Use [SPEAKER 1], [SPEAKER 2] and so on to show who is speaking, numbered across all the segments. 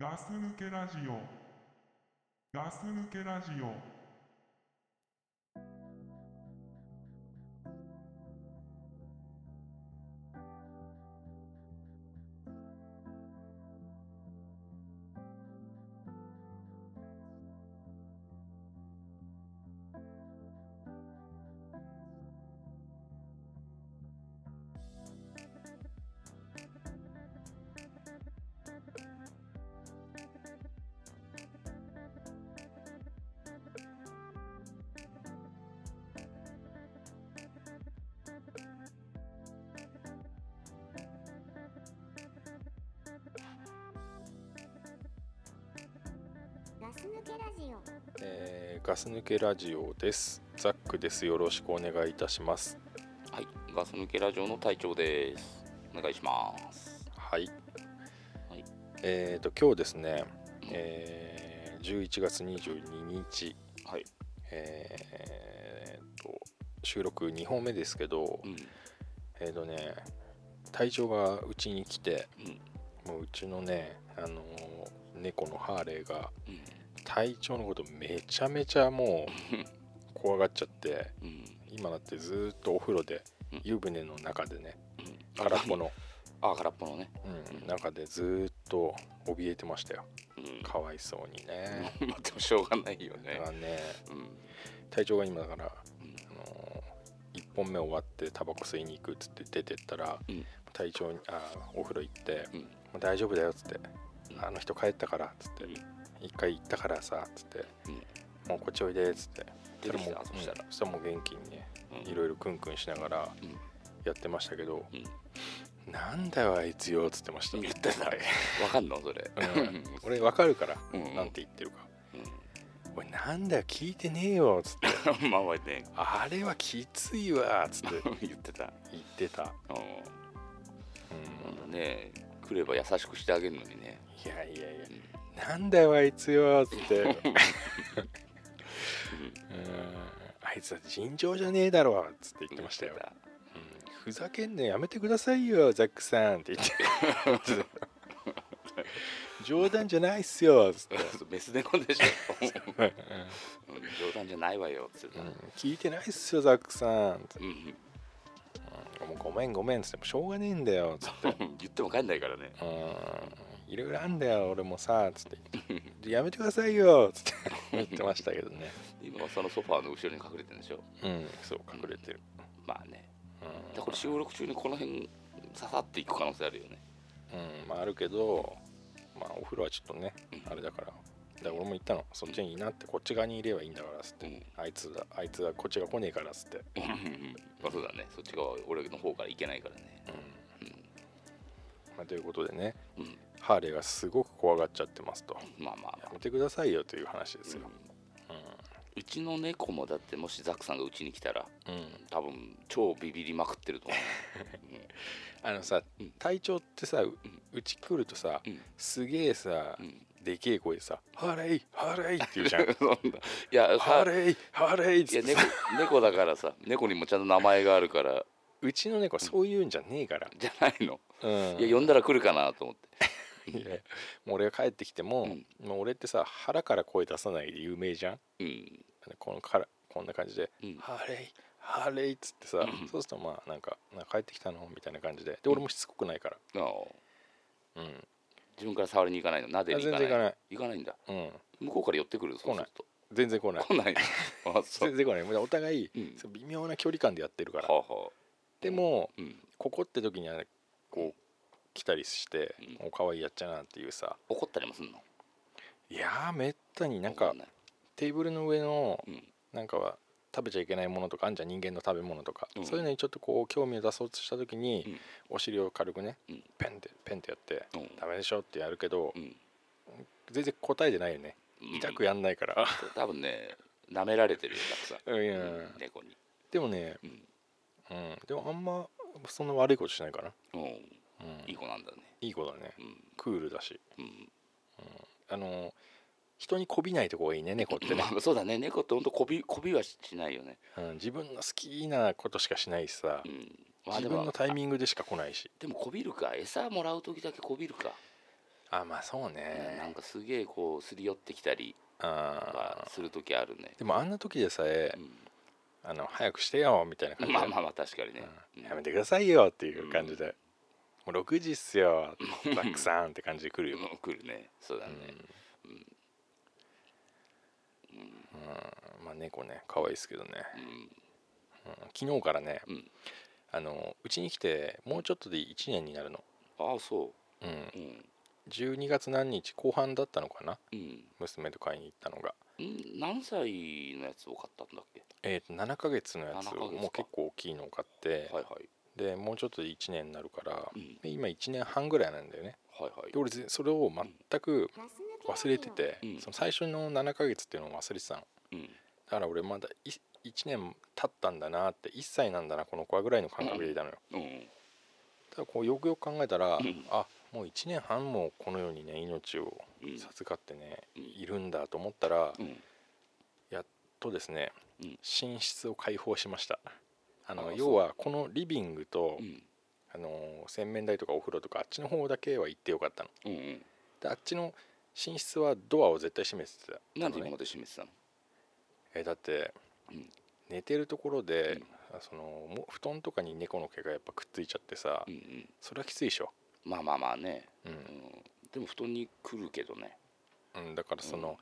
[SPEAKER 1] ガス抜けラジオガス抜けラジオ
[SPEAKER 2] ガス抜けラジオ。
[SPEAKER 3] えーガス抜けラジオです。ザックです。よろしくお願いいたします。
[SPEAKER 4] はい、ガス抜けラジオの隊長です。お願いします。
[SPEAKER 3] はい。
[SPEAKER 4] はい
[SPEAKER 3] えっ、と今日ですね、えー、11月22日、
[SPEAKER 4] はい、
[SPEAKER 3] えー、と収録2本目ですけど
[SPEAKER 4] う、ん、
[SPEAKER 3] えっ、とね、隊長がうちに来て、
[SPEAKER 4] うん、
[SPEAKER 3] もううちのね、あのー猫のハーレーが
[SPEAKER 4] うん、
[SPEAKER 3] 隊長のことめちゃめちゃもう 怖がっちゃって。
[SPEAKER 4] うん、
[SPEAKER 3] 今だってずーっとお風呂で
[SPEAKER 4] うん
[SPEAKER 3] 湯船の中でね
[SPEAKER 4] うん。
[SPEAKER 3] 空っぽ の、
[SPEAKER 4] あ、空っぽのね。
[SPEAKER 3] うん、中でずーっと怯えてましたよ
[SPEAKER 4] うん。
[SPEAKER 3] かわいそうにね
[SPEAKER 4] まあ、でもしょうがないよ
[SPEAKER 3] だか
[SPEAKER 4] ね。
[SPEAKER 3] らね
[SPEAKER 4] うん、
[SPEAKER 3] 体調が今だから、
[SPEAKER 4] うん
[SPEAKER 3] あの1本目終わってタバコ吸いに行くっつって出てったら
[SPEAKER 4] うん、
[SPEAKER 3] 体調にあーお風呂行って
[SPEAKER 4] うん、
[SPEAKER 3] 「もう大丈夫だよ」っつって「
[SPEAKER 4] うん
[SPEAKER 3] あの人帰ったから」っつって
[SPEAKER 4] うん
[SPEAKER 3] 「一回行ったからさ」っつって
[SPEAKER 4] うん、
[SPEAKER 3] 「もうこっちおいで」っつって
[SPEAKER 4] 出てきた
[SPEAKER 3] そ
[SPEAKER 4] そ
[SPEAKER 3] し
[SPEAKER 4] した
[SPEAKER 3] ら
[SPEAKER 4] たら
[SPEAKER 3] もううんそしたらもう元気にね
[SPEAKER 4] うん
[SPEAKER 3] いろいろクンクンしながら
[SPEAKER 4] うん、
[SPEAKER 3] やってましたけど
[SPEAKER 4] うん、
[SPEAKER 3] なんだよあいつよっつってました
[SPEAKER 4] 言ってた
[SPEAKER 3] はい
[SPEAKER 4] わかんの、それ。
[SPEAKER 3] うん俺わかるから、
[SPEAKER 4] うん
[SPEAKER 3] なんて言ってるか
[SPEAKER 4] う
[SPEAKER 3] おいなんだよ聞いてねえよっつって
[SPEAKER 4] ん、まあ、ね、
[SPEAKER 3] あれはきついわっつって
[SPEAKER 4] 言ってた。
[SPEAKER 3] 言ってた、
[SPEAKER 4] う
[SPEAKER 3] うん
[SPEAKER 4] ん、なんだね、来れば優しくしてあげるのにね。
[SPEAKER 3] いやいやいや
[SPEAKER 4] うん
[SPEAKER 3] なんだよあいつよっつってうんあいつは尋常じゃねえだろっつって言ってましたよ、
[SPEAKER 4] 言って
[SPEAKER 3] うんふざけんのやめてくださいよザックさんって言って 冗談じゃないっすよっつって
[SPEAKER 4] たメス 猫でしょ。うん冗談じゃないわよ。つって
[SPEAKER 3] う
[SPEAKER 4] た
[SPEAKER 3] ん聞いてないっすよザックさんって
[SPEAKER 4] うん、
[SPEAKER 3] もうごめんごめんっつってもしょうがねえんだよつって
[SPEAKER 4] 言っても帰んないからね。
[SPEAKER 3] うーんいろいろあんだよ俺もさつって言ってやめてくださいよ つって言ってましたけどね
[SPEAKER 4] 今はそのソファーの後ろに隠れてるんでしょ
[SPEAKER 3] うんそう隠れてる
[SPEAKER 4] まあね
[SPEAKER 3] うん
[SPEAKER 4] でこれ収録中にこの辺刺さっていく可能性あるよね
[SPEAKER 3] うんまああるけどまあお風呂はちょっとね
[SPEAKER 4] うん
[SPEAKER 3] あれだからだから俺も言ったのそっちにいなってこっち側にいればいいんだからつって、
[SPEAKER 4] うん
[SPEAKER 3] あいつだあいつはこっちが来ねえからつって、
[SPEAKER 4] うんまあそうだねそっち側俺の方からいけないからね
[SPEAKER 3] まあ、ということでね
[SPEAKER 4] うん
[SPEAKER 3] ハーレーがすごく怖がっちゃってますと
[SPEAKER 4] まあまあま
[SPEAKER 3] や
[SPEAKER 4] あ
[SPEAKER 3] めてくださいよという話ですよ、
[SPEAKER 4] うちの猫もだってもしザクさんがうちに来たら
[SPEAKER 3] うん、
[SPEAKER 4] 多分超ビビりまくってると思
[SPEAKER 3] あのさ
[SPEAKER 4] うん
[SPEAKER 3] 隊長ってさううち来るとさ
[SPEAKER 4] ううん
[SPEAKER 3] すげえさ
[SPEAKER 4] うん
[SPEAKER 3] でけえ声でさ「ハーレイハーレイ!」って言うじ ゃん
[SPEAKER 4] そんない
[SPEAKER 3] 「
[SPEAKER 4] や
[SPEAKER 3] ハー
[SPEAKER 4] さ
[SPEAKER 3] レイハーレイ!」っ
[SPEAKER 4] い
[SPEAKER 3] つ
[SPEAKER 4] や
[SPEAKER 3] って
[SPEAKER 4] 猫猫だからさ猫にもちゃんと名前があるから
[SPEAKER 3] うちの猫そういうんじゃねえから
[SPEAKER 4] じゃないの
[SPEAKER 3] うん
[SPEAKER 4] いや呼んだら来るかなと思って
[SPEAKER 3] いやもう俺が帰ってきても
[SPEAKER 4] うん
[SPEAKER 3] もう俺ってさ腹から声出さないで有名じゃん
[SPEAKER 4] うん
[SPEAKER 3] このからこんな感じで
[SPEAKER 4] うん
[SPEAKER 3] 「ハーレイハーレイ!」っつってさ
[SPEAKER 4] うん
[SPEAKER 3] そうするとまあなんか「なんか帰ってきたの?」みたいな感じでで俺もしつこくないから
[SPEAKER 4] ああ
[SPEAKER 3] うん
[SPEAKER 4] 自分から触りに行かないのなでに行かない
[SPEAKER 3] あ全然行かない
[SPEAKER 4] 行かないんだ
[SPEAKER 3] うん
[SPEAKER 4] 向こうから寄ってくるそうすると
[SPEAKER 3] 全然来ない
[SPEAKER 4] 来ないのあそう
[SPEAKER 3] 全然来ないもうお互い
[SPEAKER 4] うん
[SPEAKER 3] そう微妙な距離感でやってるか
[SPEAKER 4] は
[SPEAKER 3] ら
[SPEAKER 4] あはあ
[SPEAKER 3] でも
[SPEAKER 4] うん
[SPEAKER 3] ここって時にはこう来たりして
[SPEAKER 4] う
[SPEAKER 3] 「おかわいいやっちゃな」っていうさ
[SPEAKER 4] 怒ったりもすんの
[SPEAKER 3] いやーめったになんか
[SPEAKER 4] 怒い
[SPEAKER 3] テーブルの上の
[SPEAKER 4] うん
[SPEAKER 3] なんかは食べちゃいけないものとかあんじゃん人間の食べ物とか、
[SPEAKER 4] うん
[SPEAKER 3] そういうのにちょっとこう興味を出そうとした時に、
[SPEAKER 4] うん
[SPEAKER 3] お尻を軽くね、
[SPEAKER 4] うん
[SPEAKER 3] ペンってペンってやって、
[SPEAKER 4] うん
[SPEAKER 3] ダメでしょってやるけど、
[SPEAKER 4] うん
[SPEAKER 3] 全然答えてないよね
[SPEAKER 4] うん
[SPEAKER 3] 痛くやんないから、
[SPEAKER 4] 多分ね舐められてるよたくさん
[SPEAKER 3] うんいや
[SPEAKER 4] 猫に
[SPEAKER 3] でもね、
[SPEAKER 4] うん
[SPEAKER 3] うん、でもあんまそんな悪いことしないかな、
[SPEAKER 4] うん
[SPEAKER 3] うん、
[SPEAKER 4] いい子なんだね
[SPEAKER 3] いい子だね
[SPEAKER 4] うん
[SPEAKER 3] クールだし
[SPEAKER 4] うん
[SPEAKER 3] あの人にこびないとこがいいね猫ってね、
[SPEAKER 4] まあそうだね猫ってほんとこびこびはしないよね
[SPEAKER 3] うん、自分の好きなことしかしないしさ、
[SPEAKER 4] うんまあ
[SPEAKER 3] 自
[SPEAKER 4] で
[SPEAKER 3] 分
[SPEAKER 4] も
[SPEAKER 3] のタイミングでしか来ないし
[SPEAKER 4] でもこびるか餌もらう時だけこびるか
[SPEAKER 3] あまあそう
[SPEAKER 4] うんなん
[SPEAKER 3] ね
[SPEAKER 4] かすげえこうすり寄ってきたり
[SPEAKER 3] あ
[SPEAKER 4] はする時あるね
[SPEAKER 3] でもあんな時でさえあの早くしてよみたいな
[SPEAKER 4] う
[SPEAKER 3] 感じ
[SPEAKER 4] ん
[SPEAKER 3] で
[SPEAKER 4] まあまあまあ確かにね、
[SPEAKER 3] うんやめてくださいよっていう感じで、もう6時っすよバックさんって感じで来るよ、
[SPEAKER 4] うん来るねそうだね、
[SPEAKER 3] うんまあ猫ね可愛いですけどね、うん昨日からね、
[SPEAKER 4] うん
[SPEAKER 3] あのうちに来てもうちょっとで1年になるの、
[SPEAKER 4] ああそ
[SPEAKER 3] うん、
[SPEAKER 4] ううん
[SPEAKER 3] 12月何日後半だったのかな
[SPEAKER 4] うん
[SPEAKER 3] 娘と買いに行ったのが
[SPEAKER 4] ん何歳のやつを買ったんだっけ
[SPEAKER 3] えー、と7ヶ月のやつ
[SPEAKER 4] 7ヶ
[SPEAKER 3] を
[SPEAKER 4] 月か
[SPEAKER 3] もう結構大きいのを買って、
[SPEAKER 4] はいはい、
[SPEAKER 3] でもうちょっとで1年になるから、
[SPEAKER 4] うん、
[SPEAKER 3] で今1年半ぐらいなんだよね
[SPEAKER 4] はいはい
[SPEAKER 3] で俺ぜそれを全く
[SPEAKER 2] ガス抜けラジオ
[SPEAKER 3] 忘れてて、
[SPEAKER 4] うん
[SPEAKER 3] その最初の7ヶ月っていうのを忘れてたの
[SPEAKER 4] うん
[SPEAKER 3] だから俺まだ1年経ったんだなって1歳なんだなこの子はぐらいの感覚でいたのよ、
[SPEAKER 4] うん
[SPEAKER 3] ただこうよくよく考えたら、
[SPEAKER 4] うん
[SPEAKER 3] あもう1年半もこのようにね命を
[SPEAKER 4] うん
[SPEAKER 3] 授かってね、
[SPEAKER 4] うん
[SPEAKER 3] いるんだと思ったら、
[SPEAKER 4] うん
[SPEAKER 3] とですね、
[SPEAKER 4] うん
[SPEAKER 3] 寝室を開放しましたあの
[SPEAKER 4] あ
[SPEAKER 3] 要はこのリビングと、
[SPEAKER 4] うん
[SPEAKER 3] あの洗面台とかお風呂とかあっちの方だけは行ってよかったの
[SPEAKER 4] うんうん
[SPEAKER 3] であっちの寝室はドアを絶対閉めてた
[SPEAKER 4] なんで
[SPEAKER 3] あの
[SPEAKER 4] 今
[SPEAKER 3] ね
[SPEAKER 4] まで閉めてたの
[SPEAKER 3] えだって、
[SPEAKER 4] うん
[SPEAKER 3] 寝てるところで、あそのも布団とかに猫の毛がやっぱくっついちゃってさ、
[SPEAKER 4] うんうん
[SPEAKER 3] それはきついでしょ、
[SPEAKER 4] まあまあまあね、
[SPEAKER 3] うん
[SPEAKER 4] うん、でも布団に来るけどね
[SPEAKER 3] うん、だからその、
[SPEAKER 4] うん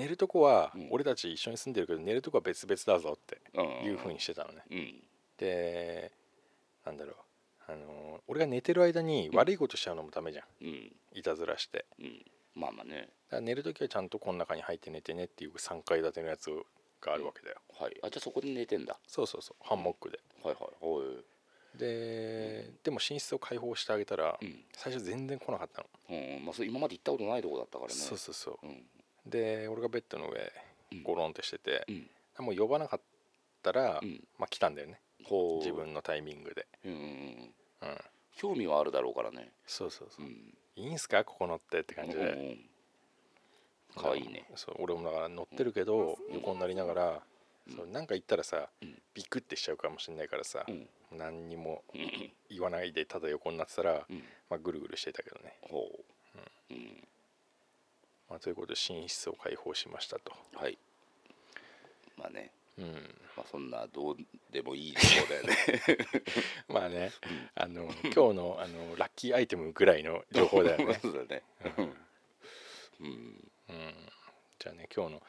[SPEAKER 3] 寝るとこは、
[SPEAKER 4] うん
[SPEAKER 3] 俺たち一緒に住んでるけど寝るとこは別々だぞって
[SPEAKER 4] うん
[SPEAKER 3] いうふうにしてたのね、
[SPEAKER 4] うん
[SPEAKER 3] でなんだろうあの俺が寝てる間に悪いことしちゃうのもダメじゃん、
[SPEAKER 4] うん
[SPEAKER 3] いたずらして
[SPEAKER 4] うんまあまあね
[SPEAKER 3] だから寝る時はちゃんとこの中に入って寝てねっていう3階建てのやつがあるわけだよ、
[SPEAKER 4] はいあじゃあそこで寝てんだ
[SPEAKER 3] そうそうそうハンモックで
[SPEAKER 4] はいはいおい
[SPEAKER 3] で、でも寝室を開放してあげたら、
[SPEAKER 4] うん
[SPEAKER 3] 最初全然来なかったの、
[SPEAKER 4] うんまあ、それ今まで行ったことないとこだったからね、
[SPEAKER 3] そうそうそう
[SPEAKER 4] ん
[SPEAKER 3] うで俺がベッドの上
[SPEAKER 4] うん
[SPEAKER 3] ゴロンってしてて
[SPEAKER 4] う、ん
[SPEAKER 3] もう呼ばなかったら、
[SPEAKER 4] うん、
[SPEAKER 3] まあ来たんだよね
[SPEAKER 4] ほう
[SPEAKER 3] 自分のタイミングで
[SPEAKER 4] うんうんうん
[SPEAKER 3] うん
[SPEAKER 4] 興味はあるだろうからね、
[SPEAKER 3] そうそう
[SPEAKER 4] う
[SPEAKER 3] そう、
[SPEAKER 4] ん、
[SPEAKER 3] いいんすかここ乗ってって感じで、
[SPEAKER 4] うんうんかわいいね
[SPEAKER 3] そう俺もだから乗ってるけど、
[SPEAKER 2] うん
[SPEAKER 3] 横になりながら、
[SPEAKER 4] うん
[SPEAKER 3] そうなんか言ったらさ、
[SPEAKER 4] うん
[SPEAKER 3] ビクってしちゃうかもしれないからさ、
[SPEAKER 4] うん
[SPEAKER 3] 何にも言わないでただ横になってたら、
[SPEAKER 4] うん
[SPEAKER 3] まあ、ぐるぐるしてたけどね、
[SPEAKER 4] ほう、うん
[SPEAKER 3] まあ、ということで寝室を開放しましたと、
[SPEAKER 4] はいまあね、
[SPEAKER 3] うん、
[SPEAKER 4] まあ、そんなどうでもいいそうだよね
[SPEAKER 3] まあね、あの今日のあのラッキーアイテムぐらいの 情報だ
[SPEAKER 4] 。
[SPEAKER 3] よね
[SPEAKER 4] そうだねうん
[SPEAKER 3] うん、じゃあね今日の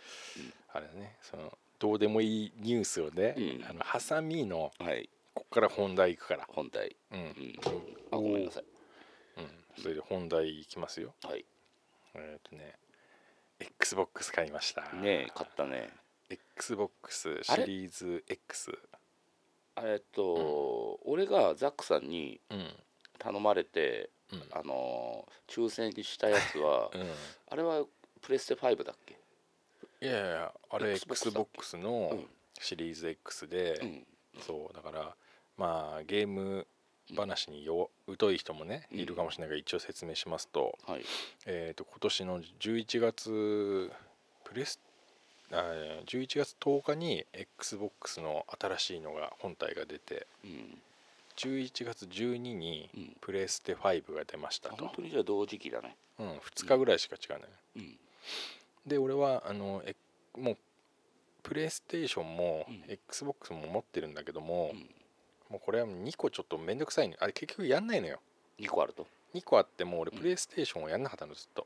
[SPEAKER 3] あれだねそのどうでもいいニュースをね、
[SPEAKER 4] うん
[SPEAKER 3] あのハサミの
[SPEAKER 4] はい
[SPEAKER 3] こっから本題行くから、
[SPEAKER 4] 本題
[SPEAKER 3] うん
[SPEAKER 4] うんあごめんなさい
[SPEAKER 3] うん、それで本題行きますよ。
[SPEAKER 4] はい
[SPEAKER 3] えっ、とね XBOX 買いました。
[SPEAKER 4] ねえ買ったね
[SPEAKER 3] XBOX
[SPEAKER 4] あ
[SPEAKER 3] シ
[SPEAKER 4] れ
[SPEAKER 3] リーズ X。
[SPEAKER 4] えっと、俺がザックさんに
[SPEAKER 3] うん
[SPEAKER 4] 頼まれて
[SPEAKER 3] うん
[SPEAKER 4] あのー抽選したやつは、
[SPEAKER 3] うん、い
[SPEAKER 4] あれはプレステ5だっけ
[SPEAKER 3] やいやいやあれ
[SPEAKER 4] Xbox だっ
[SPEAKER 3] XBOX の
[SPEAKER 4] うん
[SPEAKER 3] シリーズ X で、
[SPEAKER 4] うん
[SPEAKER 3] そうだからまあゲーム話によ疎い人もね
[SPEAKER 4] うん
[SPEAKER 3] いるかもしれないが一応説明しますと,、
[SPEAKER 4] はい
[SPEAKER 3] えー、と今年の11月プレスあー11月10日に XBOX の新しいのが本体が出て
[SPEAKER 4] うん
[SPEAKER 3] 11月12に
[SPEAKER 4] うん
[SPEAKER 3] プレステ5が出ました
[SPEAKER 4] あ
[SPEAKER 3] と
[SPEAKER 4] 本、当にじゃあ同時期だね
[SPEAKER 3] うん2日ぐらいしか違うね、
[SPEAKER 4] うん
[SPEAKER 3] で俺はあのえもうプレイステーションも
[SPEAKER 4] うん
[SPEAKER 3] XBOX も持ってるんだけども、
[SPEAKER 4] うん
[SPEAKER 3] もうこれは2個ちょっとめんどくさいのあれ結局やんないのよ
[SPEAKER 4] 2個あると
[SPEAKER 3] 2個あってもう俺
[SPEAKER 4] うん
[SPEAKER 3] プレイステーションをやんなかったのずっと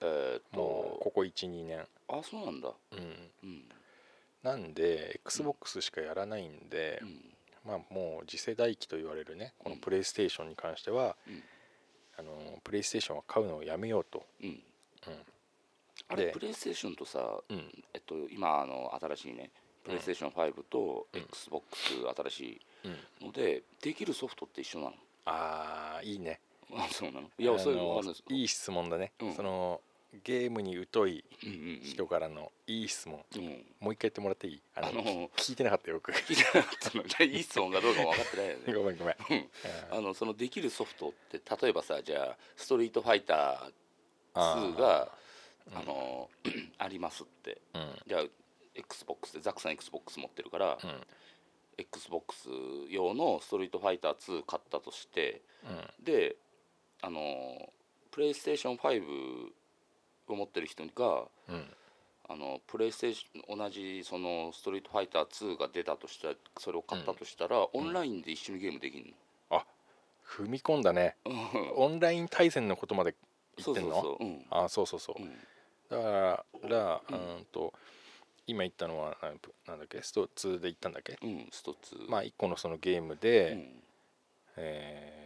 [SPEAKER 4] えーっ
[SPEAKER 3] もう
[SPEAKER 4] と
[SPEAKER 3] ここ12年
[SPEAKER 4] あそうなんだ
[SPEAKER 3] うん
[SPEAKER 4] うん
[SPEAKER 3] なんで XBOX しかやらないんで
[SPEAKER 4] う、ん
[SPEAKER 3] まあもう次世代機と言われるねこの
[SPEAKER 4] うん
[SPEAKER 3] プレイステーションに関しては、
[SPEAKER 4] うん
[SPEAKER 3] あのプレイステーションは買うのをやめようと、
[SPEAKER 4] うん
[SPEAKER 3] うん
[SPEAKER 4] あれ
[SPEAKER 3] で
[SPEAKER 4] プレイステーションとさ
[SPEAKER 3] うん、
[SPEAKER 4] えっと今あの新しいねプレイステーション5と
[SPEAKER 3] うん
[SPEAKER 4] XBOX 新し
[SPEAKER 3] うん
[SPEAKER 4] いのでできるソフトって一緒なの
[SPEAKER 3] ああいいね
[SPEAKER 4] あそうなのい
[SPEAKER 3] い
[SPEAKER 4] やそういうのわかんないです
[SPEAKER 3] いい質問だね、
[SPEAKER 4] うん
[SPEAKER 3] そのゲームに疎い
[SPEAKER 4] うんうんうん
[SPEAKER 3] 人からのいい質問、
[SPEAKER 4] うん
[SPEAKER 3] もう一回言ってもらっていいあの
[SPEAKER 4] あのー
[SPEAKER 3] 聞聞いてなかったよよく
[SPEAKER 4] 聞いてなかったのじゃあいい質問がどうかも分かってないよ
[SPEAKER 3] ご め
[SPEAKER 4] ね
[SPEAKER 3] んごめん、
[SPEAKER 4] うんあのそのできるソフトって例えばさじゃあ「ストリートファイター2」があの ありますって
[SPEAKER 3] うんうん
[SPEAKER 4] じゃあ XBOX でザックさん XBOX 持ってるから、
[SPEAKER 3] うん
[SPEAKER 4] XBOX 用の「ストリートファイター2」買ったとしてであのプレイステーション5を持ってる人が
[SPEAKER 3] うん
[SPEAKER 4] あのプレイステーション同じそのストリートファイター2が出たとしたらそれを買ったとしたら、オンラインで一緒にゲームできる
[SPEAKER 3] 踏み込んだね
[SPEAKER 4] の、
[SPEAKER 3] オンライン対戦のことまで言
[SPEAKER 4] そ
[SPEAKER 3] っ
[SPEAKER 4] う
[SPEAKER 3] て
[SPEAKER 4] そ
[SPEAKER 3] ん
[SPEAKER 4] う
[SPEAKER 3] の
[SPEAKER 4] そう、うん
[SPEAKER 3] あそうそうそう
[SPEAKER 4] うん
[SPEAKER 3] だからう
[SPEAKER 4] うん
[SPEAKER 3] んと今言ったのはあぷなんだっけスト2で言ったんだっけ
[SPEAKER 4] うん、スト2、
[SPEAKER 3] まあ一個のそのゲームで、
[SPEAKER 4] うん
[SPEAKER 3] えー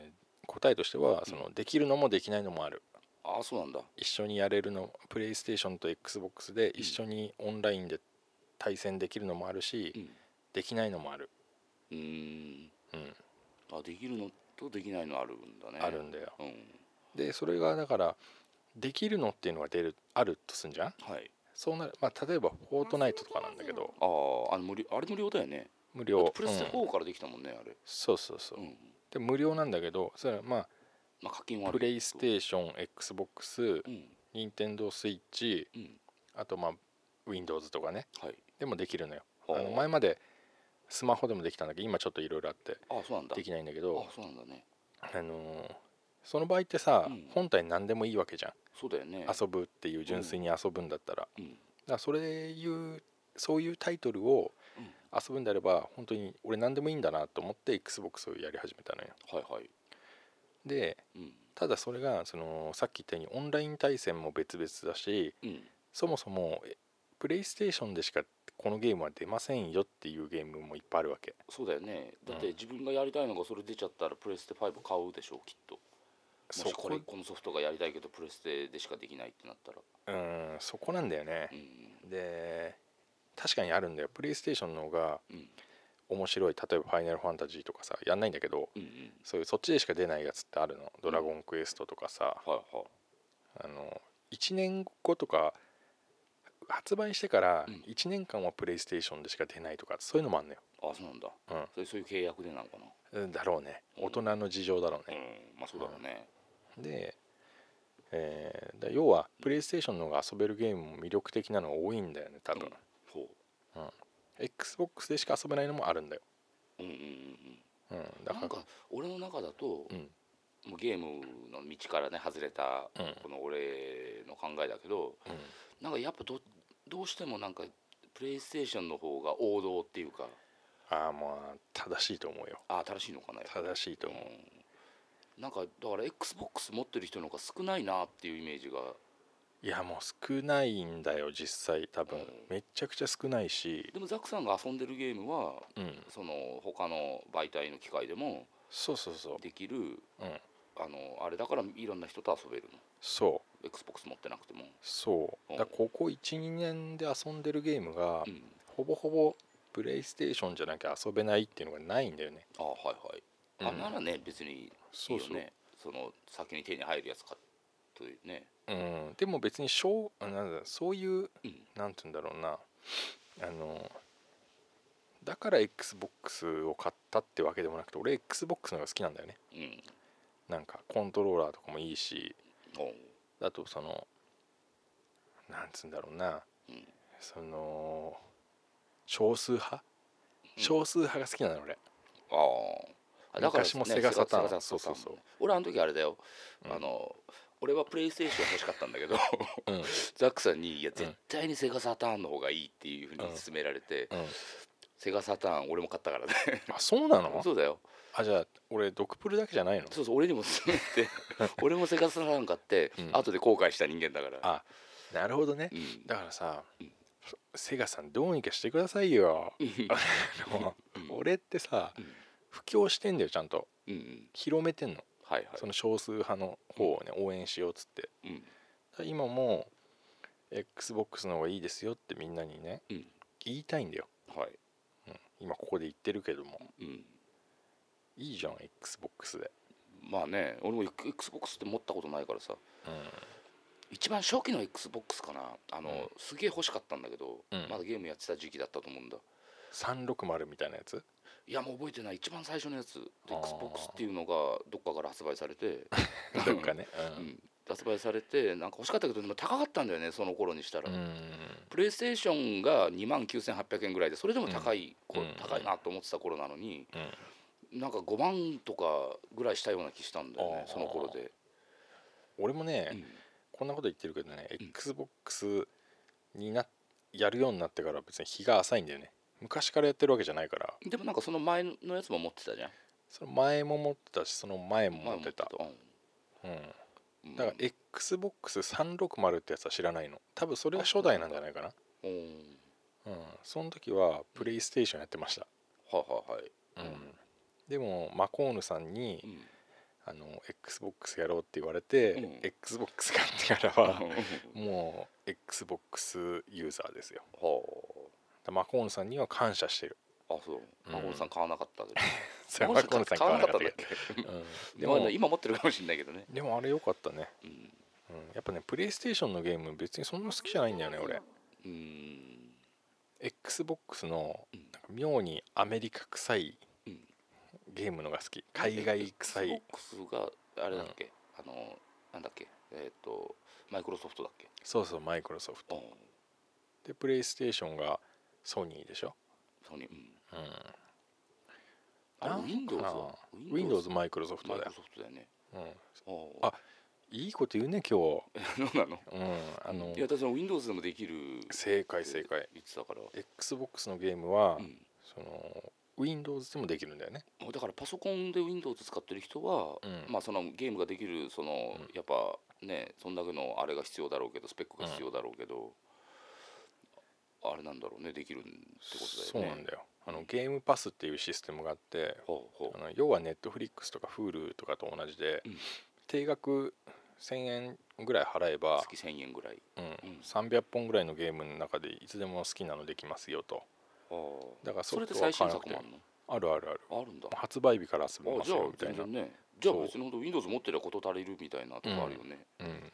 [SPEAKER 3] 答えとしてはそのできるのもできないのもある
[SPEAKER 4] ああそうなんだ
[SPEAKER 3] 一緒にやれるのプレイステーションと XBOX で一緒にオンラインで対戦できるのもあるし、
[SPEAKER 4] うん
[SPEAKER 3] できないのもある、
[SPEAKER 4] うーん
[SPEAKER 3] うん、
[SPEAKER 4] あできるのとできないのあるんだね
[SPEAKER 3] あるんだよ
[SPEAKER 4] うん
[SPEAKER 3] でそれがだからできるのっていうのが出るあるとすんじゃん
[SPEAKER 4] はい
[SPEAKER 3] そうなる、まあ、例えば「フォートナイト」とかなんだけど
[SPEAKER 4] あああの無料あれ無料だよね
[SPEAKER 3] 無
[SPEAKER 4] だっ
[SPEAKER 3] 料
[SPEAKER 4] てプレス
[SPEAKER 3] う
[SPEAKER 4] テ
[SPEAKER 3] ん
[SPEAKER 4] 4からできたもんねあれ、
[SPEAKER 3] そうそうそううんで無料なんだけどそれはま
[SPEAKER 4] まあ、課金は
[SPEAKER 3] あ
[SPEAKER 4] あ
[SPEAKER 3] プ
[SPEAKER 4] る
[SPEAKER 3] レイステーション XBOX
[SPEAKER 4] うん
[SPEAKER 3] 任天堂スイッチ
[SPEAKER 4] うん
[SPEAKER 3] あとまあ Windows とかね
[SPEAKER 4] はい
[SPEAKER 3] でもできるのよ
[SPEAKER 4] ほう
[SPEAKER 3] あの前までスマホでもできたんだけど今ちょっといろいろあって
[SPEAKER 4] ああそうなんだ
[SPEAKER 3] できないんだけ
[SPEAKER 4] あ
[SPEAKER 3] ど
[SPEAKER 4] あそうなんだね
[SPEAKER 3] あのーその場合ってさ、
[SPEAKER 4] うん
[SPEAKER 3] 本体何でもいいわけじゃん
[SPEAKER 4] そうだよね
[SPEAKER 3] 遊ぶっていう純粋に遊ぶんだったら,、
[SPEAKER 4] う
[SPEAKER 3] だ
[SPEAKER 4] ん
[SPEAKER 3] からそれいうそういうタイトルを
[SPEAKER 4] うん
[SPEAKER 3] 遊ぶんであれば本当に俺何でもいいんだなと思って XBOX をやり始めたのよ
[SPEAKER 4] はいはい
[SPEAKER 3] で
[SPEAKER 4] うん
[SPEAKER 3] ただそれがそのさっき言ったようにオンライン対戦も別々だし
[SPEAKER 4] うん
[SPEAKER 3] そもそもえプレイステーションでしかこのゲームは出ませんよっていうゲームもいっぱいあるわけ
[SPEAKER 4] そうだよねだっ
[SPEAKER 3] う
[SPEAKER 4] て
[SPEAKER 3] ん
[SPEAKER 4] 自分がやりたいのがそれ出ちゃったらプレステ5買うでしょうきっともしこれ
[SPEAKER 3] そこ
[SPEAKER 4] このソフトがやりたいけどプレステでしかできないってなったら
[SPEAKER 3] うんそこなんだよね
[SPEAKER 4] う、ん
[SPEAKER 3] で確かにあるんだよプレイステーションの方が
[SPEAKER 4] うん
[SPEAKER 3] 面白い例えば「ファイナルファンタジー」とかさやんないんだけど
[SPEAKER 4] うんうん
[SPEAKER 3] そういうそっちでしか出ないやつってあるの「ドラゴンクエスト」とかさ
[SPEAKER 4] はいはい
[SPEAKER 3] あの1年後とか発売してから
[SPEAKER 4] うん
[SPEAKER 3] 1年間はプレイステーションでしか出ないとかそういうのもあんのよ
[SPEAKER 4] あそうなんだ、
[SPEAKER 3] うん
[SPEAKER 4] それそういう契約でなのかな
[SPEAKER 3] うんだろうね
[SPEAKER 4] うん
[SPEAKER 3] 大人の事情だろう
[SPEAKER 4] う
[SPEAKER 3] ね、
[SPEAKER 4] んまあそうだろうね、
[SPEAKER 3] で、えーだ要はプレイステーションの方が遊べるゲームも魅力的なのが多いんだよね多分、
[SPEAKER 4] うんそう
[SPEAKER 3] XBOX でしか遊べないのもあるんだよ、
[SPEAKER 4] うんうんうんうん
[SPEAKER 3] うん、だ
[SPEAKER 4] な
[SPEAKER 3] から
[SPEAKER 4] んか俺の中だと、
[SPEAKER 3] うん
[SPEAKER 4] もうゲームの道からね外れた
[SPEAKER 3] うん
[SPEAKER 4] この俺の考えだけど、
[SPEAKER 3] うん
[SPEAKER 4] なんかやっぱどどうしてもなんかプレイステーションの方が王道っていうか
[SPEAKER 3] ああまあ正しいと思うよ
[SPEAKER 4] あ正しいのかなやっぱ
[SPEAKER 3] 正しいと思う、
[SPEAKER 4] うんなんかだから XBOX 持ってる人の方が少ないなっていうイメージが
[SPEAKER 3] いやもう少ないんだよ実際多分、
[SPEAKER 4] うん
[SPEAKER 3] めちゃくちゃ少ないし
[SPEAKER 4] でもザクさんが遊んでるゲームは
[SPEAKER 3] うん
[SPEAKER 4] その他の媒体の機械でも
[SPEAKER 3] そうそうそう
[SPEAKER 4] できる
[SPEAKER 3] うん
[SPEAKER 4] あのあれだからいろんな人と遊べる
[SPEAKER 3] そう
[SPEAKER 4] の XBOX 持ってなくても、
[SPEAKER 3] そう
[SPEAKER 4] うん
[SPEAKER 3] だからここ12年で遊んでるゲームが、
[SPEAKER 4] うん、
[SPEAKER 3] ほぼほぼプレイステーションじゃなきゃ遊べないっていうのがないんだよね、
[SPEAKER 4] あはいはい、
[SPEAKER 3] うん
[SPEAKER 4] あならね別にいい
[SPEAKER 3] そ
[SPEAKER 4] よ
[SPEAKER 3] うそう
[SPEAKER 4] ねその先に手に入るやつかというね
[SPEAKER 3] うん、でも別にしょうなんだそういう
[SPEAKER 4] うん
[SPEAKER 3] なんて言うんだろうなあのだから XBOX を買ったってわけでもなくて俺 XBOX の方が好きなんだよね
[SPEAKER 4] うん
[SPEAKER 3] なんかコントローラーとかもいいし
[SPEAKER 4] おう
[SPEAKER 3] あとそのなんつうんだろうな
[SPEAKER 4] うん
[SPEAKER 3] その少数派
[SPEAKER 4] うん
[SPEAKER 3] 少数派が好きなの俺
[SPEAKER 4] ああだから
[SPEAKER 3] 昔もセガサターン
[SPEAKER 4] セガ
[SPEAKER 3] そう
[SPEAKER 4] サ
[SPEAKER 3] そう
[SPEAKER 4] ターン
[SPEAKER 3] そう
[SPEAKER 4] 俺あの時あれだよ、
[SPEAKER 3] うん
[SPEAKER 4] あの俺はプレイステーション欲しかったん だけど
[SPEAKER 3] うんうん
[SPEAKER 4] ザックさんに「いや絶対にセガサターンの方がいい」っていうふうに
[SPEAKER 3] うん
[SPEAKER 4] 勧められて、セガサターン俺も買ったからね
[SPEAKER 3] あそうなの
[SPEAKER 4] そうだよ
[SPEAKER 3] あじゃあ俺ドクプルだけじゃないの
[SPEAKER 4] そうそう俺にも勧めて 俺もセガサターン買って、
[SPEAKER 3] うん
[SPEAKER 4] 後で後悔した人間だから
[SPEAKER 3] あなるほどね
[SPEAKER 4] うん
[SPEAKER 3] だからさ
[SPEAKER 4] うん
[SPEAKER 3] セガさんどうにかしてくださいよ
[SPEAKER 4] うん
[SPEAKER 3] あの
[SPEAKER 4] うん
[SPEAKER 3] 俺ってさ
[SPEAKER 4] うん
[SPEAKER 3] 布教してんだよちゃんと
[SPEAKER 4] うんうん
[SPEAKER 3] 広めてんの
[SPEAKER 4] はいはい
[SPEAKER 3] その少数派の方をね応援しようっつって
[SPEAKER 4] うん
[SPEAKER 3] だから今も XBOX の方がいいですよってみんなにね
[SPEAKER 4] うん
[SPEAKER 3] 言いたいんだよ
[SPEAKER 4] はい
[SPEAKER 3] 今ここで言ってるけども
[SPEAKER 4] うん
[SPEAKER 3] いいじゃん XBOX で
[SPEAKER 4] まあね俺も XBOX って持ったことないからさ
[SPEAKER 3] う
[SPEAKER 4] 一番初期の XBOX かなあの、
[SPEAKER 3] うん
[SPEAKER 4] すげえ欲しかったんだけど、
[SPEAKER 3] うん
[SPEAKER 4] まだゲームやってた時期だったと思うんだ
[SPEAKER 3] ん360みたいなやつ
[SPEAKER 4] いやもう覚えてない一番最初のやつで
[SPEAKER 3] あー
[SPEAKER 4] XBOX っていうのがどっかから発売されて
[SPEAKER 3] どっか ね
[SPEAKER 4] うん、発売されてなんか欲しかったけどでも高かったんだよねその頃にしたら、
[SPEAKER 3] うん
[SPEAKER 4] プレイステーションが2万9800円ぐらいでそれでも高い、こう
[SPEAKER 3] うん
[SPEAKER 4] 高いなと思ってた頃なのに
[SPEAKER 3] うん
[SPEAKER 4] なんか5万とかぐらいしたような気したんだよね
[SPEAKER 3] あー
[SPEAKER 4] その頃で
[SPEAKER 3] 俺もね、
[SPEAKER 4] うん
[SPEAKER 3] こんなこと言ってるけどね、
[SPEAKER 4] うん
[SPEAKER 3] XBOX になやるようになってから別に日が浅いんだよね昔からやってるわけじゃないから
[SPEAKER 4] でもなんかその前のやつも持ってたじゃん
[SPEAKER 3] その前も持ってたしその前も
[SPEAKER 4] 前
[SPEAKER 3] 持
[SPEAKER 4] も
[SPEAKER 3] ってた、
[SPEAKER 4] 持って
[SPEAKER 3] うん、
[SPEAKER 4] うん
[SPEAKER 3] だから XBOX360 ってやつは知らないの多分それが初代なんじゃないかな
[SPEAKER 4] うんうん
[SPEAKER 3] うんその時はプレイステーションやってました、
[SPEAKER 4] はいはいはい
[SPEAKER 3] うん
[SPEAKER 4] うん
[SPEAKER 3] でもマコーヌさんに、
[SPEAKER 4] うん
[SPEAKER 3] あの XBOX やろうって言われて、
[SPEAKER 4] うん
[SPEAKER 3] XBOX 買ってからは、
[SPEAKER 4] うん
[SPEAKER 3] もう XBOX ユーザーですよ
[SPEAKER 4] は
[SPEAKER 3] マコーヌさんには感謝 してる
[SPEAKER 4] ああそう
[SPEAKER 3] うん
[SPEAKER 4] 孫さん買わなかったけ ど
[SPEAKER 3] それは
[SPEAKER 4] 孫
[SPEAKER 3] マコーヌさん
[SPEAKER 4] 買わなかったん
[SPEAKER 3] 買
[SPEAKER 4] だっ
[SPEAKER 3] わなかった
[SPEAKER 4] け
[SPEAKER 3] けど、うん、
[SPEAKER 4] で
[SPEAKER 3] で
[SPEAKER 4] も
[SPEAKER 3] も
[SPEAKER 4] 今持ってるかもしれないけどね
[SPEAKER 3] でもあれ良かったね、
[SPEAKER 4] うん
[SPEAKER 3] うん、やっぱねプレイステーションのゲーム別にそんな好きじゃないんだよね俺
[SPEAKER 4] うん
[SPEAKER 3] XBOX の
[SPEAKER 4] うん
[SPEAKER 3] なんか妙にアメリカ臭い
[SPEAKER 4] うん
[SPEAKER 3] ゲームのが好き海外臭い
[SPEAKER 4] Xbox があれだっけあのなんだっけえっとマイクロソフトだっけ
[SPEAKER 3] そうそうマイクロソフ
[SPEAKER 4] う
[SPEAKER 3] ト
[SPEAKER 4] ん
[SPEAKER 3] でプレイステーションがソニーでしょ、
[SPEAKER 4] ソニーう
[SPEAKER 3] う
[SPEAKER 4] ん
[SPEAKER 3] ん、
[SPEAKER 4] あれ
[SPEAKER 3] なんかな
[SPEAKER 4] Windows は
[SPEAKER 3] Windows マイクロソフト
[SPEAKER 4] マイ
[SPEAKER 3] だ
[SPEAKER 4] ク
[SPEAKER 3] よ
[SPEAKER 4] ロ、ソフトだよね
[SPEAKER 3] うん、
[SPEAKER 4] あ
[SPEAKER 3] あいいこと言うね今
[SPEAKER 4] そうなの
[SPEAKER 3] 日、うん、あの
[SPEAKER 4] いや私の Windows でもできる
[SPEAKER 3] 正解正解
[SPEAKER 4] 言ってたから、
[SPEAKER 3] XBOX のゲームは、
[SPEAKER 4] うん
[SPEAKER 3] その Windows でもできるんだよね
[SPEAKER 4] だからパソコンで Windows 使ってる人は、
[SPEAKER 3] うん
[SPEAKER 4] まあそのゲームができるその、
[SPEAKER 3] うん
[SPEAKER 4] やっぱねそんだけのあれが必要だろうけどスペックが必要だろうけど、あれなんだろうねできるってこと
[SPEAKER 3] そう
[SPEAKER 4] だよね
[SPEAKER 3] なんだよあのゲームパスっていうシステムがあって
[SPEAKER 4] ほうほ
[SPEAKER 3] あの要は Netflix とか Hulu とかと同じで、
[SPEAKER 4] うん
[SPEAKER 3] 定額1000円ぐらい払えば
[SPEAKER 4] う、月1000円ぐらい
[SPEAKER 3] うん
[SPEAKER 4] うん
[SPEAKER 3] 300本ぐらいのゲームの中でいつでも好きなのできますよとだから
[SPEAKER 4] それ
[SPEAKER 3] ソ
[SPEAKER 4] で
[SPEAKER 3] フトは買わ
[SPEAKER 4] 最新
[SPEAKER 3] な
[SPEAKER 4] 作
[SPEAKER 3] くて
[SPEAKER 4] もある
[SPEAKER 3] あるあるある
[SPEAKER 4] のあるんだあ
[SPEAKER 3] 発売日から遊びます
[SPEAKER 4] じゃあ
[SPEAKER 3] よみたい
[SPEAKER 4] 全
[SPEAKER 3] な、
[SPEAKER 4] 然ねじゃあ
[SPEAKER 3] そう
[SPEAKER 4] 別に本当 Windows 持ってりゃこと足りるみたいなとこあるよね、
[SPEAKER 3] うん、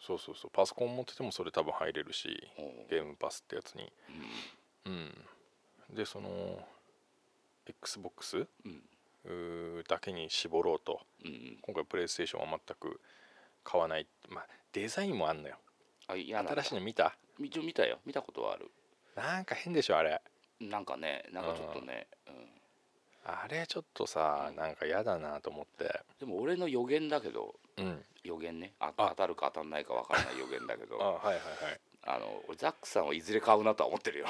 [SPEAKER 3] そうそうそうパソコン持っててもそれ多分入れるし
[SPEAKER 4] ほう
[SPEAKER 3] ゲームパスってやつに、
[SPEAKER 4] うん
[SPEAKER 3] うん、でその XBOX
[SPEAKER 4] うん
[SPEAKER 3] うーだけに絞ろうと
[SPEAKER 4] うん
[SPEAKER 3] 今回プレイステーションは全く買わない、まあ、デザインもあんのよ
[SPEAKER 4] あいやなんだ
[SPEAKER 3] 新しいの見た
[SPEAKER 4] 一応見たよ見たことはある
[SPEAKER 3] なんか変でしょあれ
[SPEAKER 4] なんかねなんかちょっとね、うん、
[SPEAKER 3] あれちょっとさなんか嫌だなと思って
[SPEAKER 4] でも俺の予言だけど
[SPEAKER 3] うん
[SPEAKER 4] 予言ねあ
[SPEAKER 3] あ
[SPEAKER 4] 当たるか当たんないか分からない予言だけど
[SPEAKER 3] は
[SPEAKER 4] あ
[SPEAKER 3] いはいはい
[SPEAKER 4] の俺ザックさんをいずれ買うなとは思ってる よ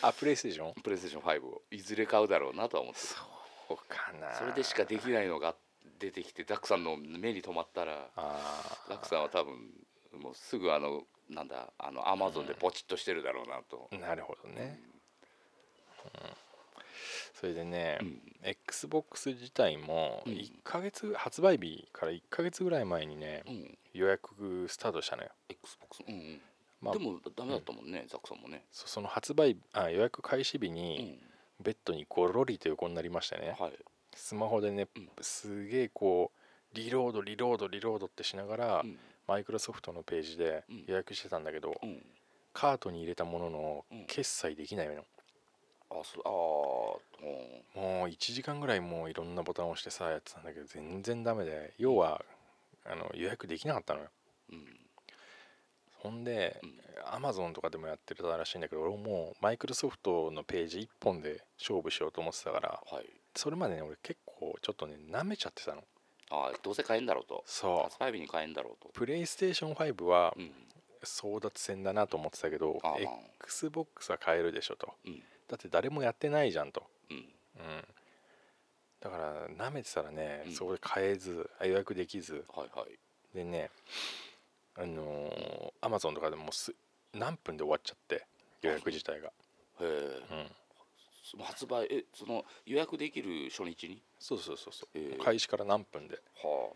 [SPEAKER 3] あプレイステーション
[SPEAKER 4] プレイステーション5をいずれ買うだろうなとは思ってる
[SPEAKER 3] そうかな
[SPEAKER 4] それでしかできないのが出てきてザックさんの目に留まったら
[SPEAKER 3] あ
[SPEAKER 4] ザックさんは多分もうすぐあのなんだあのアマゾンでポチッとしてるだろうなと、
[SPEAKER 3] あなるほどね、それでね、
[SPEAKER 4] うん
[SPEAKER 3] XBOX 自体も
[SPEAKER 4] うん
[SPEAKER 3] 1ヶ月発売日から1ヶ月ぐらい前にね
[SPEAKER 4] うん、
[SPEAKER 3] 予約スタートしたのよ、
[SPEAKER 4] XBOX うんうん、
[SPEAKER 3] まあ、
[SPEAKER 4] でもダメだったもんね、ザックさんもね、
[SPEAKER 3] そその発売あ予約開始日
[SPEAKER 4] う
[SPEAKER 3] に
[SPEAKER 4] ん
[SPEAKER 3] ベッドにゴロリと横になりましたね、
[SPEAKER 4] はい
[SPEAKER 3] スマホでね
[SPEAKER 4] うん
[SPEAKER 3] すげえこうリロードリロードリロードってしながら
[SPEAKER 4] うん
[SPEAKER 3] マイクロソフトのページで
[SPEAKER 4] うん
[SPEAKER 3] 予約してたんだけど
[SPEAKER 4] うん、
[SPEAKER 3] カートに入れたものの
[SPEAKER 4] うん
[SPEAKER 3] 決済できないの
[SPEAKER 4] あそうあーうん
[SPEAKER 3] もう1時間ぐらいもういろんなボタンを押してさやってたんだけど全然ダメで要はあの予約できなかったのよ
[SPEAKER 4] うん
[SPEAKER 3] ほんで
[SPEAKER 4] うん
[SPEAKER 3] アマゾンとかでもやってたらしいんだけど俺もうマイクロソフトのページ1本で勝負しようと思ってたから
[SPEAKER 4] はい
[SPEAKER 3] それまでね俺結構ちょっとね舐めちゃってたの
[SPEAKER 4] あーどうせ買えんだろうと
[SPEAKER 3] そう
[SPEAKER 4] 発売日に買えんだろうと
[SPEAKER 3] プレイステーション5は
[SPEAKER 4] うん
[SPEAKER 3] 争奪戦だなと思ってたけど
[SPEAKER 4] ああ
[SPEAKER 3] XBOX は買えるでしょと
[SPEAKER 4] うん
[SPEAKER 3] だって誰もやってないじゃんと、
[SPEAKER 4] うん
[SPEAKER 3] うん、だから舐めてたらね、
[SPEAKER 4] うん
[SPEAKER 3] そこで買えずあ予約できず
[SPEAKER 4] はいはい
[SPEAKER 3] でねあのー Amazon とかでもうす何分で終わっちゃって予約自体が、
[SPEAKER 4] へえ
[SPEAKER 3] うん、
[SPEAKER 4] 発売えその予約できる初日に
[SPEAKER 3] そうそうそうそう、
[SPEAKER 4] へえ
[SPEAKER 3] 開始から何分で
[SPEAKER 4] は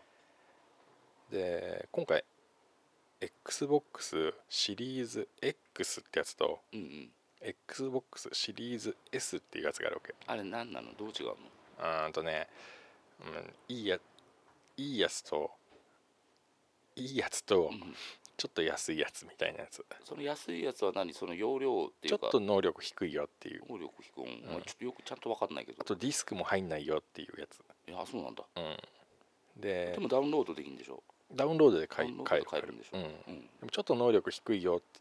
[SPEAKER 3] で今回 XBOX シリーズ X ってやつと
[SPEAKER 4] あうんうん
[SPEAKER 3] XBOX シリーズ S っていうやつがあるわけ
[SPEAKER 4] あれ何なのどう違うの
[SPEAKER 3] うーんとね、うん、いいやいいやつといいやつと
[SPEAKER 4] うん
[SPEAKER 3] ちょっと安いやつみたいなやつ
[SPEAKER 4] その安いやつは何その容量ってい
[SPEAKER 3] ちょ
[SPEAKER 4] う
[SPEAKER 3] っ
[SPEAKER 4] か
[SPEAKER 3] と能力低いよっていう
[SPEAKER 4] 能力低い、うん
[SPEAKER 3] うん
[SPEAKER 4] ちょっとよくちゃんと分かんないけど
[SPEAKER 3] あとディスクも入んないよっていうやつ、
[SPEAKER 4] いやそうなんだ
[SPEAKER 3] うん、で
[SPEAKER 4] でもダウンロードできるんでしょ
[SPEAKER 3] ダウンロードで
[SPEAKER 4] ダ
[SPEAKER 3] 買
[SPEAKER 4] ウ
[SPEAKER 3] い
[SPEAKER 4] ンロード
[SPEAKER 3] 買える
[SPEAKER 4] で買えるんでしょ
[SPEAKER 3] うん、で
[SPEAKER 4] うん
[SPEAKER 3] もちょっと能力低いよって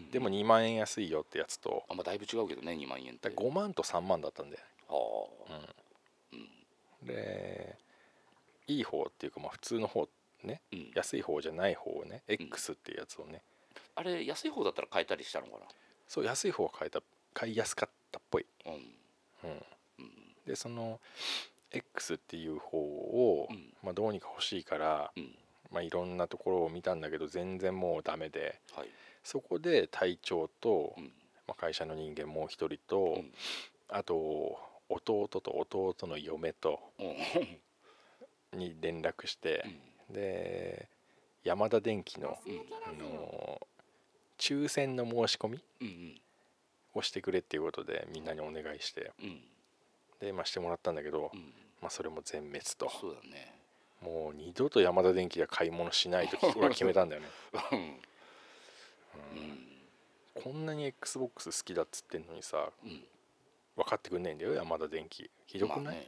[SPEAKER 4] うん
[SPEAKER 3] でも2万円安いよってやつと
[SPEAKER 4] あまあだいぶ違うけどね2万円って
[SPEAKER 3] だ5万と3万だったんだよね
[SPEAKER 4] ああ
[SPEAKER 3] でいい方っていうかまあ普通の方ね
[SPEAKER 4] うん、
[SPEAKER 3] 安い方じゃない方をね
[SPEAKER 4] ん
[SPEAKER 3] X っていうやつをね
[SPEAKER 4] あれ安い方だったら買えたりしたのか
[SPEAKER 3] そう安い方は買えた買いやすかったっぽい、
[SPEAKER 4] なうん
[SPEAKER 3] うん、
[SPEAKER 4] うん
[SPEAKER 3] でその X っていう方を、
[SPEAKER 4] うん
[SPEAKER 3] まあ、どうにか欲しいから、
[SPEAKER 4] うん
[SPEAKER 3] まあ、いろんなところを見たんだけど全然もうダメで
[SPEAKER 4] はい
[SPEAKER 3] そこで隊長と、
[SPEAKER 4] うん
[SPEAKER 3] まあ、会社の人間もう一人と、
[SPEAKER 4] うん
[SPEAKER 3] あと弟と弟の嫁と
[SPEAKER 4] うんうん
[SPEAKER 3] に連絡して、で山田電機の、
[SPEAKER 2] 抜け
[SPEAKER 3] あ
[SPEAKER 2] ラジオ
[SPEAKER 3] の抽選の申し込み
[SPEAKER 4] うんうん
[SPEAKER 3] をしてくれっていうことでみんなにお願いして
[SPEAKER 4] うん
[SPEAKER 3] で、まあ、してもらったんだけど、
[SPEAKER 4] うん
[SPEAKER 3] まあ、それも全滅と
[SPEAKER 4] そうだね
[SPEAKER 3] もう二度と山田電機が買い物しない と俺は決めたんだよね、
[SPEAKER 4] うん
[SPEAKER 3] こんなに XBOX 好きだっつってんのにさ
[SPEAKER 4] うんうん
[SPEAKER 3] 分かってくんないんだよ山田電機ひどくない、
[SPEAKER 4] まあね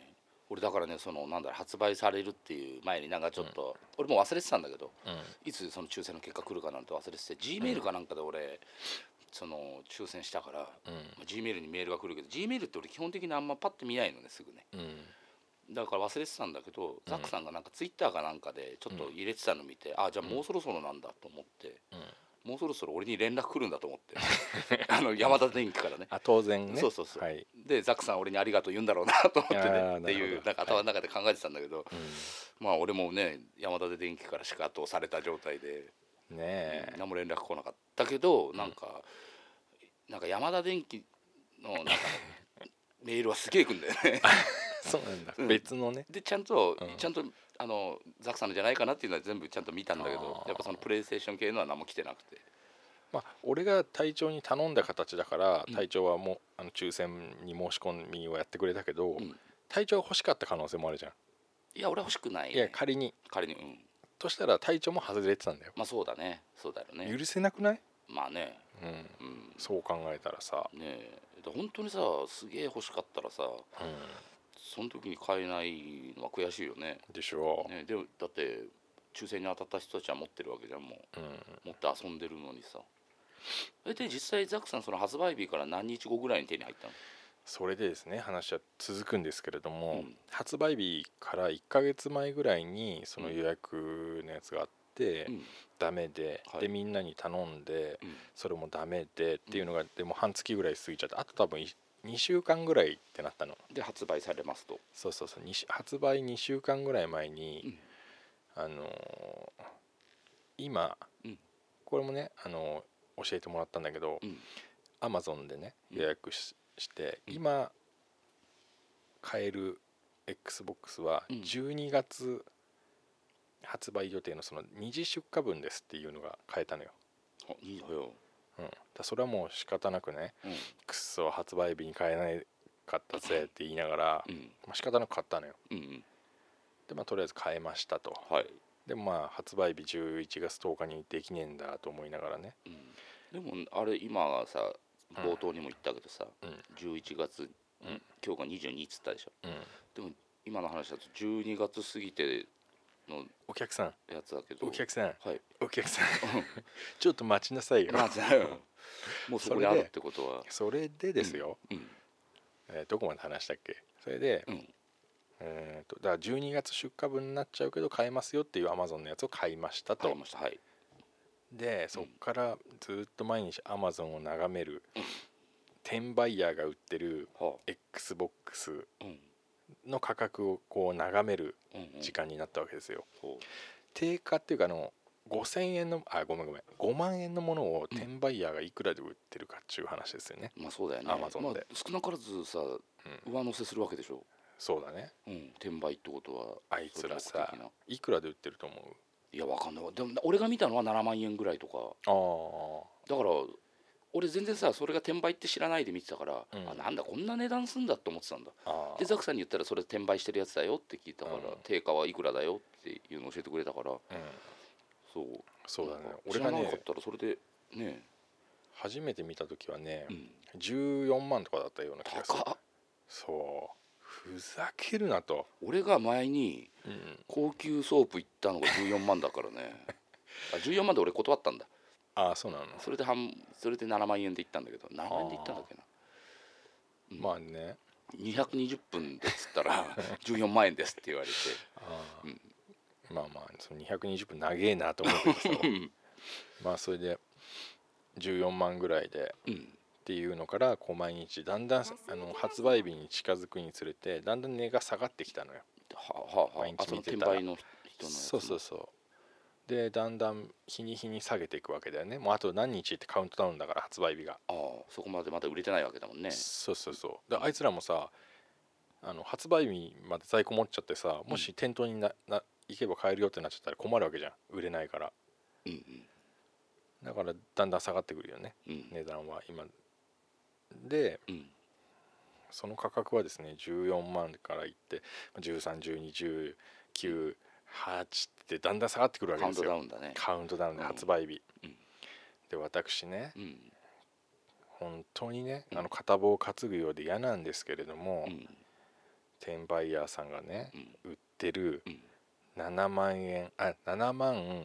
[SPEAKER 4] 俺だからねそのなんだろう発売されるっていう前になんかちょっと、俺もう忘れてたんだけどいつその抽選の結果来るかなんて忘れてて G メールかなんかで俺、その抽選したから、
[SPEAKER 3] うん
[SPEAKER 4] まあ G メールにメールが来るけど G メールって俺基本的にあんまパッて見ないのねすぐね
[SPEAKER 3] うんうん
[SPEAKER 4] だから忘れてたんだけど、ザックさんがなんかツイッターかなんかでちょっと入れてたの見て、あじゃあもうそろそろなんだと思って、もうそろそろ俺に連絡来るんだと思って あの山田電機からね
[SPEAKER 3] あ当然ね
[SPEAKER 4] そうそうそう
[SPEAKER 3] はい、
[SPEAKER 4] でザックさん俺にありがとう言うんだろうなと思って
[SPEAKER 3] あー
[SPEAKER 4] ね
[SPEAKER 3] なるほど
[SPEAKER 4] っていうなんか頭の中で考えてたんだけど、まあ俺もね山田電機からしか後をされた状態で、
[SPEAKER 3] うん、ねえ
[SPEAKER 4] 何も連絡来なかったけどなんか、なんか山田電機の なんかメールはすげえ来んだよね
[SPEAKER 3] そうなんだ、
[SPEAKER 4] うん
[SPEAKER 3] 別のね
[SPEAKER 4] でちゃんと、
[SPEAKER 3] うん
[SPEAKER 4] ちゃんとあのザクさんのじゃないかなっていうのは全部ちゃんと見たんだけど
[SPEAKER 3] あー
[SPEAKER 4] やっぱそのプレイステーション系のは何も来てなくて
[SPEAKER 3] まあ、俺が隊長に頼んだ形だから
[SPEAKER 4] うん
[SPEAKER 3] 隊長はもうあの抽選に申し込みをやってくれたけど、
[SPEAKER 4] ん
[SPEAKER 3] 隊長が欲しかった可能性もあるじゃん、
[SPEAKER 4] いや俺は欲しくない,、ね、
[SPEAKER 3] いや仮に
[SPEAKER 4] 仮にうん
[SPEAKER 3] としたら隊長も外れてたんだよ、
[SPEAKER 4] まあそうだねそうだよね
[SPEAKER 3] 許せなくない、
[SPEAKER 4] まあね
[SPEAKER 3] うん、
[SPEAKER 4] うん
[SPEAKER 3] そう考えたらさ、
[SPEAKER 4] ねえで本当にさすげえ欲しかったらさ
[SPEAKER 3] うん、
[SPEAKER 4] その時に買えないのは悔しいよね
[SPEAKER 3] でしょう、
[SPEAKER 4] ねでもだって抽選に当たった人たちは持ってるわけじゃんも
[SPEAKER 3] うん、
[SPEAKER 4] う持って遊んでるのにさえで実際ザックさんその発売日から何日後ぐらいに手に入ったの
[SPEAKER 3] それでですね話は続くんですけれども、
[SPEAKER 4] うん
[SPEAKER 3] 発売日から1ヶ月前ぐらいにその予約のやつがあって、
[SPEAKER 4] うん
[SPEAKER 3] ダメで、
[SPEAKER 4] はい
[SPEAKER 3] でみんなに頼んで
[SPEAKER 4] うん
[SPEAKER 3] それもダメでっていうのが、でも半月ぐらい過ぎちゃってあと多分2週間ぐらいってなったの
[SPEAKER 4] で発売されますと
[SPEAKER 3] そうそうそうにし発売2週間ぐらい前に、あのー今、
[SPEAKER 4] うん
[SPEAKER 3] これもね、あのー教えてもらったんだけど、
[SPEAKER 4] うん
[SPEAKER 3] アマゾンでね
[SPEAKER 4] うん
[SPEAKER 3] 予約し,、て
[SPEAKER 4] うん
[SPEAKER 3] 今買える XBOX は
[SPEAKER 4] うん
[SPEAKER 3] 12月発売予定のその二次出荷分ですっていうのが買えたのよ、
[SPEAKER 4] あいいのよ、
[SPEAKER 3] うん、だからそれはもう仕方なくね
[SPEAKER 4] うん
[SPEAKER 3] くっそ発売日に買えないかったぜって言いながら、
[SPEAKER 4] うん、
[SPEAKER 3] まあ仕方なく買ったのよ
[SPEAKER 4] うんうん
[SPEAKER 3] でまあとりあえず買えましたと
[SPEAKER 4] はい、
[SPEAKER 3] でもまあ発売日11月10日にできねえんだと思いながらね
[SPEAKER 4] うん、でもあれ今さ
[SPEAKER 3] うん
[SPEAKER 4] 冒頭にも言ったけどさ、
[SPEAKER 3] うん
[SPEAKER 4] 11月、
[SPEAKER 3] ん
[SPEAKER 4] 今日が22っつったでしょ
[SPEAKER 3] うん
[SPEAKER 4] でも今の話だと12月過ぎての
[SPEAKER 3] お客さん
[SPEAKER 4] やつだけど
[SPEAKER 3] お客さん
[SPEAKER 4] はい
[SPEAKER 3] お客さん ちょっと待ちなさいよ
[SPEAKER 4] まあじゃあもうそこにあるってことは
[SPEAKER 3] それでですよ、
[SPEAKER 4] うん
[SPEAKER 3] えーどこまで話したっけそれで、
[SPEAKER 4] うん
[SPEAKER 3] えーとだから12月出荷分になっちゃうけど買えますよっていうアマゾンのやつを買いましたと、
[SPEAKER 4] 買いましたはい
[SPEAKER 3] でそっからずっと毎日アマゾンを眺める、転売ヤーが売ってる
[SPEAKER 4] は
[SPEAKER 3] XBOX
[SPEAKER 4] あうん
[SPEAKER 3] の価格をこう眺める
[SPEAKER 4] うんうん
[SPEAKER 3] 時間になったわけですよ、
[SPEAKER 4] ほ
[SPEAKER 3] 定価っていうかあの5000円のあごめんごめん5万円のものを転売ヤーがいくらで売ってるかっていう話ですよね、
[SPEAKER 4] うまあそうだよね
[SPEAKER 3] Amazon で
[SPEAKER 4] まあ、少なからずさ
[SPEAKER 3] う
[SPEAKER 4] 上乗せするわけでしょ
[SPEAKER 3] そうだね
[SPEAKER 4] うん転売ってことは
[SPEAKER 3] あいつら
[SPEAKER 4] それ目
[SPEAKER 3] さ
[SPEAKER 4] 的ない
[SPEAKER 3] くらで売ってると思う
[SPEAKER 4] いやわかんないでも俺が見たのは7万円ぐらいとか
[SPEAKER 3] あ
[SPEAKER 4] だから俺全然さそれが転売って知らないで見てたから、
[SPEAKER 3] うん
[SPEAKER 4] あなんだこんな値段すんだって思ってたんだ
[SPEAKER 3] あ
[SPEAKER 4] でザクさんに言ったらそれ転売してるやつだよって聞いたから、
[SPEAKER 3] うん
[SPEAKER 4] 定価はいくらだよっていうのを教えてくれたから
[SPEAKER 3] うん、
[SPEAKER 4] そう
[SPEAKER 3] そうだね
[SPEAKER 4] なんか
[SPEAKER 3] 俺が
[SPEAKER 4] 知らなか
[SPEAKER 3] ね
[SPEAKER 4] ったらそれでね
[SPEAKER 3] 初めて見た時はね
[SPEAKER 4] え、うん、
[SPEAKER 3] 14万とかだったような気がする
[SPEAKER 4] 高っ
[SPEAKER 3] そうふざけるなと、
[SPEAKER 4] 俺が前に高級ソープ行ったのが14万だか らねあ14万で俺断ったんだ
[SPEAKER 3] ああそうなの、
[SPEAKER 4] それで半それで7万円で行ったんだけど何万円で行ったんだっけなうん
[SPEAKER 3] まあね
[SPEAKER 4] 220分でっつったら14万円ですって言われて
[SPEAKER 3] あー、
[SPEAKER 4] うん
[SPEAKER 3] まあまあその220分長えなと思うけどさまあそれで14万ぐらいで
[SPEAKER 4] うん
[SPEAKER 3] っていうのからこう毎日だんだんあの発売日に近づくにつれてだんだん値が下がってきたのよ
[SPEAKER 4] はあはあは
[SPEAKER 3] 毎
[SPEAKER 4] ああ
[SPEAKER 3] 日
[SPEAKER 4] その
[SPEAKER 3] 見て
[SPEAKER 4] 転
[SPEAKER 3] たら
[SPEAKER 4] 売の人のやつ
[SPEAKER 3] そうそうそうでだんだん日に日に下げていくわけだよねもうあと何日ってカウントダウンだから発売日が、
[SPEAKER 4] ああそこまでまだ売れてないわけだもんね
[SPEAKER 3] そうそうそうであいつらもさあの発売日まで在庫持っちゃってさもし店頭になな行けば買えるよってなっちゃったら困るわけじゃん売れないから
[SPEAKER 4] うん
[SPEAKER 3] だからだんだん下がってくるよね
[SPEAKER 4] うんうん
[SPEAKER 3] 値段は今で
[SPEAKER 4] うん
[SPEAKER 3] その価格はですね14万からいって13121998ってだんだん下がってくるわけ
[SPEAKER 4] カ
[SPEAKER 3] で
[SPEAKER 4] ウン
[SPEAKER 3] す
[SPEAKER 4] トダ
[SPEAKER 3] よ
[SPEAKER 4] ウンだね
[SPEAKER 3] カウントダウンで
[SPEAKER 4] うん
[SPEAKER 3] 発売日、
[SPEAKER 4] うん
[SPEAKER 3] で私ね
[SPEAKER 4] うん
[SPEAKER 3] 本当にね
[SPEAKER 4] うん
[SPEAKER 3] あの片棒を担ぐようで嫌なんですけれども、
[SPEAKER 4] うん
[SPEAKER 3] 転売ヤーさんがね
[SPEAKER 4] うん
[SPEAKER 3] 売ってる
[SPEAKER 4] うん
[SPEAKER 3] 7万円あ7万、
[SPEAKER 4] うん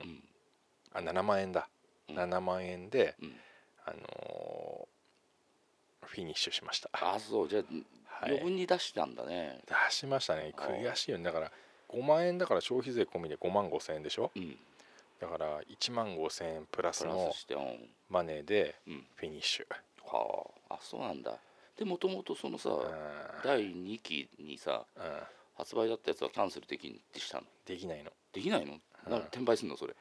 [SPEAKER 3] あ7万円だ、
[SPEAKER 4] うん
[SPEAKER 3] 7万円で、
[SPEAKER 4] うん
[SPEAKER 3] あのーフィニッシュしました
[SPEAKER 4] あそうじゃあ
[SPEAKER 3] はい
[SPEAKER 4] 余分に出したんだね
[SPEAKER 3] 出しましたね
[SPEAKER 4] ああ
[SPEAKER 3] 悔しいよねだから5万円だから消費税込みで5万5千円でしょ
[SPEAKER 4] うん
[SPEAKER 3] だから1万5千円プラス
[SPEAKER 4] プラ
[SPEAKER 3] の
[SPEAKER 4] スしてうん
[SPEAKER 3] マネーで
[SPEAKER 4] うん
[SPEAKER 3] フィニッシュ、
[SPEAKER 4] はああそうなんだでもともとそのさ
[SPEAKER 3] うん
[SPEAKER 4] 第2期にさ
[SPEAKER 3] うん
[SPEAKER 4] 発売だったやつはキャンセルできんってしたの
[SPEAKER 3] できないの
[SPEAKER 4] できないの
[SPEAKER 3] うん
[SPEAKER 4] なんか転売すんのそれ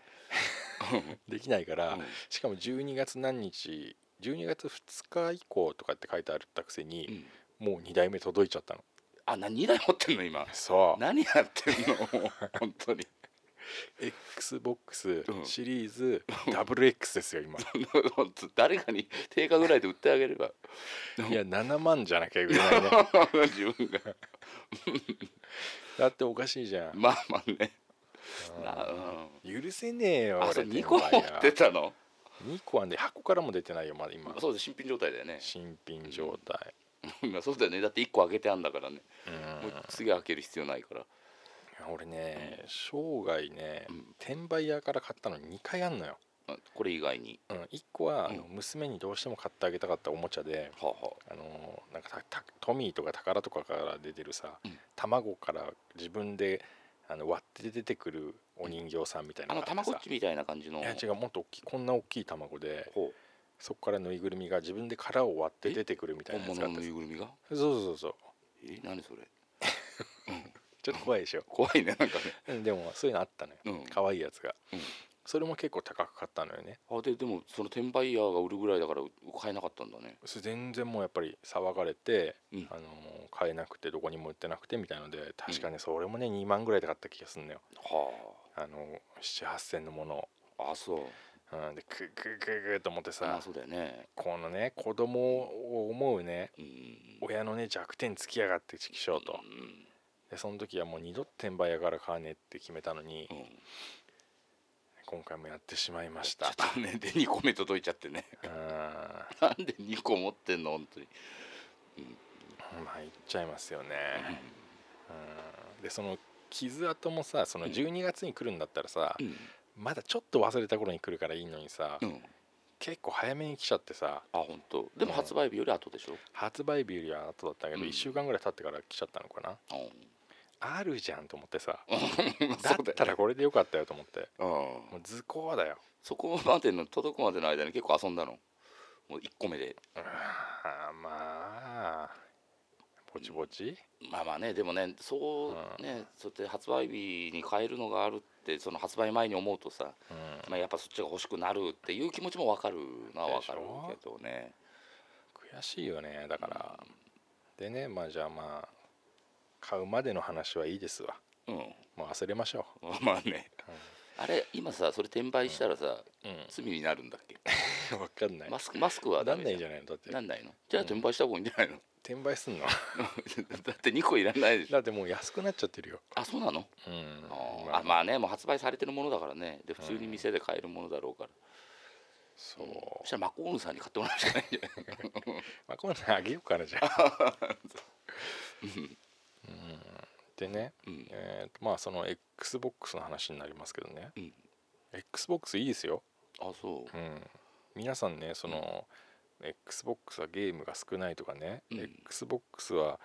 [SPEAKER 3] できないから、
[SPEAKER 4] うん
[SPEAKER 3] しかも12月何日12月2日以降とかって書いてあったくせ
[SPEAKER 4] う
[SPEAKER 3] に、
[SPEAKER 4] ん
[SPEAKER 3] もう2台目届いちゃったの
[SPEAKER 4] あ何台持ってんの今
[SPEAKER 3] そう
[SPEAKER 4] 何やってんのもう本当に
[SPEAKER 3] XBOX
[SPEAKER 4] うん
[SPEAKER 3] シリーズ WX ですよ 今
[SPEAKER 4] 本当誰かに定価ぐらいで売ってあげれば
[SPEAKER 3] いや7万じゃなきゃ売れないね
[SPEAKER 4] 自分が
[SPEAKER 3] だっておかしいじゃん、
[SPEAKER 4] まあまあね
[SPEAKER 3] うん
[SPEAKER 4] なうん
[SPEAKER 3] 許せねえよ
[SPEAKER 4] あ
[SPEAKER 3] 俺
[SPEAKER 4] そう2個持ってたの
[SPEAKER 3] 2個はね箱からも出てないよまだ今
[SPEAKER 4] そうです新品状態だよね
[SPEAKER 3] 新品状態、
[SPEAKER 4] そうだよねだって1個開けてあんだからね
[SPEAKER 3] うん
[SPEAKER 4] もう次開ける必要ないから
[SPEAKER 3] 俺ね生涯ね、
[SPEAKER 4] うん
[SPEAKER 3] 転売屋から買ったの2回あんのよ、
[SPEAKER 4] あこれ以外に
[SPEAKER 3] うん、1個は、あの
[SPEAKER 4] う
[SPEAKER 3] 娘にどうしても買ってあげたかったおもちゃで
[SPEAKER 4] はあは
[SPEAKER 3] あのーなんかたたトミーとか宝とかから出てるさ、
[SPEAKER 4] うん
[SPEAKER 3] 卵から自分であの割って出てくるお人形さんみたい
[SPEAKER 4] あ
[SPEAKER 3] な
[SPEAKER 4] あの
[SPEAKER 3] が
[SPEAKER 4] た
[SPEAKER 3] あ
[SPEAKER 4] ま
[SPEAKER 3] って
[SPEAKER 4] ご
[SPEAKER 3] さ
[SPEAKER 4] っちみたいな感じの
[SPEAKER 3] いや違うもっと大きいこんな大きい卵で
[SPEAKER 4] ほう
[SPEAKER 3] そこからぬいぐるみが自分で殻を割って出てくるみたい
[SPEAKER 4] 本
[SPEAKER 3] なやつがあって
[SPEAKER 4] 物のぬい
[SPEAKER 3] さ
[SPEAKER 4] ぐるみが
[SPEAKER 3] そうそうそうそう
[SPEAKER 4] え何それ
[SPEAKER 3] ちょっと怖いでしょ
[SPEAKER 4] 怖いね なんかね
[SPEAKER 3] うんでもそういうのあったのよ
[SPEAKER 4] うん
[SPEAKER 3] 可愛いやつが、
[SPEAKER 4] うん
[SPEAKER 3] それも結構高く買ったのよね
[SPEAKER 4] あででもその転売ヤーが売るぐらいだから買えなかったんだね
[SPEAKER 3] それ全然もうやっぱり騒がれて、
[SPEAKER 4] うん
[SPEAKER 3] あのー買えなくてどこにも売ってなくてみたいので確かねそれもね2万ぐらいで買った気がするのよ
[SPEAKER 4] は
[SPEAKER 3] あのー7,8,000のものを、
[SPEAKER 4] ああそう
[SPEAKER 3] うん、でクククククと思って
[SPEAKER 4] ま
[SPEAKER 3] さ
[SPEAKER 4] あそうだよね
[SPEAKER 3] このね子供を思うね
[SPEAKER 4] うん
[SPEAKER 3] 親のね弱点つきやがってちきしょうと
[SPEAKER 4] うん
[SPEAKER 3] でその時はもう二度と転売屋から買わねえって決めたのに
[SPEAKER 4] うん
[SPEAKER 3] 今回もやってしまいまし
[SPEAKER 4] ちょ
[SPEAKER 3] た
[SPEAKER 4] っとねで2個目届いちゃってね
[SPEAKER 3] うんま
[SPEAKER 4] なんで2個持ってんの本当に
[SPEAKER 3] あいっちゃいますよね、うんでその傷跡もさその12月に来るんだったらさ、
[SPEAKER 4] うん
[SPEAKER 3] まだちょっと忘れた頃に来るからいいのにさ、
[SPEAKER 4] うん
[SPEAKER 3] 結構早めに来ちゃってさ
[SPEAKER 4] あ本当でも発売日より後でしょ
[SPEAKER 3] 発売日よりは後だったけど、
[SPEAKER 4] うん
[SPEAKER 3] 1週間ぐらい経ってから来ちゃったのかな
[SPEAKER 4] うん
[SPEAKER 3] あるじゃんと思ってさだ
[SPEAKER 4] そ
[SPEAKER 3] っ
[SPEAKER 4] うだ
[SPEAKER 3] た
[SPEAKER 4] よ
[SPEAKER 3] らこれでよかったよと思って
[SPEAKER 4] うん
[SPEAKER 3] もう図工だよ
[SPEAKER 4] そこまでの届くまでの間に結構遊んだのもう1個目で
[SPEAKER 3] あーまあぼちぼち、
[SPEAKER 4] まあまあねでもねそうねそうやって発売日に変えるのがあるってその発売前に思うとさ、
[SPEAKER 3] うん
[SPEAKER 4] まあ、やっぱそっちが欲しくなるっていう気持ちも分かるのは分かるけどね
[SPEAKER 3] 悔しいよねだから、でねまあじゃあまあ買うまでの話はいいですわ
[SPEAKER 4] うん
[SPEAKER 3] もう忘れましょ
[SPEAKER 4] まあね、あれ今さそれ転売したらさ、
[SPEAKER 3] う、
[SPEAKER 4] 罪になるんだっけ
[SPEAKER 3] うん、分かんない
[SPEAKER 4] マスクマスクは
[SPEAKER 3] な
[SPEAKER 4] ダ
[SPEAKER 3] ん
[SPEAKER 4] メ
[SPEAKER 3] ない
[SPEAKER 4] じ
[SPEAKER 3] じ
[SPEAKER 4] ゃ
[SPEAKER 3] ゃないのだって
[SPEAKER 4] んなんないのじゃあ転売した方がいいんじゃないの、
[SPEAKER 3] 転売すんの
[SPEAKER 4] だって2個いらないでしょ
[SPEAKER 3] だってもう安くなっちゃってるよ、
[SPEAKER 4] あそうなの
[SPEAKER 3] うん、
[SPEAKER 4] あ
[SPEAKER 3] 今
[SPEAKER 4] ーあまあねもう発売されてるものだからねで普通に店で買えるものだろうから、
[SPEAKER 3] そう
[SPEAKER 4] そしたらマコールさんに買ってもらうしかないんじゃない
[SPEAKER 3] まあこんなんあげようかなじゃあうんでね、
[SPEAKER 4] うん
[SPEAKER 3] えーとまあその XBOX の話になりますけどね、
[SPEAKER 4] うん
[SPEAKER 3] XBOX いいですよ、
[SPEAKER 4] あそう
[SPEAKER 3] うん、皆さんねその、XBOX はゲームが少ないとかね、
[SPEAKER 4] うん
[SPEAKER 3] XBOX は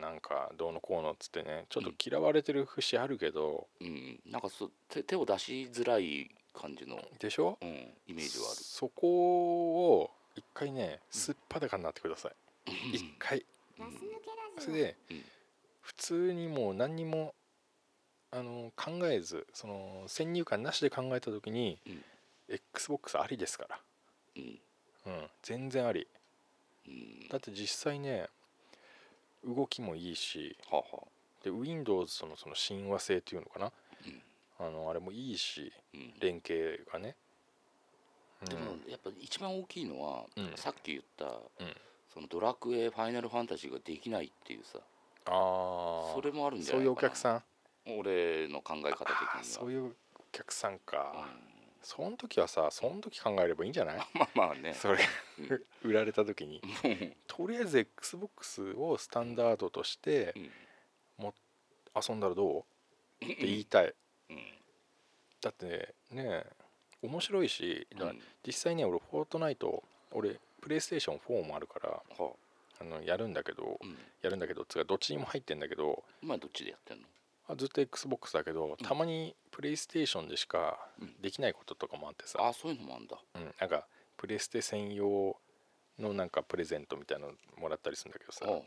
[SPEAKER 3] なんかどうのこうのっつってねちょっと嫌われてる節あるけど、
[SPEAKER 4] うん、なんかそ手手を出しづらい感じの、
[SPEAKER 3] でしょ
[SPEAKER 4] うん、イメージはある
[SPEAKER 3] そこを一回ねすっぱだかになってください一、回
[SPEAKER 2] ガス抜け
[SPEAKER 3] そ
[SPEAKER 2] ラ
[SPEAKER 3] れ
[SPEAKER 2] ジオ
[SPEAKER 3] で、
[SPEAKER 4] うん
[SPEAKER 3] 普通にもう何にもあの考えずその先入観なしで考えた時に、
[SPEAKER 4] うん
[SPEAKER 3] XBOX ありですか
[SPEAKER 4] うん
[SPEAKER 3] ら、うん、全然あり
[SPEAKER 4] うん
[SPEAKER 3] だって実際ね動きもいいし
[SPEAKER 4] はあは
[SPEAKER 3] で Windows とのその親和性っていうのかな、
[SPEAKER 4] うん
[SPEAKER 3] あのあれもいいし
[SPEAKER 4] あ、うん、
[SPEAKER 3] 連携がね、うん
[SPEAKER 4] でもやっぱ一番大きいのは、
[SPEAKER 3] うん
[SPEAKER 4] さっき言った、
[SPEAKER 3] ん
[SPEAKER 4] そのドラクエファイナルファンタジーができないっていうさ
[SPEAKER 3] ああ
[SPEAKER 4] それもあるんじゃ
[SPEAKER 3] そう
[SPEAKER 4] ないかな
[SPEAKER 3] いうお客さん
[SPEAKER 4] ん俺の考え
[SPEAKER 3] あ
[SPEAKER 4] 方的に
[SPEAKER 3] ー
[SPEAKER 4] は
[SPEAKER 3] そういうお客さん
[SPEAKER 4] うん
[SPEAKER 3] か、そん時はさそん時考えればいいんじゃない
[SPEAKER 4] まあまあね
[SPEAKER 3] それ売られた時にとりあえず XBOX をスタンダードとして
[SPEAKER 4] うん
[SPEAKER 3] 遊んだらどうって言いたい
[SPEAKER 4] うん
[SPEAKER 3] だってねね面白いしだ
[SPEAKER 4] う
[SPEAKER 3] か
[SPEAKER 4] ん
[SPEAKER 3] ら実際ね俺フォートナイト俺プレイステーション4もあるから
[SPEAKER 4] は
[SPEAKER 3] あのやるんだけど
[SPEAKER 4] あうん
[SPEAKER 3] やるんだけどつうかどっちにも入ってんだけど
[SPEAKER 4] 今どっちでやってんの
[SPEAKER 3] あずっと XBOX だけど
[SPEAKER 4] うん
[SPEAKER 3] たまにプレイステーションでしか
[SPEAKER 4] うん
[SPEAKER 3] できないこととかもあってさ、
[SPEAKER 4] あそういうのもあんだ
[SPEAKER 3] うん、なんかプレステ専用のなんかプレゼントみたいなのもらったりするんだけどさ、
[SPEAKER 4] はあは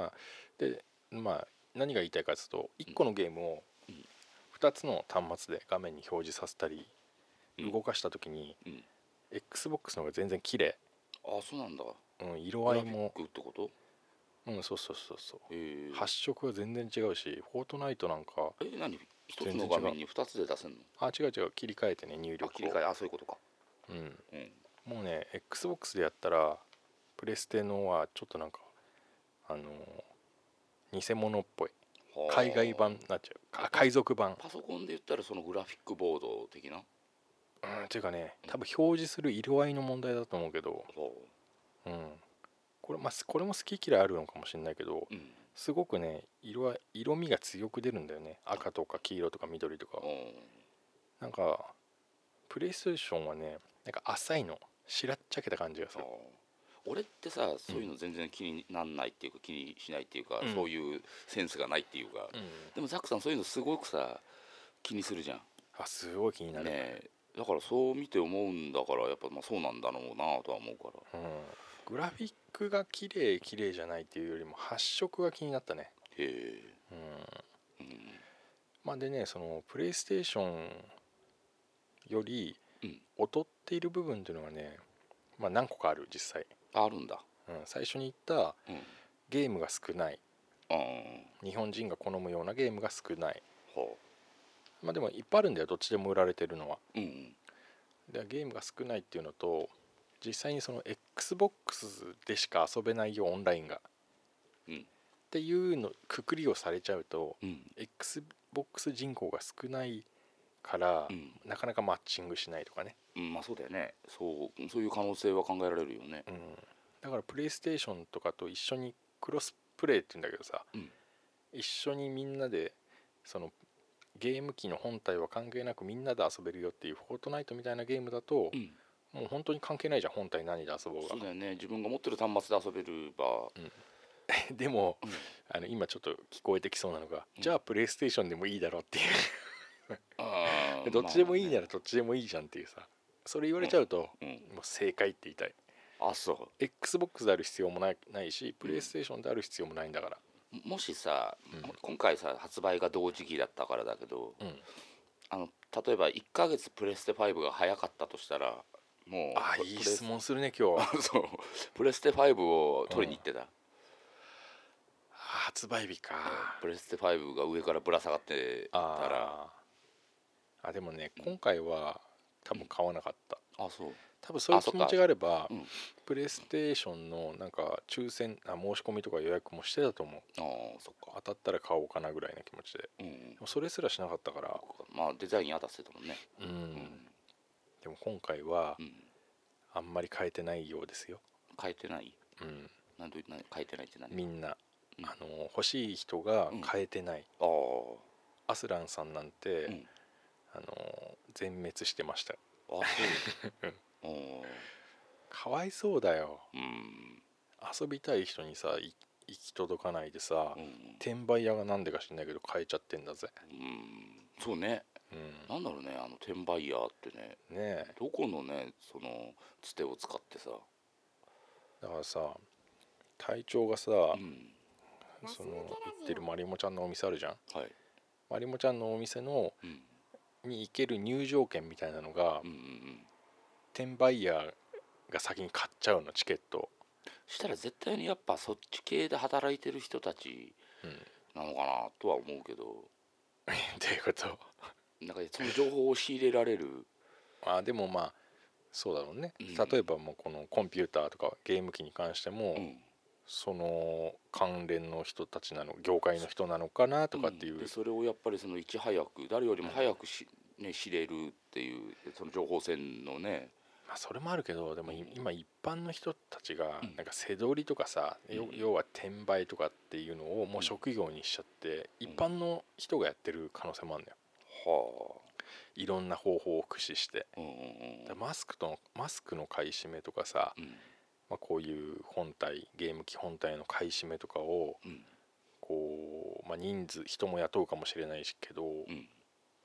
[SPEAKER 3] まあでまあ何が言いたいかというと1個のゲームを
[SPEAKER 4] うん
[SPEAKER 3] 2つの端末で画面に表示させたり
[SPEAKER 4] うん
[SPEAKER 3] 動かした時に
[SPEAKER 4] うん
[SPEAKER 3] XBOX の方が全然綺麗、
[SPEAKER 4] ああそうなんだ
[SPEAKER 3] うん、色合いも
[SPEAKER 4] グラフィックってこと
[SPEAKER 3] うんそうそうそうそう
[SPEAKER 4] へえ
[SPEAKER 3] 発色が全然違うしフォートナイトなんか
[SPEAKER 4] え何一つ
[SPEAKER 3] 全然違
[SPEAKER 4] の
[SPEAKER 3] う
[SPEAKER 4] 画面に二つで出せんの
[SPEAKER 3] あ違う違う切り替えてね入力
[SPEAKER 4] あ
[SPEAKER 3] を
[SPEAKER 4] 切り替えあそういうことか
[SPEAKER 3] うん、
[SPEAKER 4] うん
[SPEAKER 3] もうね XBOX でやったらプレステのはちょっとなんかあのー偽物っぽい
[SPEAKER 4] はあ
[SPEAKER 3] 海外版になっちゃうあ海賊版
[SPEAKER 4] パソコンで言ったらそのグラフィックボード的な
[SPEAKER 3] うんっていうかね多分表示する色合いの問題だと思うけど、
[SPEAKER 4] そ
[SPEAKER 3] うん、これまあすこれも好き嫌いあるのかもしれないけど
[SPEAKER 4] ううん
[SPEAKER 3] すごくね色は色味が強く出るんだよね赤とか黄色とか緑とかなんかプレイステーションはねなんか浅いのしらっちゃけた感じがす
[SPEAKER 4] あ
[SPEAKER 3] る
[SPEAKER 4] ー俺ってさそういうの全然気になんないっていうか気にしないっていうか、
[SPEAKER 3] うん
[SPEAKER 4] そういうセンスがないっていうか、
[SPEAKER 3] うん
[SPEAKER 4] でもザックさんそういうのすごくさ気にするじゃん
[SPEAKER 3] あすごい気にな
[SPEAKER 4] ね
[SPEAKER 3] る、
[SPEAKER 4] えだからそう見て思うんだからやっぱまあそうなんだろうなとは思うから
[SPEAKER 3] うんグラフィックが綺麗綺麗じゃないっていうよりも発色が気になったね、
[SPEAKER 4] へえ
[SPEAKER 3] うん、
[SPEAKER 4] うん
[SPEAKER 3] まあでねそのプレイステーションより
[SPEAKER 4] うん
[SPEAKER 3] 劣っている部分っていうのがね、まあ、何個かある実際、
[SPEAKER 4] ああるんだ
[SPEAKER 3] うん、最初に言った
[SPEAKER 4] うん
[SPEAKER 3] ゲームが少ない
[SPEAKER 4] ああ
[SPEAKER 3] 日本人が好むようなゲームが少ない
[SPEAKER 4] は
[SPEAKER 3] まあでもいっぱいあるんだよどっちでも売られてるのは
[SPEAKER 4] あうん
[SPEAKER 3] でゲームが少ないっていうのと実際にその XBOX でしか遊べないよオンラインが、
[SPEAKER 4] うん
[SPEAKER 3] っていうのくくりをされちゃうと
[SPEAKER 4] うん
[SPEAKER 3] XBOX 人口が少ないから、
[SPEAKER 4] うん
[SPEAKER 3] なかなかマッチングしないとかね、
[SPEAKER 4] うんまあそうだよねそうそういう可能性は考えられるよね
[SPEAKER 3] うん、だからプレイステーションとかと一緒にクロスプレイって言うんだけどさ、
[SPEAKER 4] うん
[SPEAKER 3] 一緒にみんなでそのゲーム機の本体は関係なくみんなで遊べるよっていうフォートナイトみたいなゲームだと、
[SPEAKER 4] うん
[SPEAKER 3] もう本当に関係ないじゃん本体何で遊ぼう
[SPEAKER 4] そう
[SPEAKER 3] が
[SPEAKER 4] だよね自分が持ってる端末で遊べれば
[SPEAKER 3] でも、
[SPEAKER 4] うん
[SPEAKER 3] あの今ちょっと聞こえてきそうなのが、
[SPEAKER 4] うん
[SPEAKER 3] じゃあプレイステーションでもいいだろうっていう
[SPEAKER 4] あ ー
[SPEAKER 3] どっちでもいい
[SPEAKER 4] ま
[SPEAKER 3] ならどっちでもいいじゃんっていうさそれ言われちゃうと、
[SPEAKER 4] あね
[SPEAKER 3] もう正解って言いたい
[SPEAKER 4] うんあそう
[SPEAKER 3] XBOX である必要もないないしプレイステーションである必要もないんだから、
[SPEAKER 4] もしさ、
[SPEAKER 3] うん
[SPEAKER 4] も今回さ発売が同時期だったからだけど
[SPEAKER 3] うん
[SPEAKER 4] あの例えば1ヶ月プレステ5が早かったとしたらもう
[SPEAKER 3] ああ
[SPEAKER 4] プ
[SPEAKER 3] い
[SPEAKER 4] レ
[SPEAKER 3] い
[SPEAKER 4] ス
[SPEAKER 3] 質問するね今日
[SPEAKER 4] そうプレステ5を取りに行ってた、
[SPEAKER 3] 発売日か
[SPEAKER 4] プレステ5が上からぶら下がってたらあ
[SPEAKER 3] あーあでもね今回は多分買わなかった
[SPEAKER 4] そう
[SPEAKER 3] 多分そういう
[SPEAKER 4] あそ
[SPEAKER 3] 気
[SPEAKER 4] っか
[SPEAKER 3] 持ちがあれば、
[SPEAKER 4] うん
[SPEAKER 3] プレイステーションのなんか抽選あ申し込みとか予約もしてたと思う
[SPEAKER 4] ああそっか
[SPEAKER 3] 当たったら買おうかなぐらいの気持ちで
[SPEAKER 4] うんうん
[SPEAKER 3] でもそれすらしなかったから
[SPEAKER 4] まあデザイン当たってたもんね
[SPEAKER 3] うん、
[SPEAKER 4] うん、
[SPEAKER 3] でも今回は
[SPEAKER 4] うん、
[SPEAKER 3] あんまり変えてないようですよ、
[SPEAKER 4] 変えてない
[SPEAKER 3] うん、
[SPEAKER 4] なんでなん変えてないって何
[SPEAKER 3] みんな、
[SPEAKER 4] うん
[SPEAKER 3] あの欲しい人が変えてない、
[SPEAKER 4] ああ
[SPEAKER 3] アスランさんなんて、
[SPEAKER 4] うん
[SPEAKER 3] あの全滅してました
[SPEAKER 4] あ そうあー
[SPEAKER 3] かわいそうだよ
[SPEAKER 4] うん
[SPEAKER 3] 遊びたい人にさい行き届かないでさ、
[SPEAKER 4] うん
[SPEAKER 3] 転売屋がなんでか知んないけど変えちゃってんだぜ、
[SPEAKER 4] うんそうね
[SPEAKER 3] うん、
[SPEAKER 4] なんだろうねあの転売ヤーってね
[SPEAKER 3] ねえ
[SPEAKER 4] どこのねそのつてを使ってさ、
[SPEAKER 3] だからさ隊長がさ、
[SPEAKER 4] うん
[SPEAKER 3] その行ってるまりもちゃんのお店あるじゃん
[SPEAKER 4] はい
[SPEAKER 3] まりもちゃんのお店の
[SPEAKER 4] うん
[SPEAKER 3] に行ける入場券みたいなのが、
[SPEAKER 4] うんうんうん
[SPEAKER 3] 転売ヤーが先に買っちゃうのチケットを
[SPEAKER 4] したら絶対にやっぱそっち系で働いてる人たち
[SPEAKER 3] うん
[SPEAKER 4] なのかなとは思うけど
[SPEAKER 3] っていうこと
[SPEAKER 4] なんかその情報を仕入れられる
[SPEAKER 3] あでもまあそうだろうね、
[SPEAKER 4] うん
[SPEAKER 3] 例えばもうこのコンピューターとかゲーム機に関しても、
[SPEAKER 4] うん
[SPEAKER 3] その関連の人たちなの業界の人なのかなとかっていう、
[SPEAKER 4] んでそれをやっぱりそのいち早く誰よりも早くし、ね、知れるっていうその情報戦のね
[SPEAKER 3] まあ、それもあるけどでもい
[SPEAKER 4] うん
[SPEAKER 3] 今一般の人たちが
[SPEAKER 4] うん
[SPEAKER 3] なんか背取りとかさ、よ
[SPEAKER 4] うん
[SPEAKER 3] 要は転売とかっていうのをもう職業にしちゃって、一
[SPEAKER 4] ん
[SPEAKER 3] 般の人がやってる可能性もあるんだよ
[SPEAKER 4] は
[SPEAKER 3] いろんな方法を駆使して。
[SPEAKER 4] あうんうん
[SPEAKER 3] だからマスクとのマスクの買い占めとかさ、
[SPEAKER 4] うん
[SPEAKER 3] まあ、こういう本体ゲーム機本体の買い占めとかを
[SPEAKER 4] うん
[SPEAKER 3] こう、まあ、人数人も雇うかもしれないしけど、
[SPEAKER 4] うん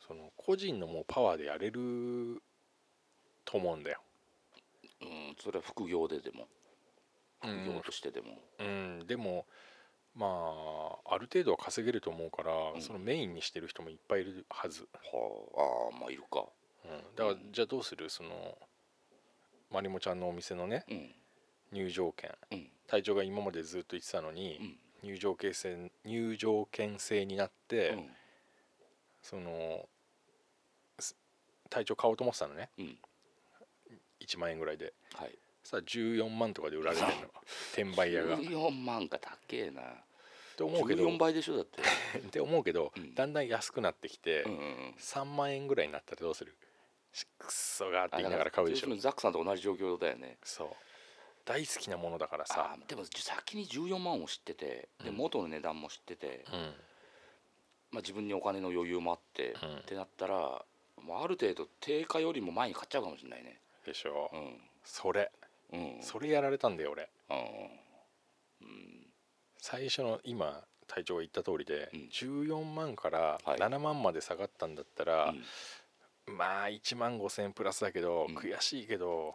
[SPEAKER 3] その個人のもうパワーでやれると思うんだよ。
[SPEAKER 4] うんそれは副業ででも
[SPEAKER 3] う
[SPEAKER 4] 副業
[SPEAKER 3] ん
[SPEAKER 4] としてでも、
[SPEAKER 3] うんでもまあある程度は稼げると思うから、
[SPEAKER 4] うん
[SPEAKER 3] そのメインにしてる人もいっぱいいるはず、
[SPEAKER 4] はああーまあいるか
[SPEAKER 3] うん、だから、
[SPEAKER 4] うん
[SPEAKER 3] じゃあどうするそのまりもちゃんのお店のね
[SPEAKER 4] うん
[SPEAKER 3] 入場券
[SPEAKER 4] うん
[SPEAKER 3] 隊長が今までずっと言ってたのに、
[SPEAKER 4] うん
[SPEAKER 3] 入場券制入場券制になって、
[SPEAKER 4] うん
[SPEAKER 3] そのす隊長買おうと思ってたのね
[SPEAKER 4] うん
[SPEAKER 3] 1万円ぐらいで
[SPEAKER 4] はい
[SPEAKER 3] さあ14万とかで売ら れてるの転売屋が。っ
[SPEAKER 4] 14万か高えな
[SPEAKER 3] て思うけど
[SPEAKER 4] 14倍でしょだって、
[SPEAKER 3] って思うけど、
[SPEAKER 4] うん
[SPEAKER 3] だんだん安くなってきて、
[SPEAKER 4] うんうんうん
[SPEAKER 3] 3万円ぐらいになったらどうするしくっそがーって言いながら買うでしょ
[SPEAKER 4] あだからザックさんと同じ状況だよね
[SPEAKER 3] そう大好きなものだから
[SPEAKER 4] さ
[SPEAKER 3] さ
[SPEAKER 4] あでも先に14万を知っててで
[SPEAKER 3] うん
[SPEAKER 4] 元の値段も知ってて、
[SPEAKER 3] うん
[SPEAKER 4] まあ、自分にお金の余裕もあって、
[SPEAKER 3] うん
[SPEAKER 4] ってなったら、まあ、ある程度定価よりも前に買っちゃうかもしれないね
[SPEAKER 3] でしょ、
[SPEAKER 4] う
[SPEAKER 3] それ
[SPEAKER 4] んうん
[SPEAKER 3] それやられたんだよ俺
[SPEAKER 4] うん
[SPEAKER 3] 最初の今隊長が言った通りで、
[SPEAKER 4] うん
[SPEAKER 3] 14万から
[SPEAKER 4] はい
[SPEAKER 3] 7万まで下がったんだったら、
[SPEAKER 4] うん
[SPEAKER 3] まあ1万5千プラスだけど、
[SPEAKER 4] うん
[SPEAKER 3] 悔しいけど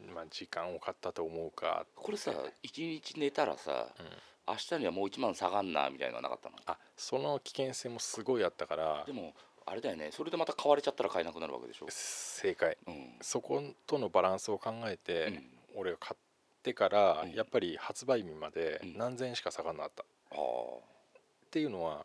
[SPEAKER 4] う、ん
[SPEAKER 3] まあ時間を買ったと思うか
[SPEAKER 4] これさ1日寝たらさ、
[SPEAKER 3] うん
[SPEAKER 4] 明日にはもう1万下がんなみたいなのはなかったの
[SPEAKER 3] あその危険性もすごいあったから
[SPEAKER 4] でもあれだよねそれでまた買われちゃったら買えなくなるわけでしょ、
[SPEAKER 3] 正解
[SPEAKER 4] うん
[SPEAKER 3] そことのバランスを考えて、
[SPEAKER 4] うん
[SPEAKER 3] 俺が買ってから、
[SPEAKER 4] うん
[SPEAKER 3] やっぱり発売日まで
[SPEAKER 4] うん
[SPEAKER 3] 何千円しか下がらなかった、っ
[SPEAKER 4] ああ
[SPEAKER 3] ていうのは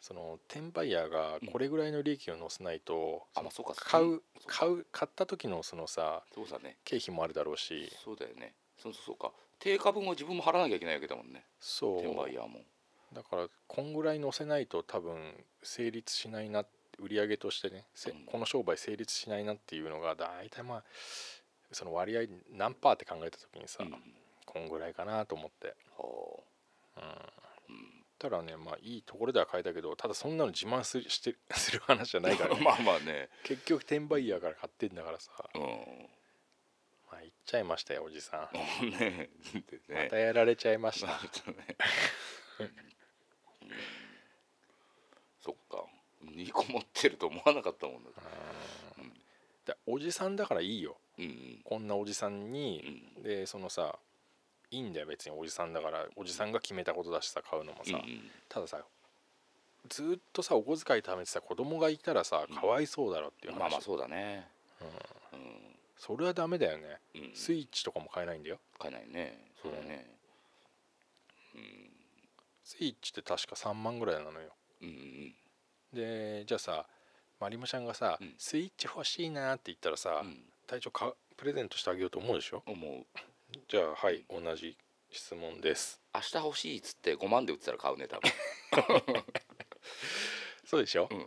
[SPEAKER 3] その転売ヤーがこれぐらいの利益を乗せないと、
[SPEAKER 4] あまあそうか
[SPEAKER 3] 買
[SPEAKER 4] そうそうか
[SPEAKER 3] 買う買った時のそのさ
[SPEAKER 4] そうだね
[SPEAKER 3] 経費もあるだろうし
[SPEAKER 4] そうだよねそうそうそうか定価分を自分も払わなきゃいけないわけだもんね
[SPEAKER 3] そ
[SPEAKER 4] 転売
[SPEAKER 3] う
[SPEAKER 4] ヤーも
[SPEAKER 3] だからこんぐらい乗せないと多分成立しないな売り上げとしてね、せ
[SPEAKER 4] うん
[SPEAKER 3] この商売成立しないなっていうのが大体まあその割合何パーって考えた時にさ、
[SPEAKER 4] うんは
[SPEAKER 3] こんぐらいかなと思って。
[SPEAKER 4] あ
[SPEAKER 3] うん
[SPEAKER 4] うん
[SPEAKER 3] たらねまあいいところでは変えたけどただそんなの自慢するしてする話じゃないから、ね、
[SPEAKER 4] まあまあね
[SPEAKER 3] 結局転売ヤーから買ってんだからさ
[SPEAKER 4] うん
[SPEAKER 3] まあ言っちゃいましたよおじさん
[SPEAKER 4] もうねで
[SPEAKER 3] ま
[SPEAKER 4] ね
[SPEAKER 3] たやられちゃいました
[SPEAKER 4] なるほどねうんそっか2個持ってると思わなかったもんだ
[SPEAKER 3] でおじさんだからいいよ
[SPEAKER 4] うんうん
[SPEAKER 3] こんなおじさん
[SPEAKER 4] う
[SPEAKER 3] に、
[SPEAKER 4] ん
[SPEAKER 3] でそのさいいんだよ別におじさんだからおじさんが決めたことだしさ買うのもさ、
[SPEAKER 4] うん
[SPEAKER 3] たださずーっとさお小遣い貯めてさ子供がいたらさ
[SPEAKER 4] うん
[SPEAKER 3] かわいそうだろっていう話、
[SPEAKER 4] まあまあそうだね
[SPEAKER 3] うん
[SPEAKER 4] うん
[SPEAKER 3] それはダメだよね、
[SPEAKER 4] うん
[SPEAKER 3] スイッチとかも買えないんだよ
[SPEAKER 4] 買えないねそうだよねうん
[SPEAKER 3] スイッチって確か3万ぐらいなのよ
[SPEAKER 4] うんうん
[SPEAKER 3] でじゃあさまりもちゃんがさ、
[SPEAKER 4] うん
[SPEAKER 3] スイッチ欲しいなって言ったらさ、
[SPEAKER 4] うん
[SPEAKER 3] 隊長かプレゼントしてあげようと思うでしょ
[SPEAKER 4] 思う
[SPEAKER 3] じゃあはい同じ質問です
[SPEAKER 4] 明日欲しいっつって5万で売ってたら買うね多分
[SPEAKER 3] そうでしょ、
[SPEAKER 4] うん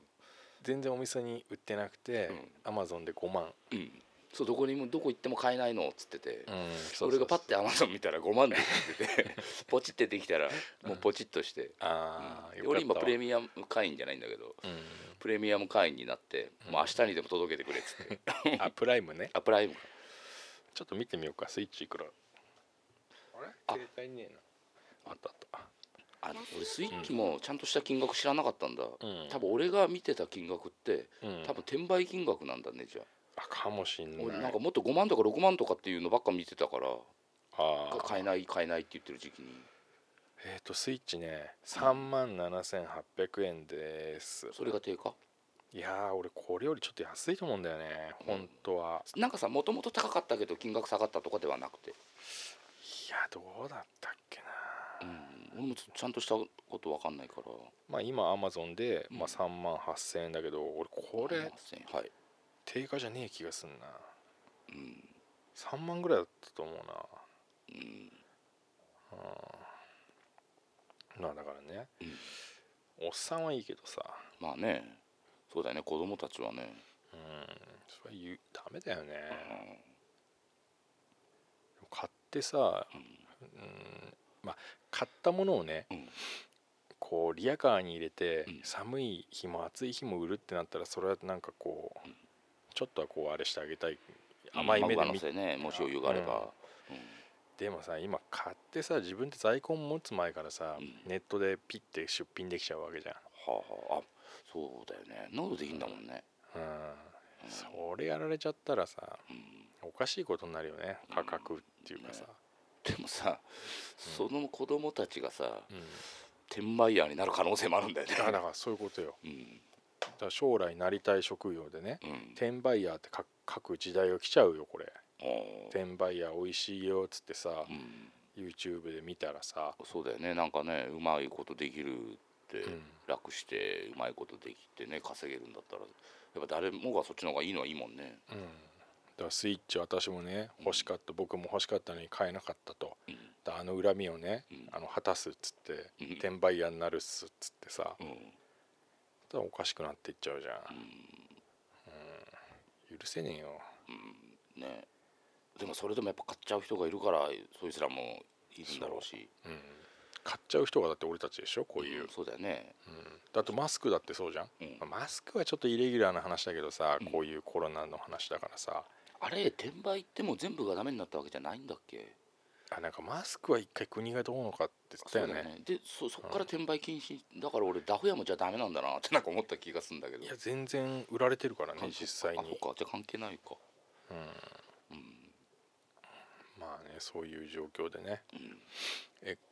[SPEAKER 3] 全然お店に売ってなくて、アマゾンで5万、
[SPEAKER 4] うん そうどこにもどこ行っても買えないのっつってて
[SPEAKER 3] うん、そ
[SPEAKER 4] 俺がパッてアマゾン見たら5万で売って てポチってできたらもうポチっとして
[SPEAKER 3] ああ、
[SPEAKER 4] うん
[SPEAKER 3] よか
[SPEAKER 4] 俺
[SPEAKER 3] った
[SPEAKER 4] 今
[SPEAKER 3] わ
[SPEAKER 4] プレミアム会員じゃないんだけど
[SPEAKER 3] う
[SPEAKER 4] プレミアム会員になって、
[SPEAKER 3] うん
[SPEAKER 4] もう明日にでも届けてくれっつって
[SPEAKER 3] ん、あプライムね
[SPEAKER 4] あプライムか
[SPEAKER 3] ちょっと見てみようかスイッチいくらあれ
[SPEAKER 4] あ
[SPEAKER 3] 携帯ねえあったあっ
[SPEAKER 4] あの俺スイッチもちゃんとした金額知らなかったんだ、
[SPEAKER 3] たうん
[SPEAKER 4] 多分俺が見てた金額って
[SPEAKER 3] うん
[SPEAKER 4] 多分転売金額なんだねじゃあ
[SPEAKER 3] あかもしん
[SPEAKER 4] 俺
[SPEAKER 3] な
[SPEAKER 4] なん
[SPEAKER 3] い
[SPEAKER 4] かもっと5万とか6万とかっていうのばっか見てたから
[SPEAKER 3] あー
[SPEAKER 4] 買えない買えないって言ってる時期に
[SPEAKER 3] えっ、とスイッチね3万7800円です
[SPEAKER 4] それが定価
[SPEAKER 3] いやー俺これよりちょっと安いと思うんだよね
[SPEAKER 4] うん
[SPEAKER 3] 本当は
[SPEAKER 4] なんかさもともと高かったけど金額下がったとかではなくて、
[SPEAKER 3] いやどうだったっけな
[SPEAKER 4] うん、俺もちょちゃんとしたことわかんないから
[SPEAKER 3] まあ今アマゾンで、
[SPEAKER 4] うん
[SPEAKER 3] まあ、3万8000円だけど俺これ
[SPEAKER 4] すいませんはい、
[SPEAKER 3] 定価じゃねえ気がすんな
[SPEAKER 4] うん
[SPEAKER 3] 3万ぐらいだったと思うな
[SPEAKER 4] うん、
[SPEAKER 3] うんまあだからね、おっさんはいいけどさ
[SPEAKER 4] まあねそうだよね子供たちはね、
[SPEAKER 3] うんそれは言うダメだよね買ってさ、うんまあ買ったものをね、
[SPEAKER 4] うん
[SPEAKER 3] こうリアカーに入れて、
[SPEAKER 4] うん
[SPEAKER 3] 寒い日も暑い日も売るってなったらそれはなんかこう、ちょっとはこうあれしてあげたい
[SPEAKER 4] うん
[SPEAKER 3] 甘い目で
[SPEAKER 4] まあ上
[SPEAKER 3] 見
[SPEAKER 4] 乗せねもし余裕があれば、うん
[SPEAKER 3] でもさ今買ってさ自分で在庫を持つ前からさ、
[SPEAKER 4] うん
[SPEAKER 3] ネットでピッて出品できちゃうわけじゃん、
[SPEAKER 4] はあ、はあ、あそうだよねノードできんだもんね、
[SPEAKER 3] うん、
[SPEAKER 4] うん
[SPEAKER 3] それやられちゃったらさ
[SPEAKER 4] うん
[SPEAKER 3] おかしいことになるよね価格っていうかさ、
[SPEAKER 4] でもさ、その子供たちがさ
[SPEAKER 3] うん
[SPEAKER 4] 転売ヤーになる可能性もあるんだよね
[SPEAKER 3] だからそういうことよ
[SPEAKER 4] うん
[SPEAKER 3] だから将来なりたい職業でね
[SPEAKER 4] うん
[SPEAKER 3] 転売ヤーって書く書く時代が来ちゃうよこれ
[SPEAKER 4] あー
[SPEAKER 3] 転売ヤー美味しいよっつってさ
[SPEAKER 4] う、ん
[SPEAKER 3] YouTube で見たらさ、
[SPEAKER 4] そうだよねなんかねうまいことできるって、
[SPEAKER 3] うん
[SPEAKER 4] 楽してうまいことできてね稼げるんだったらやっぱ誰もがそっちの方がいいのはいいもんね
[SPEAKER 3] うん、だからスイッチ私もね欲しかった、僕も欲しかったのに買えなかったと、
[SPEAKER 4] うん
[SPEAKER 3] だからあの恨みをね、
[SPEAKER 4] うん
[SPEAKER 3] あの果たすっつって、
[SPEAKER 4] うん
[SPEAKER 3] 転売ヤーになるっすっつってさ、
[SPEAKER 4] うん、
[SPEAKER 3] ただおかしくなっていっちゃうじゃん、うん許せねえよ
[SPEAKER 4] うん、ねでもそれでもやっぱ買っちゃう人がいるからそいつらもいるんだろうし
[SPEAKER 3] うん買っちゃう人がだって俺たちでしょこういう、
[SPEAKER 4] んそうだよね
[SPEAKER 3] だってマスクだってそうじゃん、
[SPEAKER 4] うん
[SPEAKER 3] まあマスクはちょっとイレギュラーな話だけどさ、
[SPEAKER 4] うん
[SPEAKER 3] こういうコロナの話だからさ
[SPEAKER 4] あれ転売ってもう全部がダメになったわけじゃないんだっけ
[SPEAKER 3] あなんかマスクは一回国がどうのかって
[SPEAKER 4] そ
[SPEAKER 3] 言
[SPEAKER 4] う
[SPEAKER 3] って
[SPEAKER 4] だ
[SPEAKER 3] た
[SPEAKER 4] よ
[SPEAKER 3] よね
[SPEAKER 4] ねでそそっから転売禁止だから俺ダフ屋もじゃあダメなんだなってなんか思った気がするんだけど
[SPEAKER 3] いや全然売られてるからね
[SPEAKER 4] 関係
[SPEAKER 3] 実際
[SPEAKER 4] あそ
[SPEAKER 3] に
[SPEAKER 4] っ、かじゃあ関係ないか
[SPEAKER 3] うん、
[SPEAKER 4] うん
[SPEAKER 3] まあねそういう状況でね
[SPEAKER 4] うん、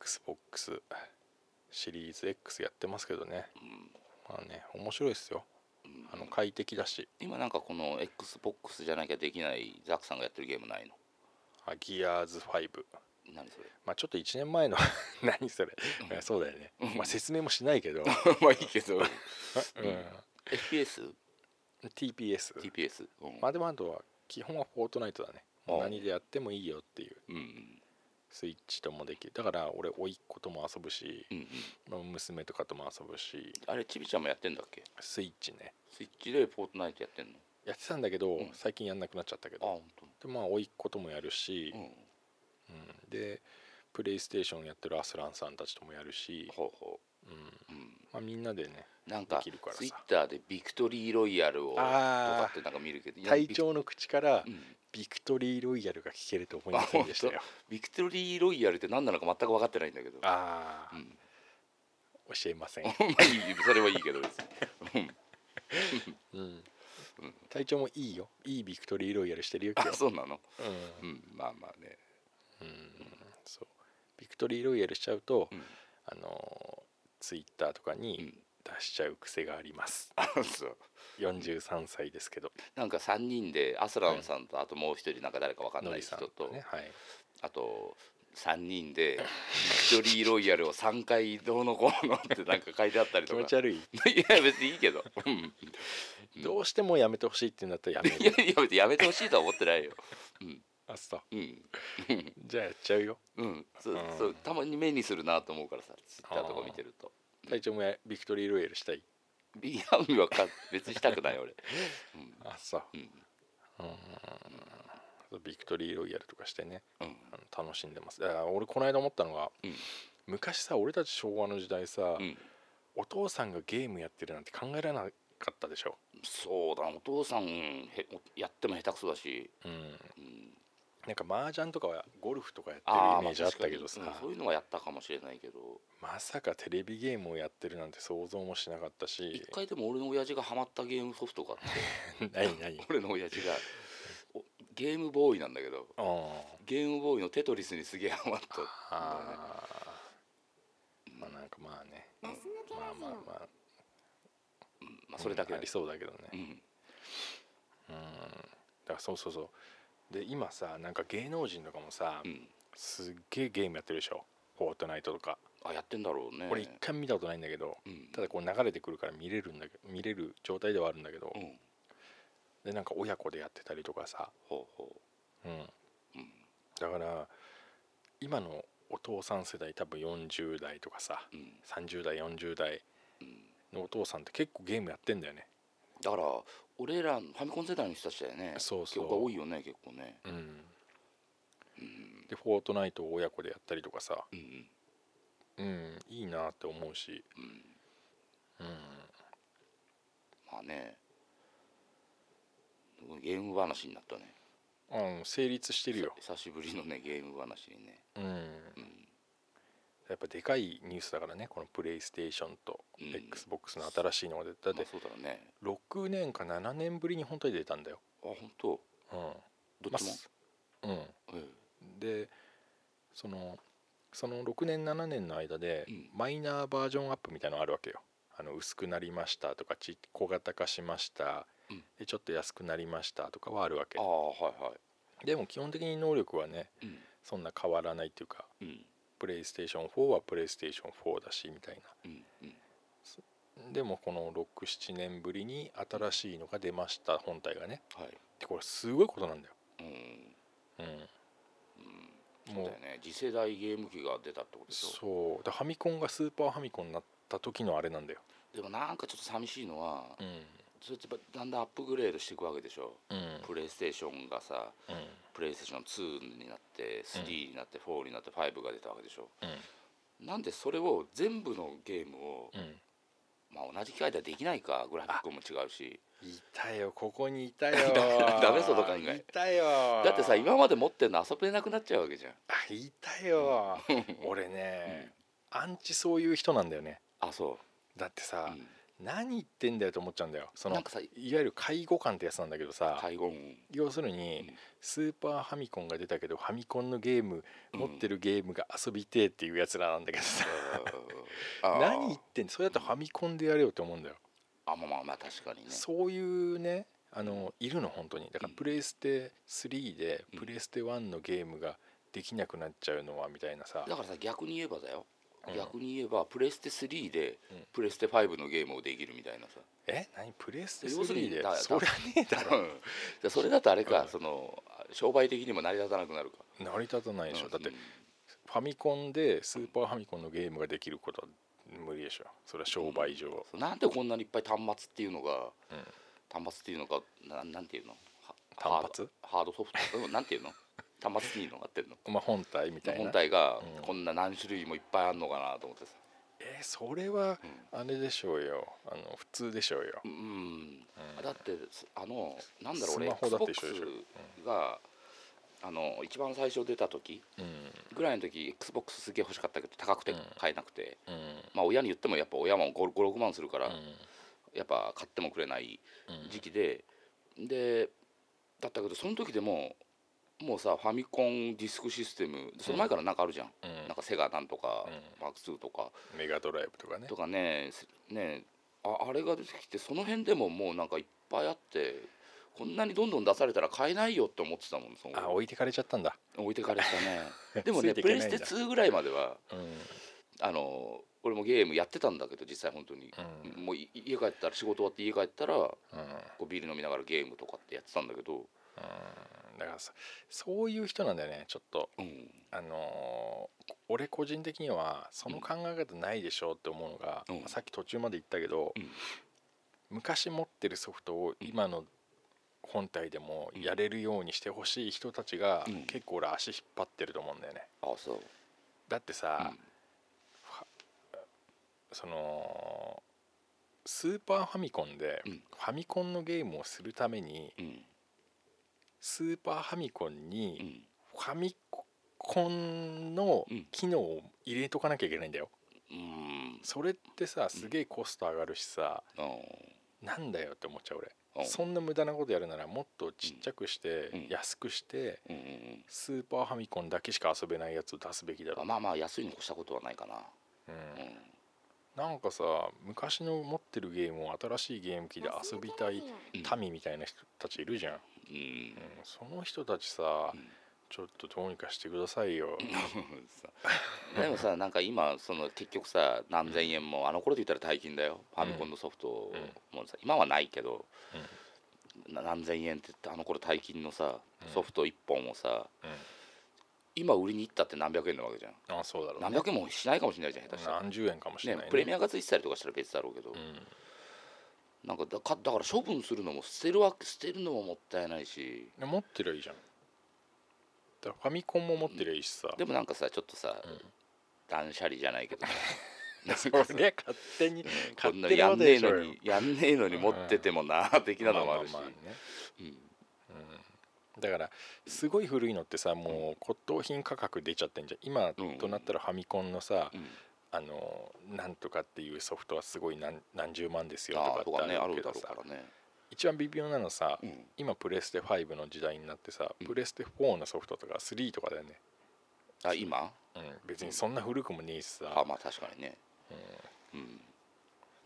[SPEAKER 3] XBOX シリーズ X やってますけどね
[SPEAKER 4] うん
[SPEAKER 3] まあね面白いですよ
[SPEAKER 4] うん
[SPEAKER 3] あの快適だし
[SPEAKER 4] 今なんかこの XBOX じゃなきゃできないザックさんがやってるゲームないの
[SPEAKER 3] あギアーズ5
[SPEAKER 4] 何 それ
[SPEAKER 3] まあちょっと1年前の 何それ
[SPEAKER 4] うん
[SPEAKER 3] あそうだよね
[SPEAKER 4] うん
[SPEAKER 3] まあ説明もしないけ ど、
[SPEAKER 4] まあいいけど
[SPEAKER 3] う
[SPEAKER 4] FPS?
[SPEAKER 3] ん、TPS
[SPEAKER 4] TPS? うん、
[SPEAKER 3] まあでもあとは基本はフォートナイトだね
[SPEAKER 4] ああ
[SPEAKER 3] 何でやってもいいよっていう
[SPEAKER 4] うん
[SPEAKER 3] スイッチともできるだから俺甥っ子とも遊ぶし
[SPEAKER 4] うんうんうん
[SPEAKER 3] まあ娘とかとも遊ぶし
[SPEAKER 4] あれちびちゃんもやってんだっけ
[SPEAKER 3] スイッチね
[SPEAKER 4] スイッチでフォートナイトやってんの
[SPEAKER 3] やってたんだけど
[SPEAKER 4] うん
[SPEAKER 3] 最近やんなくなっちゃったけ
[SPEAKER 4] あ
[SPEAKER 3] ど
[SPEAKER 4] 本
[SPEAKER 3] でまあ甥っ子ともやるし
[SPEAKER 4] 当。う、ん
[SPEAKER 3] うんでプレイステーションやってるアスランさんたちともやるし、
[SPEAKER 4] ほうほ
[SPEAKER 3] うん
[SPEAKER 4] ううん
[SPEAKER 3] まあ、みんなでね
[SPEAKER 4] なんか
[SPEAKER 3] できるからさ
[SPEAKER 4] ツイッターでビクトリーロイヤルをと
[SPEAKER 3] あー
[SPEAKER 4] かってなんか見るけどいや
[SPEAKER 3] 隊長の口から
[SPEAKER 4] ビクうん
[SPEAKER 3] ビクトリーロイヤルが聞けると思いませんでしたよ
[SPEAKER 4] ビクトリーロイヤルって何なのか全く分かってないんだけど
[SPEAKER 3] あ
[SPEAKER 4] う
[SPEAKER 3] あ
[SPEAKER 4] ん、
[SPEAKER 3] 教えません
[SPEAKER 4] ま、あいいそれはいいけど別に、
[SPEAKER 3] うん、隊長もいいよいいビクトリーロイヤルしてるよ
[SPEAKER 4] うん、
[SPEAKER 3] 今
[SPEAKER 4] あ
[SPEAKER 3] 日
[SPEAKER 4] そうなの
[SPEAKER 3] うん
[SPEAKER 4] うんまあまあね
[SPEAKER 3] うんそうビクトリーロイヤルしちゃうと、
[SPEAKER 4] うん
[SPEAKER 3] あのツイッター Twitter とか
[SPEAKER 4] う
[SPEAKER 3] に
[SPEAKER 4] ん
[SPEAKER 3] 出しちゃう癖があります、
[SPEAKER 4] あそう
[SPEAKER 3] 43歳ですけど
[SPEAKER 4] なんか3人でアスランさんとあともう一人なんか誰か分かん
[SPEAKER 3] の
[SPEAKER 4] ない
[SPEAKER 3] りさ
[SPEAKER 4] 人
[SPEAKER 3] んと
[SPEAKER 4] と
[SPEAKER 3] かねはい
[SPEAKER 4] あと3人で「ビクトリーロイヤルを3回どうのこうの」ってなんか書いてあったり
[SPEAKER 3] 気
[SPEAKER 4] と
[SPEAKER 3] 持
[SPEAKER 4] か
[SPEAKER 3] ち悪い
[SPEAKER 4] いや別にいいけどうん
[SPEAKER 3] どうしてもやめてほしいってなったらやめ
[SPEAKER 4] いや
[SPEAKER 3] る
[SPEAKER 4] いや別にやめてほしいとは思ってないよ
[SPEAKER 3] あそう
[SPEAKER 4] うん
[SPEAKER 3] じゃあやっちゃうよ
[SPEAKER 4] うんそう
[SPEAKER 3] うん
[SPEAKER 4] そうたまに目にするなと思うからさツイッターとか見てると
[SPEAKER 3] 隊長もやビクトリーロイヤルしたい
[SPEAKER 4] ビアンはか別にしたくない俺うん
[SPEAKER 3] あそう
[SPEAKER 4] うん
[SPEAKER 3] うんうんうんうんビクトリーロイヤルとかしてね
[SPEAKER 4] うん
[SPEAKER 3] あの楽しんでますだから俺この間思ったのが、
[SPEAKER 4] うん
[SPEAKER 3] 昔さ俺たち昭和の時代さ、
[SPEAKER 4] うん
[SPEAKER 3] お父さんがゲームやってるなんて考えられなかったでしょ、
[SPEAKER 4] そうだお父さんへやっても下手くそだし
[SPEAKER 3] うん、
[SPEAKER 4] うん
[SPEAKER 3] なんか麻雀とかはゴルフとかやってる
[SPEAKER 4] あ
[SPEAKER 3] イメージあったけどさ
[SPEAKER 4] まあ確かにうんそういうのはやったかもしれないけど
[SPEAKER 3] まさかテレビゲームをやってるなんて想像もしなかったし
[SPEAKER 4] 一回でも俺の親父がハマったゲームソフトがあって
[SPEAKER 3] 何何
[SPEAKER 4] 俺の親父がおゲームボーイなんだけど
[SPEAKER 3] あ
[SPEAKER 4] ゲームボーイのテトリスにすげえハマったんだよね
[SPEAKER 3] あーまあなんかまあね
[SPEAKER 2] ガス抜け
[SPEAKER 3] ま
[SPEAKER 2] ラ
[SPEAKER 3] あ
[SPEAKER 2] ジ
[SPEAKER 3] まあ
[SPEAKER 2] オ
[SPEAKER 3] まあ
[SPEAKER 4] うんまあそれだけ
[SPEAKER 3] うん
[SPEAKER 4] だ
[SPEAKER 3] あ
[SPEAKER 4] ね
[SPEAKER 3] りそうだけどね
[SPEAKER 4] うん
[SPEAKER 3] うんだからそうそうそうで今さなんか芸能人とかもさ、
[SPEAKER 4] うん
[SPEAKER 3] すっげえゲームやってるでしょフォートナイトとか、
[SPEAKER 4] あやってんだろうね
[SPEAKER 3] 俺一回も見たことないんだけど
[SPEAKER 4] うん
[SPEAKER 3] ただこう流れてくるから見れるんだけど見れる状態ではあるんだけど、
[SPEAKER 4] うん
[SPEAKER 3] でなんか親子でやってたりとかさ、
[SPEAKER 4] ほうほ
[SPEAKER 3] うん、
[SPEAKER 4] ううん
[SPEAKER 3] だから今のお父さん世代多分40代とかさ
[SPEAKER 4] うん
[SPEAKER 3] 30代40代
[SPEAKER 4] うん
[SPEAKER 3] のお父さんって結構ゲームやってんだよね
[SPEAKER 4] だから俺らファミコン世代の人たちだよね
[SPEAKER 3] そうそう
[SPEAKER 4] 結構多いよね結構ね
[SPEAKER 3] うん
[SPEAKER 4] うん
[SPEAKER 3] で「フォートナイト」を親子でやったりとかさ
[SPEAKER 4] うん
[SPEAKER 3] うんいいなって思うし
[SPEAKER 4] うん
[SPEAKER 3] うん
[SPEAKER 4] まあねゲーム話になったね
[SPEAKER 3] うん成立してるよ
[SPEAKER 4] 久久しぶりのねゲーム話にね
[SPEAKER 3] うん
[SPEAKER 4] うん
[SPEAKER 3] やっぱでかいニュースだからねこのプレイステーションと
[SPEAKER 4] うん
[SPEAKER 3] XBOX の新しいのが出た
[SPEAKER 4] だ
[SPEAKER 3] だって
[SPEAKER 4] そうだろうね
[SPEAKER 3] 6年か7年ぶりに本当に出たんだよ
[SPEAKER 4] あ本当
[SPEAKER 3] うんま
[SPEAKER 4] どっ
[SPEAKER 3] あ
[SPEAKER 4] ちも、
[SPEAKER 3] すうん
[SPEAKER 4] うん
[SPEAKER 3] でそのその6年7年の間で
[SPEAKER 4] うん
[SPEAKER 3] マイナーバージョンアップみたいのあるわけよあの薄くなりましたとかち小型化しました
[SPEAKER 4] うん
[SPEAKER 3] でちょっと安くなりましたとかはあるわけ
[SPEAKER 4] ああはいは
[SPEAKER 3] でも基本的に能力はね
[SPEAKER 4] いうん
[SPEAKER 3] そんな変わらないっていうか
[SPEAKER 4] うん
[SPEAKER 3] プレイステーション4はプレイステーション4だしみたい
[SPEAKER 4] うんうん
[SPEAKER 3] なでもこの67年ぶりに新しいのが出ました本体がね
[SPEAKER 4] はい
[SPEAKER 3] でこれすごいことなんだよ
[SPEAKER 4] うん
[SPEAKER 3] うん
[SPEAKER 4] そ
[SPEAKER 3] もう
[SPEAKER 4] うだよね次世代ゲーム機が出たってことでしょ
[SPEAKER 3] そうだファミコンがスーパーファミコンになった時のあれなんだよ
[SPEAKER 4] でもなんかちょっと寂しいのは、
[SPEAKER 3] うん
[SPEAKER 4] それってやっぱだんだんアップグレードしていくわけでしょ、
[SPEAKER 3] うん
[SPEAKER 4] プレイステーションがさ
[SPEAKER 3] うん
[SPEAKER 4] プレイステーション2になって3になって4になって5が出たわけでしょ
[SPEAKER 3] うん
[SPEAKER 4] なんでそれを全部のゲームを、
[SPEAKER 3] うん
[SPEAKER 4] まあ、同じ機械ではできないかグラフィックも違うし
[SPEAKER 3] いたよここにいたよ
[SPEAKER 4] ダメその考え
[SPEAKER 3] いたよ
[SPEAKER 4] だってさ今まで持ってんの遊べなくなっちゃうわけじゃん
[SPEAKER 3] あいたよ俺ね、アンチそういう人なんだよね
[SPEAKER 4] あそ
[SPEAKER 3] だって
[SPEAKER 4] う、う
[SPEAKER 3] さ、
[SPEAKER 4] ん
[SPEAKER 3] 何言ってんだよと思っちゃうんだよその
[SPEAKER 4] ないんかさ
[SPEAKER 3] わゆる介護感ってやつなんだけどさ、
[SPEAKER 4] 介護うん
[SPEAKER 3] 要するに
[SPEAKER 4] うん
[SPEAKER 3] スーパーファミコンが出たけどファミコンのゲーム持ってるゲームが遊びてえっていうやつらなんだけどさ、
[SPEAKER 4] あー
[SPEAKER 3] 何言ってんそれだったらファミコンでやれよって思うんだよ、
[SPEAKER 4] あまあまあまあ確かにね
[SPEAKER 3] そういうねあのいるの本当にだから
[SPEAKER 4] うん
[SPEAKER 3] プレイステ3で
[SPEAKER 4] うん
[SPEAKER 3] プレイステ1のゲームができなくなっちゃうのはみたいなさ、
[SPEAKER 4] だからさ逆に言えばだよ、
[SPEAKER 3] うん
[SPEAKER 4] 逆に言えばプレステ3で
[SPEAKER 3] うん
[SPEAKER 4] プレステ5のゲームをできるみたいなさ、
[SPEAKER 3] え何プレイステ
[SPEAKER 4] 要する
[SPEAKER 3] 3
[SPEAKER 4] に
[SPEAKER 3] で
[SPEAKER 4] だだ
[SPEAKER 3] そりゃねえ だろ
[SPEAKER 4] うんじゃあそれだとあれか、
[SPEAKER 3] うん
[SPEAKER 4] その商売的にも成り立たなくなるか
[SPEAKER 3] 成り立たないでしょ、
[SPEAKER 4] うん
[SPEAKER 3] だってファミコンでスーパーファミコンのゲームができることは無理でしょそれは商売上、
[SPEAKER 4] そうなんでこんなにいっぱい端末っていうのが、
[SPEAKER 3] うん
[SPEAKER 4] 端末っていうのがななんていうのは
[SPEAKER 3] 単発
[SPEAKER 4] ハードハードソフトうんなんていうの 端末っていうのがあってんの
[SPEAKER 3] まあ本体みたいな
[SPEAKER 4] 本体が
[SPEAKER 3] うん
[SPEAKER 4] こんな何種類もいっぱいあんのかなと思ってさ
[SPEAKER 3] えーそれはあれでしょうよあの普通でしょうよ
[SPEAKER 4] う、ん、
[SPEAKER 3] うん
[SPEAKER 4] だってすあのなんだろう俺
[SPEAKER 3] スマホだって一緒
[SPEAKER 4] XBOX
[SPEAKER 3] でしょ
[SPEAKER 4] が、あの一番最初出た時
[SPEAKER 3] うん
[SPEAKER 4] ぐらいの時 XBOX すげえ欲しかったけど高くて
[SPEAKER 3] うん
[SPEAKER 4] 買えなくて、
[SPEAKER 3] うん
[SPEAKER 4] まあ親に言ってもやっぱ親も56万するか
[SPEAKER 3] う
[SPEAKER 4] ら、
[SPEAKER 3] ん
[SPEAKER 4] やっぱ買ってもくれない
[SPEAKER 3] うん
[SPEAKER 4] 時期で、でだったけどその時でももうさファミコンディスクシステムその前からなんかあるじゃん、
[SPEAKER 3] うん
[SPEAKER 4] なんかセガなんとか、
[SPEAKER 3] うん
[SPEAKER 4] マーク2とか
[SPEAKER 3] メガドライブとかね
[SPEAKER 4] とかねすねああれが出てきてその辺でももうなんかいっぱいあってこんなにどんどん出されたら買えないよって思ってたもんその
[SPEAKER 3] あ置いてかれちゃったんだ、
[SPEAKER 4] 置いてかれて たね でも
[SPEAKER 3] つ
[SPEAKER 4] ね
[SPEAKER 3] いてい
[SPEAKER 4] プ
[SPEAKER 3] けな
[SPEAKER 4] レ
[SPEAKER 3] いん
[SPEAKER 4] イ
[SPEAKER 3] だ
[SPEAKER 4] ステ2ぐらいまでは
[SPEAKER 3] うん
[SPEAKER 4] あの俺もゲームやってたんだけど実際本当に、
[SPEAKER 3] うん
[SPEAKER 4] もうい家帰ったら仕事終わって家帰ったらこ
[SPEAKER 3] うんうん、
[SPEAKER 4] うビール飲みながらゲームとかってやってたんだけど、
[SPEAKER 3] だからそそういう人なんだよねちょっと
[SPEAKER 4] うん
[SPEAKER 3] あのー俺個人的にはその考え方ないでしょうって思うのが、
[SPEAKER 4] うん
[SPEAKER 3] まあさっき途中まで言ったけど、
[SPEAKER 4] うん
[SPEAKER 3] 昔持ってるソフトを今の本体でもやれるようにしてほしい人たちが
[SPEAKER 4] うん
[SPEAKER 3] 結構俺足引っ張ってると思うんだよね。
[SPEAKER 4] あそう
[SPEAKER 3] だってさ、
[SPEAKER 4] うん
[SPEAKER 3] そのスーパーファミコンで
[SPEAKER 4] うん
[SPEAKER 3] ファミコンのゲームをするために
[SPEAKER 4] うん
[SPEAKER 3] スーパーファミコン
[SPEAKER 4] う
[SPEAKER 3] に
[SPEAKER 4] ん
[SPEAKER 3] ファミコンの機能を入れとかなきゃいけないんだよ、
[SPEAKER 4] うん
[SPEAKER 3] それってさすげえコスト上がるしさ、
[SPEAKER 4] あ
[SPEAKER 3] なんだよって思っちゃう俺、
[SPEAKER 4] ー
[SPEAKER 3] そんな無駄なことやるならもっとちっちゃくして、
[SPEAKER 4] うん
[SPEAKER 3] 安くして
[SPEAKER 4] うんうんうん
[SPEAKER 3] スーパーファミコンだけしか遊べないやつを出すべきだろ
[SPEAKER 4] あ
[SPEAKER 3] う、
[SPEAKER 4] まあまあ安いに越したことはないかな、
[SPEAKER 3] うん
[SPEAKER 4] うん、
[SPEAKER 3] なんかさ昔の持ってるゲームを新しいゲーム機で遊びたい民みたいな人たちいるじゃん、うん、
[SPEAKER 4] うん
[SPEAKER 3] その人たちさ、
[SPEAKER 4] うん
[SPEAKER 3] ちょっとどうにかしてくださいよ、
[SPEAKER 4] さでもさなんか今その結局さ何千円もあの頃で言ったら大金だよファミコンのソフトもさ今はないけど、な何千円ってあの頃大金のさ
[SPEAKER 3] うん
[SPEAKER 4] ソフト1本をさ、
[SPEAKER 3] うん
[SPEAKER 4] 今売りに行ったって何百円なわけじゃん
[SPEAKER 3] あそうだろう
[SPEAKER 4] 何
[SPEAKER 3] ね
[SPEAKER 4] 百円もしないかもしれないじゃん下手したら、
[SPEAKER 3] 何十円かもしれな
[SPEAKER 4] ね
[SPEAKER 3] いね
[SPEAKER 4] プレミアがついてたりとかしたら別だろうけど、なんかだかだから処分するのも捨てるわけ捨てるのももったいないし
[SPEAKER 3] うん、持ってりゃいいじゃんだからファミコンも持ってりゃいいしさ、
[SPEAKER 4] でもなんかさちょっとさ、
[SPEAKER 3] うん
[SPEAKER 4] 断捨離じゃないけどさ
[SPEAKER 3] そりゃ勝手に
[SPEAKER 4] こ
[SPEAKER 3] 勝
[SPEAKER 4] んな
[SPEAKER 3] 手な
[SPEAKER 4] や
[SPEAKER 3] わ
[SPEAKER 4] ん
[SPEAKER 3] け
[SPEAKER 4] ね
[SPEAKER 3] で
[SPEAKER 4] え
[SPEAKER 3] しょ
[SPEAKER 4] の
[SPEAKER 3] うよ
[SPEAKER 4] にやんねえのに持っててもなあ的なのもあるし、
[SPEAKER 3] まままね
[SPEAKER 4] うん
[SPEAKER 3] うんだからすごい古いのってさもう骨董品価格出ちゃってんじゃん今
[SPEAKER 4] うん
[SPEAKER 3] となったらファミコンのさ
[SPEAKER 4] うん
[SPEAKER 3] あのなんとかっていうソフトはすごい何何十万ですよ
[SPEAKER 4] ああ
[SPEAKER 3] とか
[SPEAKER 4] とか
[SPEAKER 3] って
[SPEAKER 4] ね
[SPEAKER 3] あ
[SPEAKER 4] あ
[SPEAKER 3] る
[SPEAKER 4] る
[SPEAKER 3] け
[SPEAKER 4] だ
[SPEAKER 3] ど
[SPEAKER 4] ろう
[SPEAKER 3] さ
[SPEAKER 4] からね、
[SPEAKER 3] 一番微妙なのさ
[SPEAKER 4] うん、
[SPEAKER 3] 今プレステ5の時代になってさ
[SPEAKER 4] うん
[SPEAKER 3] プレステ4のソフトとか3とかだよね、
[SPEAKER 4] あ今
[SPEAKER 3] うん、別にそんな古くもねえし
[SPEAKER 4] あ
[SPEAKER 3] さ、
[SPEAKER 4] まあ確かにね
[SPEAKER 3] うん、
[SPEAKER 4] うん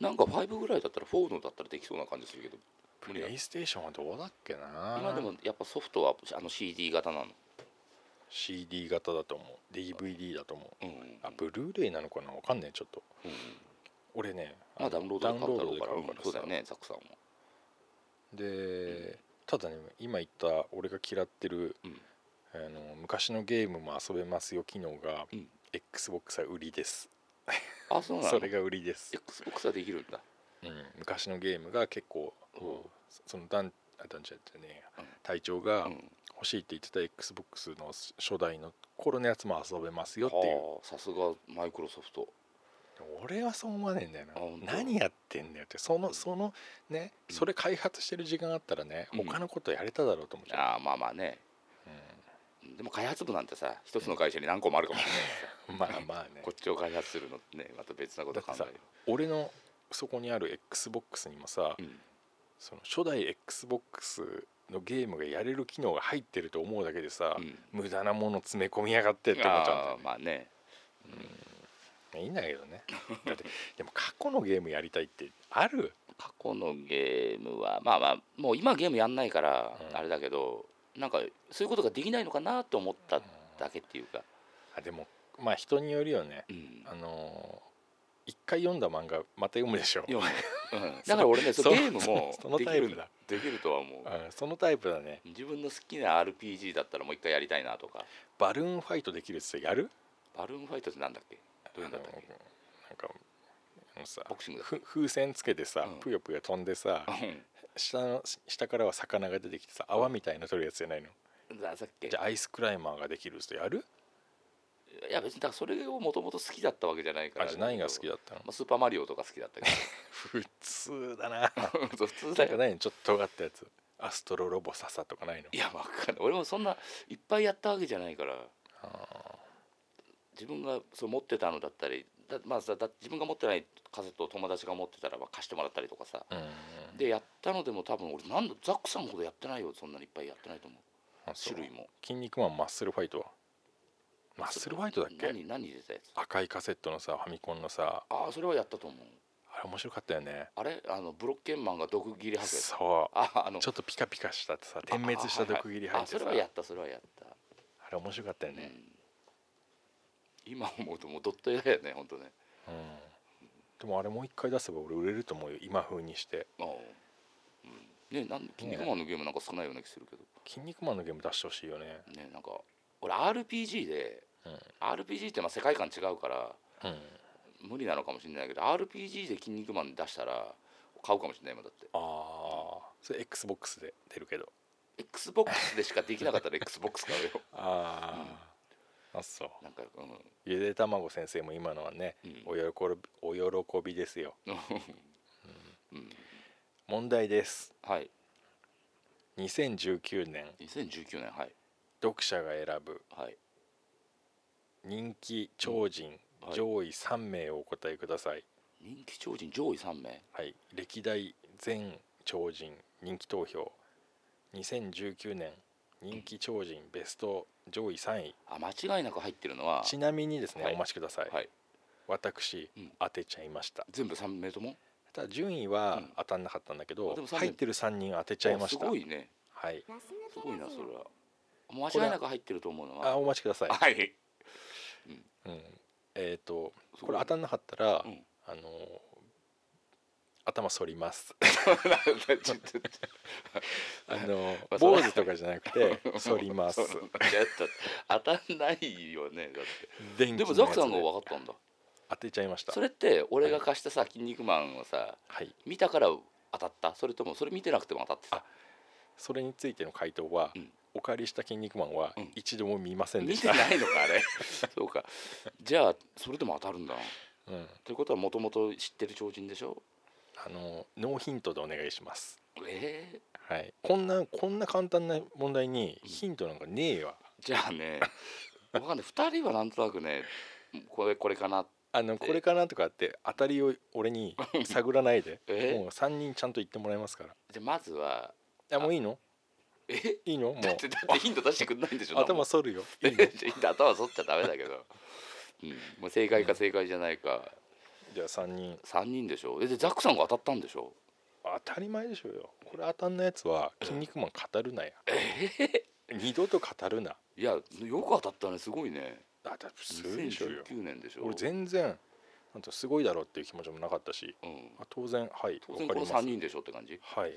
[SPEAKER 4] なんか5ぐらいだったら4のだったらできそうな感じするけど
[SPEAKER 3] プ
[SPEAKER 4] 無理だ
[SPEAKER 3] レイステーションはどうだっけな
[SPEAKER 4] 今でもやっぱソフトはあの CD 型なの
[SPEAKER 3] CD 型だと思う DVD だと思う
[SPEAKER 4] うん、うん
[SPEAKER 3] あブルーレイなのかなわかんないちょっと
[SPEAKER 4] うん、
[SPEAKER 3] 俺ね
[SPEAKER 4] まあ
[SPEAKER 3] の
[SPEAKER 4] ダウンロードで買うだろうから
[SPEAKER 3] ダウ
[SPEAKER 4] う
[SPEAKER 3] ンロードで買
[SPEAKER 4] んそうだよねザックさんも
[SPEAKER 3] でただね今言った俺が嫌ってる、
[SPEAKER 4] うん
[SPEAKER 3] あの昔のゲームも遊べますよ機能が、
[SPEAKER 4] うん
[SPEAKER 3] XBOX は売りです
[SPEAKER 4] あそうなの
[SPEAKER 3] それが売りです、
[SPEAKER 4] XBOX はできるんだ
[SPEAKER 3] うん昔のゲームが結構、
[SPEAKER 4] うん
[SPEAKER 3] そその団あ団長ってね
[SPEAKER 4] うん
[SPEAKER 3] 隊長が
[SPEAKER 4] うん
[SPEAKER 3] 欲しいって言ってた XBOX の初代の頃のやつも遊べますよっていう
[SPEAKER 4] はあさすがマイクロソフト
[SPEAKER 3] 俺はそう思わねえんだよな
[SPEAKER 4] あ本当
[SPEAKER 3] 何やってんだよってそのそのね
[SPEAKER 4] うん
[SPEAKER 3] それ開発してる時間あったらね、
[SPEAKER 4] うん
[SPEAKER 3] 他のことやれただろうと思っちゃ
[SPEAKER 4] ああまあまあね
[SPEAKER 3] う、
[SPEAKER 4] うんでも開発部なんてさ一つの会社に何個もあるかもしれないしさ
[SPEAKER 3] うんまあまあね
[SPEAKER 4] こっちを開発するのってねまた別なこと考える
[SPEAKER 3] 俺のそこにある XBOX にもさ、
[SPEAKER 4] うん
[SPEAKER 3] その初代 XBOX のゲームがやれる機能が入ってると思うだけでさ、
[SPEAKER 4] うん
[SPEAKER 3] 無駄なもの詰め込みやがってって思っちゃうんだ
[SPEAKER 4] あーまあね
[SPEAKER 3] よねいいんだけどねだってでも過去のゲームやりたいってある
[SPEAKER 4] 過去のゲームはまあまあもう今ゲームやんないから
[SPEAKER 3] うん
[SPEAKER 4] あれだけど、なんかそういうことができないのかなと思っただけっていうか、
[SPEAKER 3] あでもまあ人によるよね
[SPEAKER 4] うん
[SPEAKER 3] あのー一回読んだ漫画また読むでしょ
[SPEAKER 4] いやうんだから俺ねそう
[SPEAKER 3] そう
[SPEAKER 4] ゲームも
[SPEAKER 3] その
[SPEAKER 4] でき
[SPEAKER 3] タイ
[SPEAKER 4] る
[SPEAKER 3] プだ
[SPEAKER 4] できるとは思う
[SPEAKER 3] うんそのタイプだね
[SPEAKER 4] 自分の好きな RPG だったらもう一回やりたいなとか
[SPEAKER 3] バルーンファイトできるってやる
[SPEAKER 4] バルーンファイトってなんだっけどういうんだったっ
[SPEAKER 3] あの
[SPEAKER 4] け
[SPEAKER 3] なんかあのさ
[SPEAKER 4] ボクシングだっ
[SPEAKER 3] ふ風船つけてさ、
[SPEAKER 4] うん
[SPEAKER 3] ぷよぷよ飛んでさ
[SPEAKER 4] け
[SPEAKER 3] 下の下からは魚が出てきてさ泡みたいの取るやつじゃないの
[SPEAKER 4] うんださっけ
[SPEAKER 3] じゃあアイスクライマーができる人やる
[SPEAKER 4] いや別にだからそれをもともと好きだったわけじゃないから
[SPEAKER 3] あじゃあ何が好きだったの
[SPEAKER 4] まあ、スーパーマリオとか好きだったけ
[SPEAKER 3] 普通だな
[SPEAKER 4] ど普通
[SPEAKER 3] な
[SPEAKER 4] だ
[SPEAKER 3] んか
[SPEAKER 4] よ
[SPEAKER 3] 何ちょっと尖ったやつアストロロボササとかないの
[SPEAKER 4] いやわかんない俺もそんないっぱいやったわけじゃないから
[SPEAKER 3] あ
[SPEAKER 4] 自分がそう持ってたのだったりだ,、まあ、さだ自分が持ってないカセットを友達が持ってたらまあ貸してもらったりとかさ
[SPEAKER 3] ーうん
[SPEAKER 4] でやったのでも多分俺なんだザックさんほどやってないよそんなにいっぱいやってないと思う
[SPEAKER 3] あそう
[SPEAKER 4] 種類も
[SPEAKER 3] 筋肉マンマッスルファイトはマッスルファイトだっけ
[SPEAKER 4] 何何出たやつ
[SPEAKER 3] 赤いカセットのさファミコンのさ
[SPEAKER 4] ああそれはやったと思う
[SPEAKER 3] あれ面白かったよね
[SPEAKER 4] あれあのブロッケンマンが毒切り吐くやつ
[SPEAKER 3] そう
[SPEAKER 4] ああの
[SPEAKER 3] ちょっとピカピカしたってさ点滅した毒切り入って
[SPEAKER 4] あ
[SPEAKER 3] さ
[SPEAKER 4] はいはいあそれはやったそれはやった
[SPEAKER 3] あれ面白かったよね、
[SPEAKER 4] うん、今思うともうドット絵だよね本当ね
[SPEAKER 3] うんでもあれもう一回出せば俺売れると思うよ今風にして
[SPEAKER 4] ああ、うん、ねなん筋肉マンのゲームなんか少ないような気するけど
[SPEAKER 3] 「筋肉マン」のゲーム出してほしいよね
[SPEAKER 4] ねなんか俺 RPG で、
[SPEAKER 3] うん
[SPEAKER 4] RPG ってまあ世界観違うから
[SPEAKER 3] うん
[SPEAKER 4] 無理なのかもしれないけど RPG で「筋肉マン」出したら買うかもしれないもんだって
[SPEAKER 3] ああそれ XBOX で出るけど
[SPEAKER 4] XBOX でしかできなかったら XBOX 買うよ
[SPEAKER 3] ああ、あそう
[SPEAKER 4] なんかうん
[SPEAKER 3] ゆでたまご先生も今のはね
[SPEAKER 4] うん
[SPEAKER 3] お喜びお喜びです よ
[SPEAKER 4] うん
[SPEAKER 3] 問題です
[SPEAKER 4] はい
[SPEAKER 3] 2019年
[SPEAKER 4] 2019年はい
[SPEAKER 3] 読者が選ぶ
[SPEAKER 4] はい
[SPEAKER 3] 人気超人
[SPEAKER 4] はい
[SPEAKER 3] 上位3名をお答えください、
[SPEAKER 4] 人気超人上位3名
[SPEAKER 3] はい、歴代全超人人気投票2019年人気超人ベスト上位3位
[SPEAKER 4] あ間違いなく入ってるのは
[SPEAKER 3] ちなみにですね、
[SPEAKER 4] はい
[SPEAKER 3] お待ちください、
[SPEAKER 4] はい
[SPEAKER 3] 私、
[SPEAKER 4] うん
[SPEAKER 3] 当てちゃいました
[SPEAKER 4] 全部3名とも
[SPEAKER 3] ただ順位は
[SPEAKER 4] うん
[SPEAKER 3] 当たんなかったんだけど、
[SPEAKER 4] あでも三名
[SPEAKER 3] 入ってる3人当てちゃいました
[SPEAKER 4] おすごいね
[SPEAKER 3] はい
[SPEAKER 2] ガス
[SPEAKER 4] す
[SPEAKER 2] 抜け
[SPEAKER 4] ごい
[SPEAKER 2] ラ
[SPEAKER 4] なそ
[SPEAKER 2] ジ
[SPEAKER 4] れ
[SPEAKER 2] オ
[SPEAKER 4] はもう間違いなく入ってると思うの
[SPEAKER 3] あ
[SPEAKER 4] は
[SPEAKER 3] お待ちください、
[SPEAKER 4] はい
[SPEAKER 3] うん、えっ、と
[SPEAKER 4] すごい
[SPEAKER 3] これ当たんなかったら、
[SPEAKER 4] うん
[SPEAKER 3] あの頭反ります
[SPEAKER 4] ちょっと
[SPEAKER 3] あ の
[SPEAKER 4] まあそ
[SPEAKER 3] 坊
[SPEAKER 4] れは
[SPEAKER 3] 主とかじゃなく て反ります
[SPEAKER 4] そうなんだやった当たんないよねだって
[SPEAKER 3] 電
[SPEAKER 4] で
[SPEAKER 3] 気の
[SPEAKER 4] もザ
[SPEAKER 3] や
[SPEAKER 4] ク
[SPEAKER 3] つ
[SPEAKER 4] さんが分かったんだ
[SPEAKER 3] 当てちゃいました
[SPEAKER 4] それって俺が貸したさ「筋肉マン」をさ
[SPEAKER 3] はい
[SPEAKER 4] 見たから当たったそれともそれ見てなくても当たってた
[SPEAKER 3] それについての回答は、
[SPEAKER 4] うん
[SPEAKER 3] お借りした「筋肉マン」は
[SPEAKER 4] うん
[SPEAKER 3] 一度も見ませんで
[SPEAKER 4] 見
[SPEAKER 3] してた、
[SPEAKER 4] ないのかあれ そうかじゃあそれでも当たるんだ
[SPEAKER 3] うん
[SPEAKER 4] ということはもともと知ってる超人でしょ
[SPEAKER 3] あのノーヒントでお願いします
[SPEAKER 4] ええ
[SPEAKER 3] はい、こんなこんな簡単な問題にヒントなんかねえわ
[SPEAKER 4] じゃ あね分かんない2人はなんとなくねこれこれかな
[SPEAKER 3] あのこれかなとかって当たりを俺に探らないで
[SPEAKER 4] え
[SPEAKER 3] もう3人ちゃんと言ってもらいますから
[SPEAKER 4] じゃあまずは
[SPEAKER 3] あもういいの
[SPEAKER 4] え
[SPEAKER 3] いいのも
[SPEAKER 4] だって
[SPEAKER 3] う
[SPEAKER 4] だってヒント出してくんないんでしょ
[SPEAKER 3] 頭反るよいいの
[SPEAKER 4] え頭剃っちゃダメだけど、うん、もう正解か正解じゃないか
[SPEAKER 3] じゃあ3人
[SPEAKER 4] 3人でしょえでザックさんが当たったんでしょ
[SPEAKER 3] 当たり前でしょうよこれ当たんないやつは「筋肉マン」語るなや二度と語るない
[SPEAKER 4] やよく当たったねすごいね
[SPEAKER 3] だって普通でしょうよ
[SPEAKER 4] 2019年でしょ
[SPEAKER 3] 俺全然なんとすごいだろうっていう気持ちもなかったし
[SPEAKER 4] うん
[SPEAKER 3] あ当然はい
[SPEAKER 4] 当
[SPEAKER 3] わ
[SPEAKER 4] 然
[SPEAKER 3] か
[SPEAKER 4] こ
[SPEAKER 3] り
[SPEAKER 4] の
[SPEAKER 3] ま
[SPEAKER 4] 3
[SPEAKER 3] す
[SPEAKER 4] 人でしょって感じ
[SPEAKER 3] はい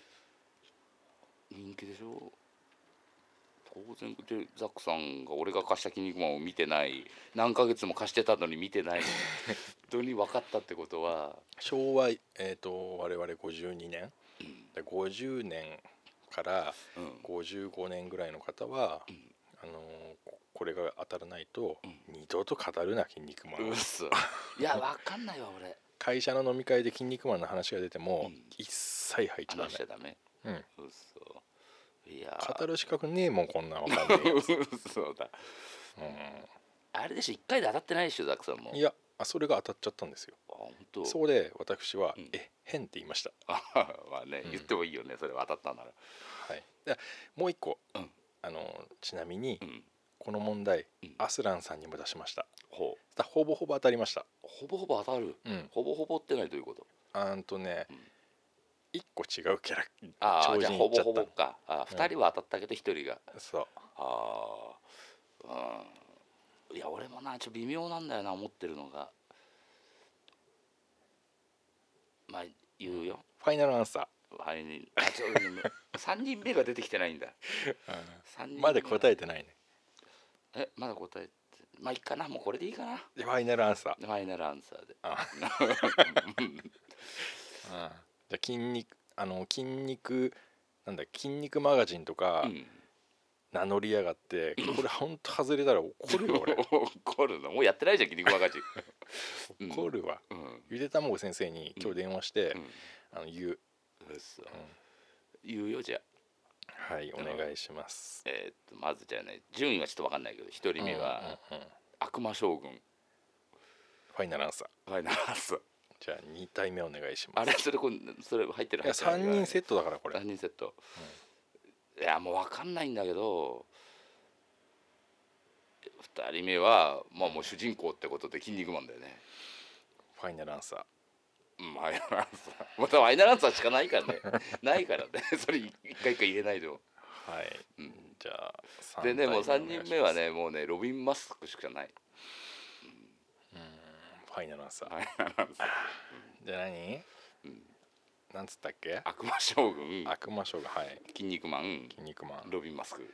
[SPEAKER 4] 人気でしょ当然でザックさんが俺が貸した「筋肉マン」を見てない何ヶ月も貸してたのに見て ない本当に分かったってことは
[SPEAKER 3] 昭和、えー、と我々52年、で50年から
[SPEAKER 4] うん
[SPEAKER 3] 55年ぐらいの方は、あのーここれが当たらないと、二度と語るな「筋肉マン
[SPEAKER 4] うっ
[SPEAKER 3] は」
[SPEAKER 4] すいや分かんないわ俺
[SPEAKER 3] 会社の飲み会で「筋肉マン」の話が出ても、
[SPEAKER 4] うん
[SPEAKER 3] 一切入っちゃダ
[SPEAKER 4] 話しち
[SPEAKER 3] メ、
[SPEAKER 4] ゃダメ
[SPEAKER 3] うん、
[SPEAKER 4] うっそいや
[SPEAKER 3] 語る資格ねえもんこんなんわかんない やつ、
[SPEAKER 4] そうだ
[SPEAKER 3] う
[SPEAKER 4] あれでしょ一回で当たってないでしょザックさんも
[SPEAKER 3] ん、いやあそれが当たっちゃったんですよ
[SPEAKER 4] あ本当
[SPEAKER 3] そこで私は「
[SPEAKER 4] うん
[SPEAKER 3] え変」って言いました
[SPEAKER 4] あ まあね、
[SPEAKER 3] うん
[SPEAKER 4] 言ってもいいよねそれは当たったなら
[SPEAKER 3] はいでもう一個、
[SPEAKER 4] うん
[SPEAKER 3] あのーちなみに、
[SPEAKER 4] うん
[SPEAKER 3] この問題、
[SPEAKER 4] うん
[SPEAKER 3] アスランさんにも出しました
[SPEAKER 4] ほう
[SPEAKER 3] だほぼほぼ当たりました
[SPEAKER 4] ほぼほぼ当たる
[SPEAKER 3] うん
[SPEAKER 4] ほぼほぼってないということ
[SPEAKER 3] あんとね、
[SPEAKER 4] うん
[SPEAKER 3] 一個違うキャラ
[SPEAKER 4] ああ
[SPEAKER 3] 超
[SPEAKER 4] じゃあ
[SPEAKER 3] 人い
[SPEAKER 4] ほ
[SPEAKER 3] っち
[SPEAKER 4] ぼ
[SPEAKER 3] ゃった
[SPEAKER 4] ほぼかあ
[SPEAKER 3] うん
[SPEAKER 4] 2人は当たったけど1人が、
[SPEAKER 3] そう
[SPEAKER 4] ああうんいや俺もなちょっと微妙なんだよな思ってるのがまあ言うよ、
[SPEAKER 3] ファイナルアンサ
[SPEAKER 4] はいにあちょっと ね3人目が出てきてないんだ
[SPEAKER 3] ー、
[SPEAKER 4] 三人目
[SPEAKER 3] まだ答
[SPEAKER 4] え
[SPEAKER 3] えてないね
[SPEAKER 4] えまだ答えてまあいいかなもうこれでいいかな
[SPEAKER 3] でファイナルアンサー
[SPEAKER 4] ファイナルアンサーで
[SPEAKER 3] あじゃあ筋肉あの筋肉なんだ筋肉マガジンとか
[SPEAKER 4] うん
[SPEAKER 3] 名乗りやがって、これほんと外れたら怒るよ俺
[SPEAKER 4] 怒るのもうやってないじゃん筋肉マガジン
[SPEAKER 3] 怒るわ
[SPEAKER 4] うんうん
[SPEAKER 3] ゆでたまご先生に今日電話して
[SPEAKER 4] う、ん
[SPEAKER 3] あの言う、
[SPEAKER 4] 嘘
[SPEAKER 3] うん
[SPEAKER 4] 言うよじゃあ
[SPEAKER 3] はいお願いします
[SPEAKER 4] えーっとまずじゃあね順位はちょっと分かんないけど一人目は
[SPEAKER 3] うんうんうん
[SPEAKER 4] 悪魔将軍
[SPEAKER 3] ファイナルアンサー
[SPEAKER 4] ファイナルアンサー
[SPEAKER 3] じゃあ2体目お願いします
[SPEAKER 4] あれそれこれそれ入ってる
[SPEAKER 3] いや3人セットだからこれ
[SPEAKER 4] 3人セットいやもう分かんないんだけど2人目はまあもう主人公ってことで「筋肉マン」だよね
[SPEAKER 3] ファイナルアンサー
[SPEAKER 4] うんファイナルアンサー またファイナルアンサーしかない からねないからねそれ一回一回入れないでも
[SPEAKER 3] はい、
[SPEAKER 4] うん
[SPEAKER 3] じゃあ3
[SPEAKER 4] でねもう
[SPEAKER 3] 体
[SPEAKER 4] 3
[SPEAKER 3] 目お願いし
[SPEAKER 4] 人
[SPEAKER 3] ます
[SPEAKER 4] 目はねもうねロビン・マスクしかない
[SPEAKER 3] ファイナルアンサー、
[SPEAKER 4] ファイナルアンサー
[SPEAKER 3] じゃあ何、なんつったっけ
[SPEAKER 4] 悪魔将軍
[SPEAKER 3] 悪魔将がはい
[SPEAKER 4] 筋肉マン
[SPEAKER 3] 筋肉マン
[SPEAKER 4] ロビン・マスク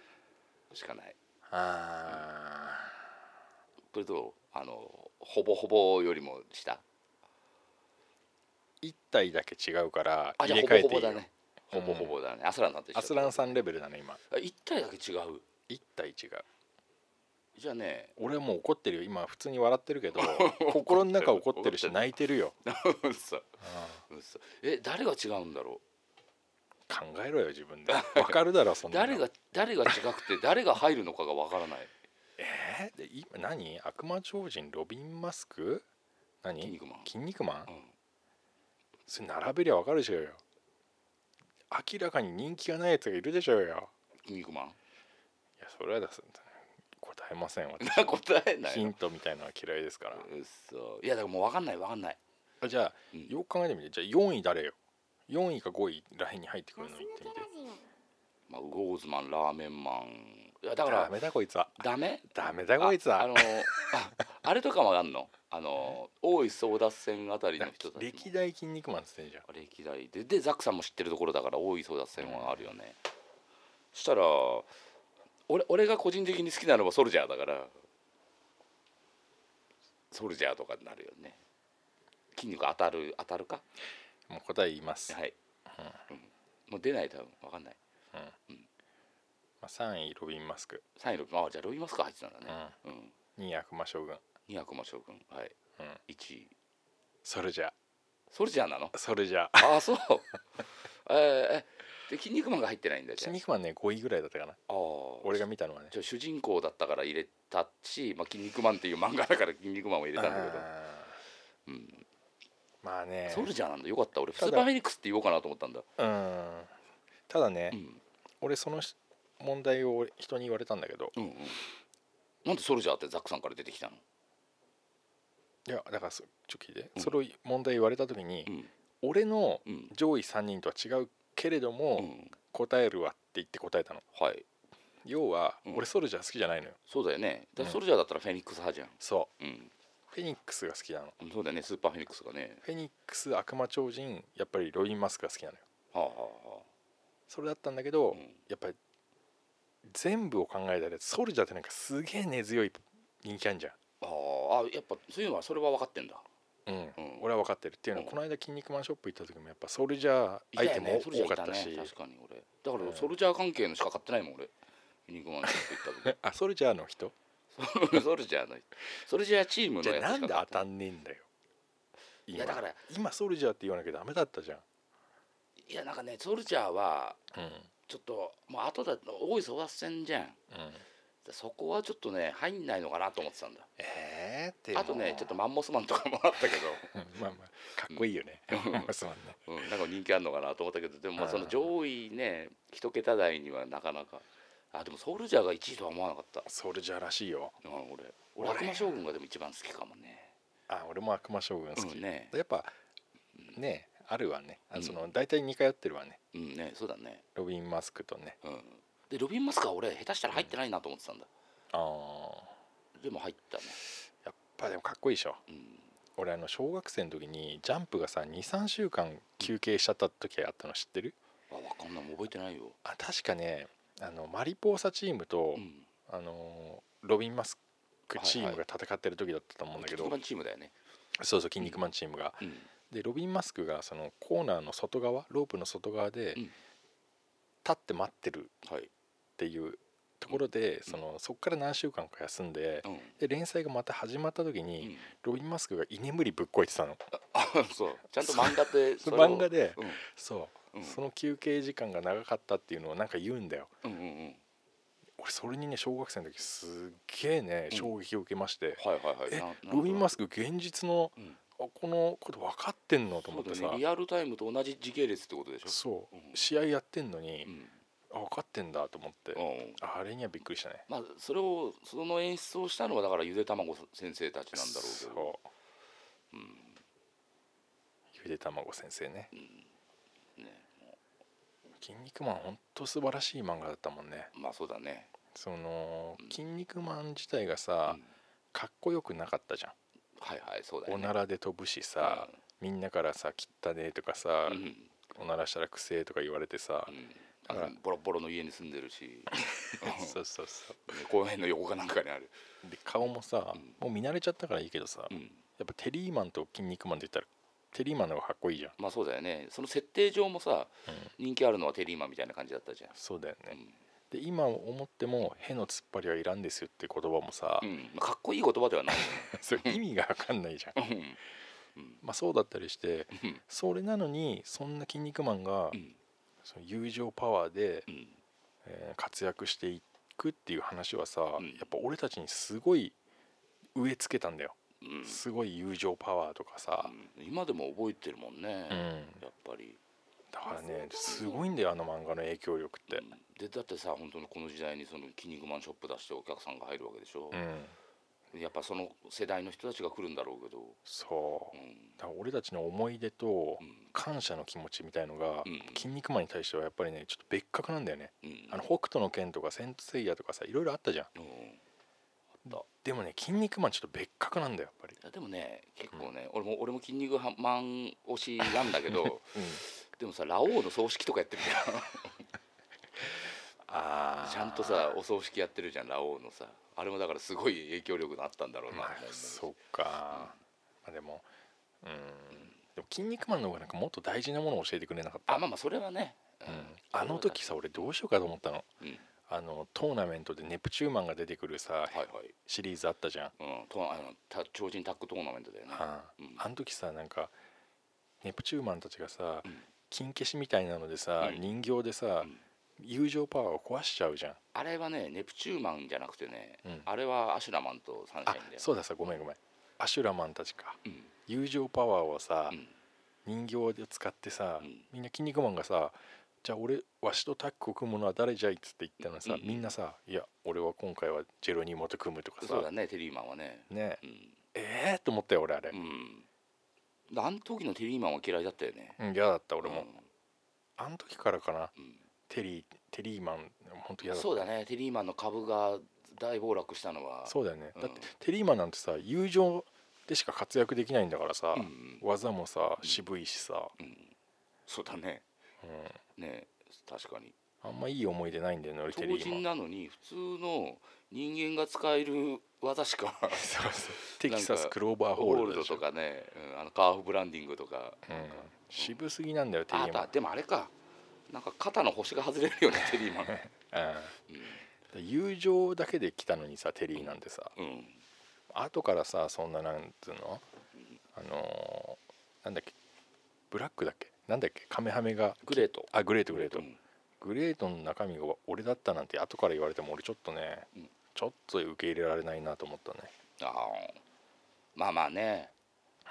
[SPEAKER 4] しかない
[SPEAKER 3] あ
[SPEAKER 4] これとあのほぼほぼよりも下
[SPEAKER 3] 1体だけ違うから
[SPEAKER 4] あじ
[SPEAKER 3] 入
[SPEAKER 4] ゃ
[SPEAKER 3] れ替
[SPEAKER 4] あ
[SPEAKER 3] え
[SPEAKER 4] ほぼ
[SPEAKER 3] てい
[SPEAKER 4] ほ
[SPEAKER 3] いよ
[SPEAKER 4] ぼだねほぼほぼだねアスランさんと一緒
[SPEAKER 3] アスランさんレベルだね今
[SPEAKER 4] あ一体だけ違う
[SPEAKER 3] 1体違う
[SPEAKER 4] じゃあね
[SPEAKER 3] 俺はもう怒ってるよ今普通に笑ってるけど心の中怒ってるし泣いてるよ
[SPEAKER 4] 嘘嘘え誰が違うんだろ
[SPEAKER 3] 考えろよ自 分でわかるだろそんなの
[SPEAKER 4] 誰が誰が違くて誰が入るのかがわからない
[SPEAKER 3] えーで今何悪魔超人ロビン・マスク何
[SPEAKER 4] 筋肉マン
[SPEAKER 3] 筋肉マン
[SPEAKER 4] うん
[SPEAKER 3] それ並べりゃわかるでしょうよ明らかに人気がないやつがいるでしょうよ
[SPEAKER 4] 筋肉マン
[SPEAKER 3] いやそれはです答えません 私
[SPEAKER 4] 答えない
[SPEAKER 3] ヒ
[SPEAKER 4] の
[SPEAKER 3] ントみたいのは嫌いですから
[SPEAKER 4] 嘘いやだからもうわかんないわかんない、
[SPEAKER 3] あじゃあ
[SPEAKER 4] うん
[SPEAKER 3] よく考えてみてじゃあ4位誰よ4位か5位らへんに入ってく
[SPEAKER 2] ガ
[SPEAKER 3] る
[SPEAKER 2] ス
[SPEAKER 3] の
[SPEAKER 2] 抜
[SPEAKER 3] 言って
[SPEAKER 2] け
[SPEAKER 3] みて
[SPEAKER 2] ラジオ
[SPEAKER 4] まあ、ウゴーズマンラーメンマンいやだ
[SPEAKER 3] だ
[SPEAKER 4] か
[SPEAKER 3] から
[SPEAKER 4] ら
[SPEAKER 3] ダメだこいつは
[SPEAKER 4] ダメ
[SPEAKER 3] ダメだこいつは
[SPEAKER 4] ああのああれとかもあんのあの大井争奪戦あたりの人たちも
[SPEAKER 3] 歴代筋肉マンっつってんじゃん
[SPEAKER 4] 歴代ででザックさんも知ってるところだから大井争奪戦はあるよね、したら俺俺が個人的に好きなのはソルジャーだからソルジャーとかになるよね筋肉当たる当たるか
[SPEAKER 3] もう答え言います、
[SPEAKER 4] はい、うんもう出ない多分分かんない
[SPEAKER 3] まあ、3位ロビン・マスク
[SPEAKER 4] 3位のあじゃあロビンマスク入ってたんだねうん、
[SPEAKER 3] 2位悪魔将軍
[SPEAKER 4] 2悪魔将軍はい、
[SPEAKER 3] うん
[SPEAKER 4] 1位
[SPEAKER 3] ソルジャー
[SPEAKER 4] ソルジャーなの
[SPEAKER 3] ソルジャー
[SPEAKER 4] ああそうえー、えで筋肉マンが入ってないんだじゃ
[SPEAKER 3] 筋
[SPEAKER 4] あ
[SPEAKER 3] 肉マンね5位ぐらいだったかな
[SPEAKER 4] あー
[SPEAKER 3] 俺が見たのはね
[SPEAKER 4] じゃあ主人公だったから入れたし「まあ、筋肉マン」っていう漫画だから「 筋肉マン」を入れたんだけど、
[SPEAKER 3] あ
[SPEAKER 4] うん、
[SPEAKER 3] ーまあね
[SPEAKER 4] ソルジャーなんだよかった俺ス
[SPEAKER 3] ただ
[SPEAKER 4] ーパーフェニックスって言おうかなと思ったんだ、
[SPEAKER 3] うんただね、
[SPEAKER 4] うん
[SPEAKER 3] 俺そのし問題を人に言われたんだけど
[SPEAKER 4] うんうん、なんでソルジャーってザックさんから出てきたの、
[SPEAKER 3] いやだからそちょっと聞いて、
[SPEAKER 4] うん
[SPEAKER 3] それを問題言われた時に、
[SPEAKER 4] うん
[SPEAKER 3] 俺の
[SPEAKER 4] うん
[SPEAKER 3] 上位3人とは違うけれども、
[SPEAKER 4] うん、
[SPEAKER 3] 答えるわって言って答えたの
[SPEAKER 4] はい
[SPEAKER 3] 要は、
[SPEAKER 4] うん
[SPEAKER 3] 俺ソルジャー好きじゃないのよ
[SPEAKER 4] そうだよねだ
[SPEAKER 3] うん
[SPEAKER 4] ソルジャーだったらフェニックス派じゃん、
[SPEAKER 3] そ
[SPEAKER 4] うん、
[SPEAKER 3] うフェニックスが好きなの
[SPEAKER 4] うんそうだよねスーパーフェニックスがね
[SPEAKER 3] フェニックス悪魔超人やっぱりロイン・マスクが好きなのよ
[SPEAKER 4] はあはあは
[SPEAKER 3] それだったんだけ
[SPEAKER 4] あ、
[SPEAKER 3] ど、
[SPEAKER 4] うん、
[SPEAKER 3] やっぱり全部を考えたらソルジャーってなんかすげえ根強い人気あんじゃ
[SPEAKER 4] あーあやっぱそういうのはそれは分かってんだ
[SPEAKER 3] ん、うん
[SPEAKER 4] うん
[SPEAKER 3] 俺は分かってるっていうのは、
[SPEAKER 4] うん
[SPEAKER 3] この間「筋肉マンショップ」行った時もやっぱソルジャーアイテム
[SPEAKER 4] いよねソルジャ
[SPEAKER 3] 多
[SPEAKER 4] ーい
[SPEAKER 3] かったし
[SPEAKER 4] ね、確かに俺だ
[SPEAKER 3] う
[SPEAKER 4] か
[SPEAKER 3] ん
[SPEAKER 4] らソルジャー関係のしか買ってないもん 俺ユニコーンって言った時
[SPEAKER 3] あソルジャーの人
[SPEAKER 4] ソルジャーのソルジャーチーム
[SPEAKER 3] じ
[SPEAKER 4] の
[SPEAKER 3] ゃあ
[SPEAKER 4] やつ
[SPEAKER 3] な
[SPEAKER 4] し
[SPEAKER 3] ん
[SPEAKER 4] か
[SPEAKER 3] で
[SPEAKER 4] 買
[SPEAKER 3] 当
[SPEAKER 4] ってな
[SPEAKER 3] た
[SPEAKER 4] い
[SPEAKER 3] んねえんだよ
[SPEAKER 4] いやだから
[SPEAKER 3] 今ソルジャーって言わなきゃダメだったじゃん
[SPEAKER 4] いやなんかねソルジャーは
[SPEAKER 3] うん
[SPEAKER 4] ちょっともう後だ大い争奪戦じゃん
[SPEAKER 3] うん
[SPEAKER 4] そこはちょっとね入んないのかなと思ってたんだ
[SPEAKER 3] えー、って
[SPEAKER 4] あとねちょっとマンモスマンとかもあったけ
[SPEAKER 3] まあまあかっこいいよね、
[SPEAKER 4] う
[SPEAKER 3] すまんね
[SPEAKER 4] ど、うん、なんか人気あるのかなと思ったけどでもまあ
[SPEAKER 3] うん
[SPEAKER 4] その上位ね一桁台にはなかなかあでもソルジャーが1位とは思わなかった、
[SPEAKER 3] ソルジャーらしいよ
[SPEAKER 4] うん、俺俺悪魔将軍がでも一番好きかもね
[SPEAKER 3] あ俺も悪魔将軍好き、
[SPEAKER 4] うんね
[SPEAKER 3] やっぱねあるわねあ
[SPEAKER 4] うん
[SPEAKER 3] その大体似通ってるわね
[SPEAKER 4] うんねそうだね
[SPEAKER 3] ロビン・マスクとね
[SPEAKER 4] うんでロビン・マスクは俺下手したら入ってないなと思ってたんだ、
[SPEAKER 3] あー
[SPEAKER 4] でも入ったね
[SPEAKER 3] やっぱでもかっこいいでしょ
[SPEAKER 4] うん
[SPEAKER 3] 俺あの小学生の時にジャンプがさ23週間休憩しちゃった時あったの知ってる
[SPEAKER 4] あわかんないもう覚えてないよ
[SPEAKER 3] あ確かねあのマリポーサチームと、
[SPEAKER 4] うん
[SPEAKER 3] あのーロビン・マスクチー
[SPEAKER 4] は
[SPEAKER 3] ム
[SPEAKER 4] いは
[SPEAKER 3] が戦ってる時だったと思うんだけど、
[SPEAKER 4] 一番チームだよね
[SPEAKER 3] そうそう「筋肉マン」チームが、
[SPEAKER 4] うん
[SPEAKER 3] でロビン・マスクがそのコーナーの外側ロープの外側で、
[SPEAKER 4] うん
[SPEAKER 3] 立って待ってる
[SPEAKER 4] は
[SPEAKER 3] っ
[SPEAKER 4] い
[SPEAKER 3] ていうところで、そのそこから何週間か休んで,、
[SPEAKER 4] うん
[SPEAKER 3] で連載がまた始まった時に、
[SPEAKER 4] うん
[SPEAKER 3] ロビン・マスクが居眠りぶっこいてたの
[SPEAKER 4] あそうちゃんと漫 画でそれを
[SPEAKER 3] 漫画で
[SPEAKER 4] うん
[SPEAKER 3] そう、
[SPEAKER 4] うん
[SPEAKER 3] その休憩時間が長かったっていうのをなんか言うんだよ
[SPEAKER 4] うんうんうん
[SPEAKER 3] 俺それにね小学生の時すっげえね
[SPEAKER 4] うん
[SPEAKER 3] 衝撃を受けまして、
[SPEAKER 4] はいはいはい
[SPEAKER 3] え
[SPEAKER 4] ななんか
[SPEAKER 3] ロビン・マスク現実の
[SPEAKER 4] うん
[SPEAKER 3] あこのこと分かってんのと
[SPEAKER 4] そ
[SPEAKER 3] 思っ
[SPEAKER 4] う
[SPEAKER 3] て
[SPEAKER 4] だ
[SPEAKER 3] さ
[SPEAKER 4] ねリアルタイムと同じ時系列ってことでしょ
[SPEAKER 3] そう、
[SPEAKER 4] うん
[SPEAKER 3] 試合やってんのに、
[SPEAKER 4] うん
[SPEAKER 3] あ分かってんだと思って、
[SPEAKER 4] うん
[SPEAKER 3] あれにはびっくりしたね
[SPEAKER 4] まあそれをその演出をしたのはだからゆで卵先生たちなんだろうけど
[SPEAKER 3] そう、ゆで卵先生ね
[SPEAKER 4] ね
[SPEAKER 3] 「筋肉マン」ほんと素晴らしい漫画だったもんね
[SPEAKER 4] まあそうだね
[SPEAKER 3] その
[SPEAKER 4] う
[SPEAKER 3] 「
[SPEAKER 4] ん
[SPEAKER 3] 筋肉マン」自体がさ、
[SPEAKER 4] うん
[SPEAKER 3] かっこよくなかったじゃん、
[SPEAKER 4] はいはいそうだ
[SPEAKER 3] お
[SPEAKER 4] よね
[SPEAKER 3] ならで飛ぶしさ、
[SPEAKER 4] うん
[SPEAKER 3] みんなからさ「切ったね」とかさ、
[SPEAKER 4] うん
[SPEAKER 3] おならしたらくせえ」とか言われてさ
[SPEAKER 4] う、ん
[SPEAKER 3] だから
[SPEAKER 4] あのボロボロの家に住んで るしうん
[SPEAKER 3] そうそうそう
[SPEAKER 4] 公園の横かなんかにある
[SPEAKER 3] で顔もさ、
[SPEAKER 4] ん
[SPEAKER 3] もう見慣れちゃったからいいけどさ、
[SPEAKER 4] うん
[SPEAKER 3] やっぱテリーマンと「筋肉マン」で言ったらテリーマンの方がかっこいいじゃん
[SPEAKER 4] まあそうだよねその設定上もさ、人気あるのはテリーマンみたいな感じだったじゃん
[SPEAKER 3] そうだよね、で今思っても「への突っ張りはいらんですよ」って言葉もさ、
[SPEAKER 4] うんまあかっこいい言葉ではないよ
[SPEAKER 3] それ意味が分かんないじゃん、
[SPEAKER 4] ね
[SPEAKER 3] まあ、そうだったりして
[SPEAKER 4] うん
[SPEAKER 3] それなのにそんな「筋肉マン」が
[SPEAKER 4] うん
[SPEAKER 3] その友情パワーで、
[SPEAKER 4] うん
[SPEAKER 3] えー活躍していくっていう話はさ、
[SPEAKER 4] うん
[SPEAKER 3] やっぱ俺たちにすごい植え付けたんだよ、
[SPEAKER 4] うん
[SPEAKER 3] すごい友情パワーとかさ、
[SPEAKER 4] うん今でも覚えてるもんね、
[SPEAKER 3] うん
[SPEAKER 4] やっぱり、
[SPEAKER 3] だからねすごいんだよあの漫画の影響力って、
[SPEAKER 4] でだってさ本当にこの時代にその「キン肉マンショップ」出してお客さんが入るわけでしょ
[SPEAKER 3] う、ん、
[SPEAKER 4] やっぱその世代の人たちが来るんだろうけど、
[SPEAKER 3] そう
[SPEAKER 4] うん
[SPEAKER 3] だから俺たちの思い出と
[SPEAKER 4] うん
[SPEAKER 3] 感謝の気持ちみたいのが
[SPEAKER 4] うん
[SPEAKER 3] 「筋肉マン」に対してはやっぱりねちょっと別格なんだよね
[SPEAKER 4] うん、
[SPEAKER 3] あの北斗の拳とか「セント・セイヤ」とかさいろいろあったじゃん
[SPEAKER 4] うんい
[SPEAKER 3] でもね「筋肉マン」ちょっと別格なんだよやっぱり
[SPEAKER 4] やでもね結構ね、俺も俺も「筋肉マン」推しなんだけど
[SPEAKER 3] うん
[SPEAKER 4] でもさラオウの葬式とかやってるじゃん
[SPEAKER 3] あー
[SPEAKER 4] ちゃんとさお葬式やってるじゃんラオウのさあれもだからすごい影響力があったんだろうな
[SPEAKER 3] ま
[SPEAKER 4] と思う
[SPEAKER 3] あそっかまあでもうんでも「筋肉マン」の方がなんかもっと大事なものを教えてくれなかった
[SPEAKER 4] あまあまあそれはね、
[SPEAKER 3] う
[SPEAKER 4] うん
[SPEAKER 3] んあの時さ俺どうしようかと思ったの
[SPEAKER 4] うん
[SPEAKER 3] あのトーナメントでネプチューマンが出てくるさ
[SPEAKER 4] はいはい、
[SPEAKER 3] シリーズあったじゃん
[SPEAKER 4] うん、とあのた超人タッグトーナメントだよね、
[SPEAKER 3] あ
[SPEAKER 4] うん
[SPEAKER 3] あの時さなんかネプチューマンたちがさ、
[SPEAKER 4] うん
[SPEAKER 3] 金消しみたいなのでさ、
[SPEAKER 4] うん
[SPEAKER 3] 人形でさ、
[SPEAKER 4] うん
[SPEAKER 3] 友情パワーを壊しちゃうじゃん
[SPEAKER 4] あれはねネプチューマンじゃなくてね、
[SPEAKER 3] うん
[SPEAKER 4] あれはアシュラマンとサンシャ
[SPEAKER 3] あ
[SPEAKER 4] インだよ
[SPEAKER 3] そうださごめんごめんアシュラマンたちか
[SPEAKER 4] うん
[SPEAKER 3] 友情パワーをさ、
[SPEAKER 4] うん
[SPEAKER 3] 人形で使ってさ、
[SPEAKER 4] うん
[SPEAKER 3] みんな筋肉マンがさじゃあ俺わしとタッグを組むのは誰じゃいっつって言ったのにさ、
[SPEAKER 4] うん
[SPEAKER 3] みんなさ「いや俺は今回はジェロニモと組む」とか
[SPEAKER 4] そう
[SPEAKER 3] さ
[SPEAKER 4] だねテリーマンはね
[SPEAKER 3] ね
[SPEAKER 4] うん、
[SPEAKER 3] えー、と思ったよ俺あれ、
[SPEAKER 4] うん、あの時のテリーマンは嫌いだったよね
[SPEAKER 3] うん、嫌だった
[SPEAKER 4] こ
[SPEAKER 3] 俺も、あの時からかな
[SPEAKER 4] うん
[SPEAKER 3] テリーテリーマン本当嫌だった
[SPEAKER 4] そうだねテリーマンの株が大暴落したのは
[SPEAKER 3] そうだよね、
[SPEAKER 4] うん
[SPEAKER 3] だってテリーマンなんてさ友情でしか活躍できないんだからさ、
[SPEAKER 4] うんうん
[SPEAKER 3] 技もさ渋いしさ、
[SPEAKER 4] うんそうだね
[SPEAKER 3] うん、
[SPEAKER 4] ね確かに
[SPEAKER 3] あんまいい思い出ないんだよね俺
[SPEAKER 4] 超
[SPEAKER 3] テリーマ
[SPEAKER 4] 人
[SPEAKER 3] ン
[SPEAKER 4] なのに普通の人間が使える技しか
[SPEAKER 3] そうそうテキサ
[SPEAKER 4] なん
[SPEAKER 3] ス
[SPEAKER 4] か
[SPEAKER 3] クローバーホ
[SPEAKER 4] ホ
[SPEAKER 3] ール
[SPEAKER 4] ール
[SPEAKER 3] ド
[SPEAKER 4] ド
[SPEAKER 3] でしょ
[SPEAKER 4] とかね、うん、あのカーフブランディングとか
[SPEAKER 3] う
[SPEAKER 4] なん
[SPEAKER 3] ん
[SPEAKER 4] か、
[SPEAKER 3] 渋すぎなんだよテリ
[SPEAKER 4] あ
[SPEAKER 3] ーマン
[SPEAKER 4] た、でもあれかなんか肩の星が外れる よねテリーマン、
[SPEAKER 3] うん、友情だけで来たのにさテリーなんてさ
[SPEAKER 4] うんうん、
[SPEAKER 3] 後からさそんななんつうのあのーなんだっけブラックだっけなんだっけカメハメが
[SPEAKER 4] グレート
[SPEAKER 3] あグレートグレート、
[SPEAKER 4] うん
[SPEAKER 3] グレートの中身が俺だったなんて後から言われても俺ちょっとね、
[SPEAKER 4] うん
[SPEAKER 3] ちょっと受け入れられないなと思ったね
[SPEAKER 4] あーまあまあね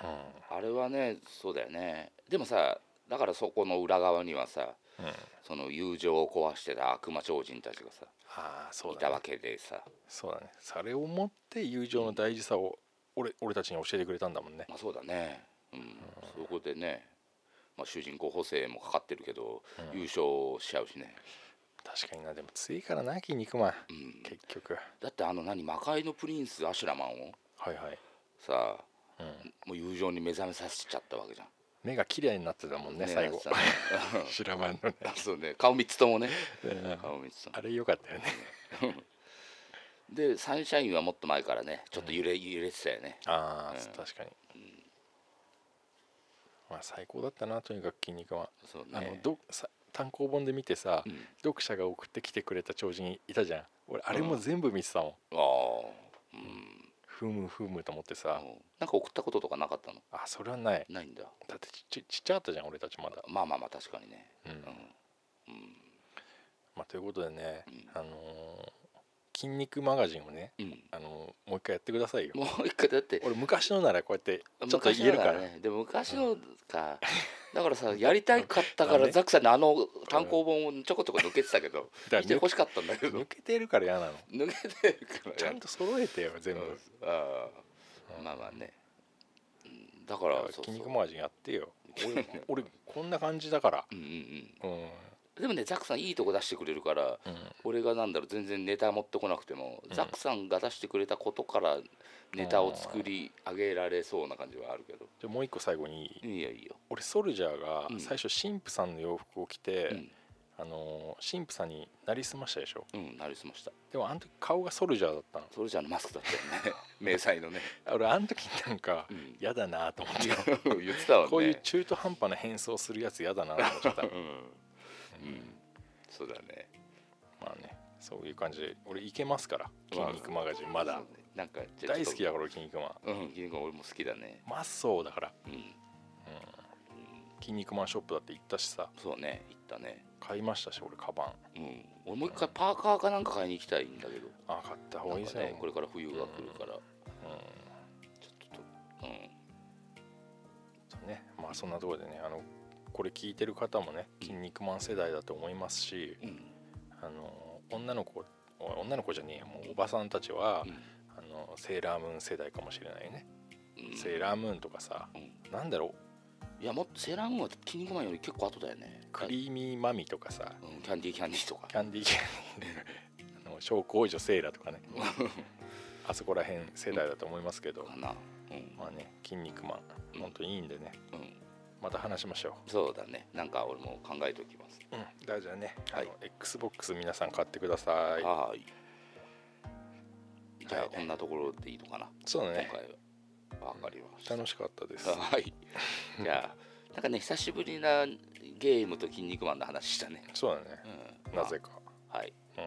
[SPEAKER 3] う
[SPEAKER 4] あれはねそうだよねでもさだからそこの裏側にはさ
[SPEAKER 3] ん、うん、あ
[SPEAKER 4] その友情を壊してた悪魔超人たちがさ、
[SPEAKER 3] あそ
[SPEAKER 4] いうた
[SPEAKER 3] だね
[SPEAKER 4] わけでさ、
[SPEAKER 3] そうだねそれをもって友情の大事さを俺俺たちに教えてくれたんだもんね
[SPEAKER 4] まあ、そうだね、うんそこでね、まあ、主人公補正もかかってるけど、優勝しちゃうしね、
[SPEAKER 3] 確かになでも強いからな筋肉マン
[SPEAKER 4] うん、
[SPEAKER 3] 結局
[SPEAKER 4] だってあの何魔界のプリンスアシュラマンを
[SPEAKER 3] はいはい、
[SPEAKER 4] さ
[SPEAKER 3] うん、
[SPEAKER 4] もう友情に目覚めさせちゃったわけじゃん
[SPEAKER 3] 目が綺麗になってたもんね最後
[SPEAKER 4] さ
[SPEAKER 3] 知らばんのね
[SPEAKER 4] あそうね 顔三つともね
[SPEAKER 3] うん
[SPEAKER 4] 顔三つとも
[SPEAKER 3] あれ良かったよね
[SPEAKER 4] でサンシャインはもっと前からねちょっと揺れ揺れてたよね
[SPEAKER 3] ああ、
[SPEAKER 4] うん
[SPEAKER 3] 確かに、まあ最高だったなとにかく筋肉マン
[SPEAKER 4] そうね
[SPEAKER 3] あのどさ単行本で見てさ、
[SPEAKER 4] うん
[SPEAKER 3] 読者が送ってきてくれた超人いたじゃん俺あれも全部見てたもん、
[SPEAKER 4] ああうん
[SPEAKER 3] ふむふむと思ってさ、
[SPEAKER 4] なんか送ったこととかなかったの
[SPEAKER 3] あそれはない
[SPEAKER 4] ないんだ
[SPEAKER 3] だってちちちっちゃかったじゃん俺たちまだ、
[SPEAKER 4] まあまあまあ確かにね
[SPEAKER 3] うん
[SPEAKER 4] うん、
[SPEAKER 3] まあ、ということでね、
[SPEAKER 4] うん
[SPEAKER 3] あのー筋肉マガジン」をね、
[SPEAKER 4] うん
[SPEAKER 3] あのーもう一回やってくださいよ
[SPEAKER 4] もう一回だって
[SPEAKER 3] 俺昔のならこうやって ちょっと言えるから
[SPEAKER 4] 昔のだねでも昔のか、だからさやりたかったか
[SPEAKER 3] だ
[SPEAKER 4] ら
[SPEAKER 3] ね
[SPEAKER 4] ザックさんのあの単行本をちょこちょこ抜けてたけど
[SPEAKER 3] だから
[SPEAKER 4] 見てほしかったんだけど
[SPEAKER 3] 抜けてるから嫌なの
[SPEAKER 4] 抜けてるから
[SPEAKER 3] ちゃんと揃えてよ全部、
[SPEAKER 4] ああまあまあね、うん、だからそ
[SPEAKER 3] 筋
[SPEAKER 4] うそう
[SPEAKER 3] 肉マガジンやってよ俺俺こんな感じだから
[SPEAKER 4] うんうんうん
[SPEAKER 3] うん、
[SPEAKER 4] でもねザックさんいいとこ出してくれるから
[SPEAKER 3] うん、
[SPEAKER 4] 俺がなんだろう全然ネタ持ってこなくても、ザックさんが出してくれたことからネタを作り上げられそうな感じはあるけど
[SPEAKER 3] じゃあもう一個最後にいい
[SPEAKER 4] いいよいいよ、
[SPEAKER 3] 俺ソルジャーが
[SPEAKER 4] うん
[SPEAKER 3] 最初神父さんの洋服を着て、
[SPEAKER 4] うん
[SPEAKER 3] あのー神父さんになりすましたでしょ
[SPEAKER 4] うんなりすました
[SPEAKER 3] でもあの時顔がソルジャーだったの
[SPEAKER 4] それじゃあのマスクだったよね 迷彩のね、
[SPEAKER 3] 俺あの時なんか
[SPEAKER 4] うん、
[SPEAKER 3] 嫌だなと思って
[SPEAKER 4] 言
[SPEAKER 3] た
[SPEAKER 4] ってたわね
[SPEAKER 3] こういう中途半端な変装するやつ嫌だなと思っちゃった
[SPEAKER 4] うん、うん、そうだね
[SPEAKER 3] まあねそういう感じで俺いけますから筋肉マガジンまだ
[SPEAKER 4] なんかじゃあ
[SPEAKER 3] 大好き
[SPEAKER 4] ち
[SPEAKER 3] だ
[SPEAKER 4] ょ
[SPEAKER 3] から俺筋肉マン
[SPEAKER 4] っとうん銀河俺も好きだね
[SPEAKER 3] マッソーだから
[SPEAKER 4] うん
[SPEAKER 3] 筋肉マンショップだって行ったしさ
[SPEAKER 4] そうね行ったね
[SPEAKER 3] 買いましたし俺カバン
[SPEAKER 4] うん、俺もう一回パーカーかなんか買いに行きたいんだけど
[SPEAKER 3] あ買った方がいいで
[SPEAKER 4] なん
[SPEAKER 3] す
[SPEAKER 4] かね
[SPEAKER 3] ね
[SPEAKER 4] これから冬が来るから、
[SPEAKER 3] うん
[SPEAKER 4] ちょっとと、うん、
[SPEAKER 3] そうねまあそんなところでねあのこれ聞いてる方もね「筋肉マン」世代だと思いますし、
[SPEAKER 4] うん
[SPEAKER 3] あの女の子お女の子じゃねえやもうおばさんたちは、
[SPEAKER 4] うん
[SPEAKER 3] あのセーラームーン世代かもしれないね、
[SPEAKER 4] うん
[SPEAKER 3] セーラームーンとかさ、
[SPEAKER 4] う
[SPEAKER 3] なんだろ
[SPEAKER 4] いやもっとセーラームーンは筋肉マンより結構後だよね
[SPEAKER 3] うクリーミーマミとかさ
[SPEAKER 4] うん、キャンディーキャンディーとか
[SPEAKER 3] キャンディーキャンディー あの小公女セーラーと かねあそこら辺世代だと思いますけど、
[SPEAKER 4] かなうん、
[SPEAKER 3] まあね「筋肉マ
[SPEAKER 4] う
[SPEAKER 3] ン」
[SPEAKER 4] ん
[SPEAKER 3] 本当にいいんでね
[SPEAKER 4] うん、
[SPEAKER 3] また話しましょ
[SPEAKER 4] そうだねなんか俺も考えておきます
[SPEAKER 3] う、うん、だじゃあね、
[SPEAKER 4] はい
[SPEAKER 3] あの XBOX 皆さん買ってください
[SPEAKER 4] はーいじゃあ
[SPEAKER 3] はい
[SPEAKER 4] こんなところでいいのかな、
[SPEAKER 3] そうだ
[SPEAKER 4] 今
[SPEAKER 3] ね
[SPEAKER 4] 回はわかりました
[SPEAKER 3] 楽しかったです
[SPEAKER 4] はいじゃあなんかね久しぶりなゲームと「筋肉マン」の話したね、
[SPEAKER 3] そうだね
[SPEAKER 4] うん、
[SPEAKER 3] なぜか、
[SPEAKER 4] まあはい
[SPEAKER 3] うん、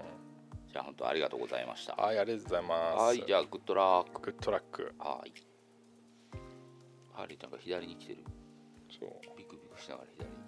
[SPEAKER 4] じゃあ本当ありがとうございました
[SPEAKER 3] はいありがとうございます
[SPEAKER 4] はいじゃあグッドラック
[SPEAKER 3] グッドラック
[SPEAKER 4] はいハリーちゃんが左に来てる
[SPEAKER 3] そう
[SPEAKER 4] ビクビクしながら左に